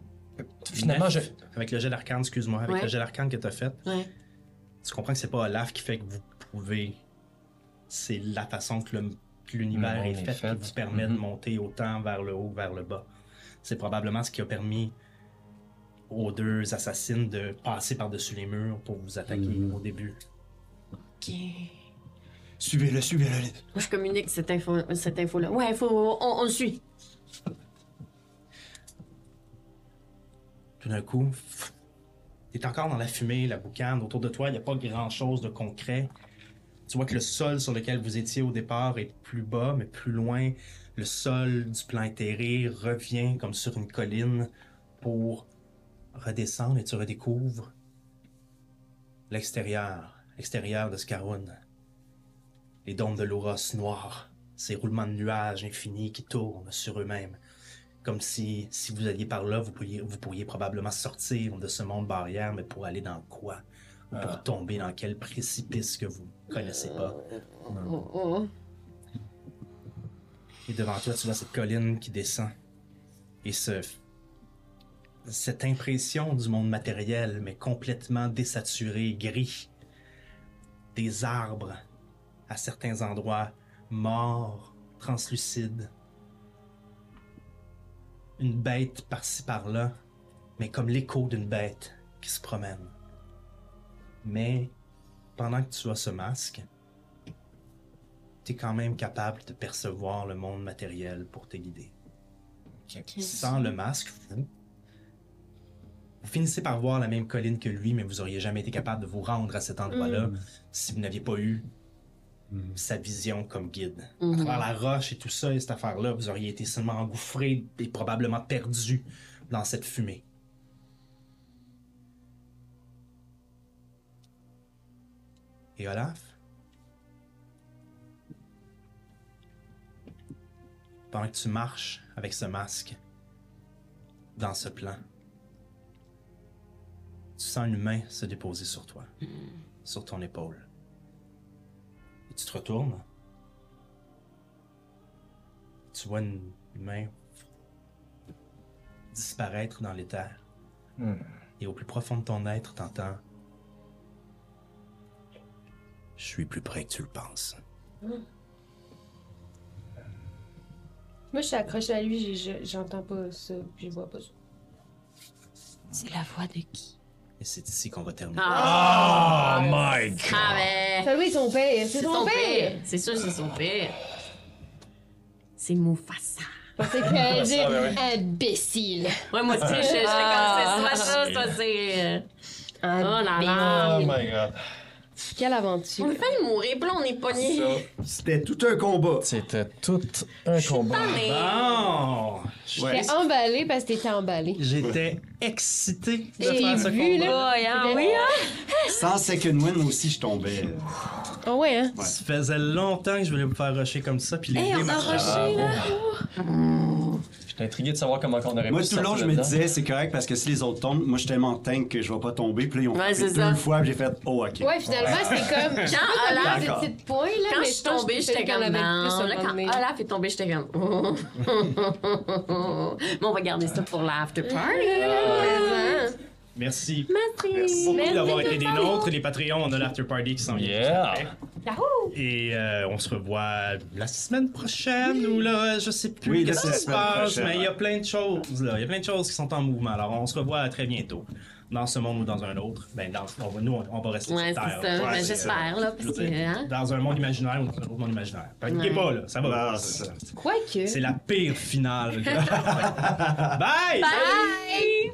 finalement, je. Neuf, Avec le jet d'arcane, excuse-moi, avec Ouais. le jet d'arcane que t'as fait, Ouais. tu comprends que c'est pas Olaf qui fait que vous pouvez. C'est la façon que le- que l'univers Le est monde est fait, fait. qui vous permet Mhm. de monter autant vers le haut que vers le bas. C'est probablement ce qui a permis aux deux assassines de passer par-dessus les murs pour vous attaquer Mhm. au début. Ok. Suivez-le, suivez-le. Moi, je communique cette info, cette info-là. Ouais, faut, on, on le suit. Tout d'un coup, pff, t'es encore dans la fumée, la boucane. Autour de toi, il n'y a pas grand-chose de concret. Tu vois que le sol sur lequel vous étiez au départ est plus bas, mais plus loin, le sol du plan éthéré revient comme sur une colline pour redescendre et tu redécouvres l'extérieur, l'extérieur de Scaroun. Les dômes de l'Ouros noirs, ces roulements de nuages infinis qui tournent sur eux-mêmes comme si, si vous alliez par là, vous pourriez, vous pourriez probablement sortir de ce monde barrière, mais pour aller dans quoi Ou Ah. pour tomber dans quel précipice que vous connaissez pas. Oh, oh. Et devant toi, tu vois cette colline qui descend. Et ce, cette impression du monde matériel, mais complètement désaturé, gris. Des arbres, à certains endroits, morts, translucides. Une bête par-ci par-là, mais comme l'écho d'une bête qui se promène. Mais pendant que tu as ce masque, tu es quand même capable de percevoir le monde matériel pour te guider. Sans le masque, vous, vous finissez par voir la même colline que lui, mais vous auriez jamais été capable de vous rendre à cet endroit-là si vous n'aviez pas eu sa vision comme guide. À travers la roche et tout ça et cette affaire-là, vous auriez été seulement engouffré et probablement perdu dans cette fumée. Et Olaf? Pendant que tu marches avec ce masque dans ce plan, tu sens une main se déposer sur toi, sur ton épaule. Et tu te retournes. Tu vois une main disparaître dans l'éther. Et au plus profond de ton être, t'entends. Je suis plus près que tu le penses. Moi, je suis accrochée à lui, j'ai- j'ai- j'entends pas ça, puis je vois pas ça. C'est la voix de qui? Et c'est ici qu'on va terminer. Ah. Oh my god! Ah, ben. C'est lui, son père! C'est C'est son son père! pire. C'est sûr, c'est son pire. C'est Mufasa. Je pensais que tu allais dire imbécile. Ouais, moi aussi, je- j'étais Ah. comme c'est soit ça, soit c'est. euh, Ah. Oh là là. Oh my god! Quelle On aventure. est failli mourir, puis là, on est pogné. C'était tout un combat. C'était tout un combat. Bon! Ouais. T'es emballé parce que t'étais emballé. J'étais excité de J'ai faire ce vu, combat. là. hein, oui, Sans second win aussi, je tombais. Ah ouais, hein? Ça faisait longtemps que je voulais vous faire rusher comme ça, puis les Hey, dés on a marchaient. rushé, là! J'étais intrigué de savoir comment on aurait Moi, pu tout le long, sortir je me là-dedans. disais, c'est correct parce que si les autres tombent, moi, je suis tellement tank que je vais pas tomber. Puis là, ils ont Ouais, fait c'est deux ça. fois, puis j'ai fait, oh, ok. Ouais, finalement, c'est comme. Je sais pas Quand combien Olaf- de petits points, là, mais Quand Ah, je suis tombée, pense que j'étais j'étais comme dans la même non. plus Là, à un quand moment donné. Olaf est tombé, j'étais comme. Mais on va garder ça pour l'after hein. party. Merci. Merci. beaucoup d'avoir Merci été des nôtres. Les Patreons, on a l'after party qui s'en vient. Yeah! Et euh, on se revoit la semaine prochaine ou là, je sais plus Oui, qu'est-ce la qui se semaine passe, prochaine. mais il y a plein de choses là. Il y a plein de choses qui sont en mouvement. Alors on se revoit très bientôt. Dans ce monde ou dans un autre, ben dans, on va, nous, on, on va rester Ouais, c'est sur Terre. ça. Ben, c'est j'espère, ça. là, parce Je veux dire, que, hein. Dans un monde imaginaire ou dans un autre monde imaginaire. Paniquez Ouais. pas, là, ça va. Non, c'est ça. Quoique. Ah! C'est la pire finale. Bye! Bye.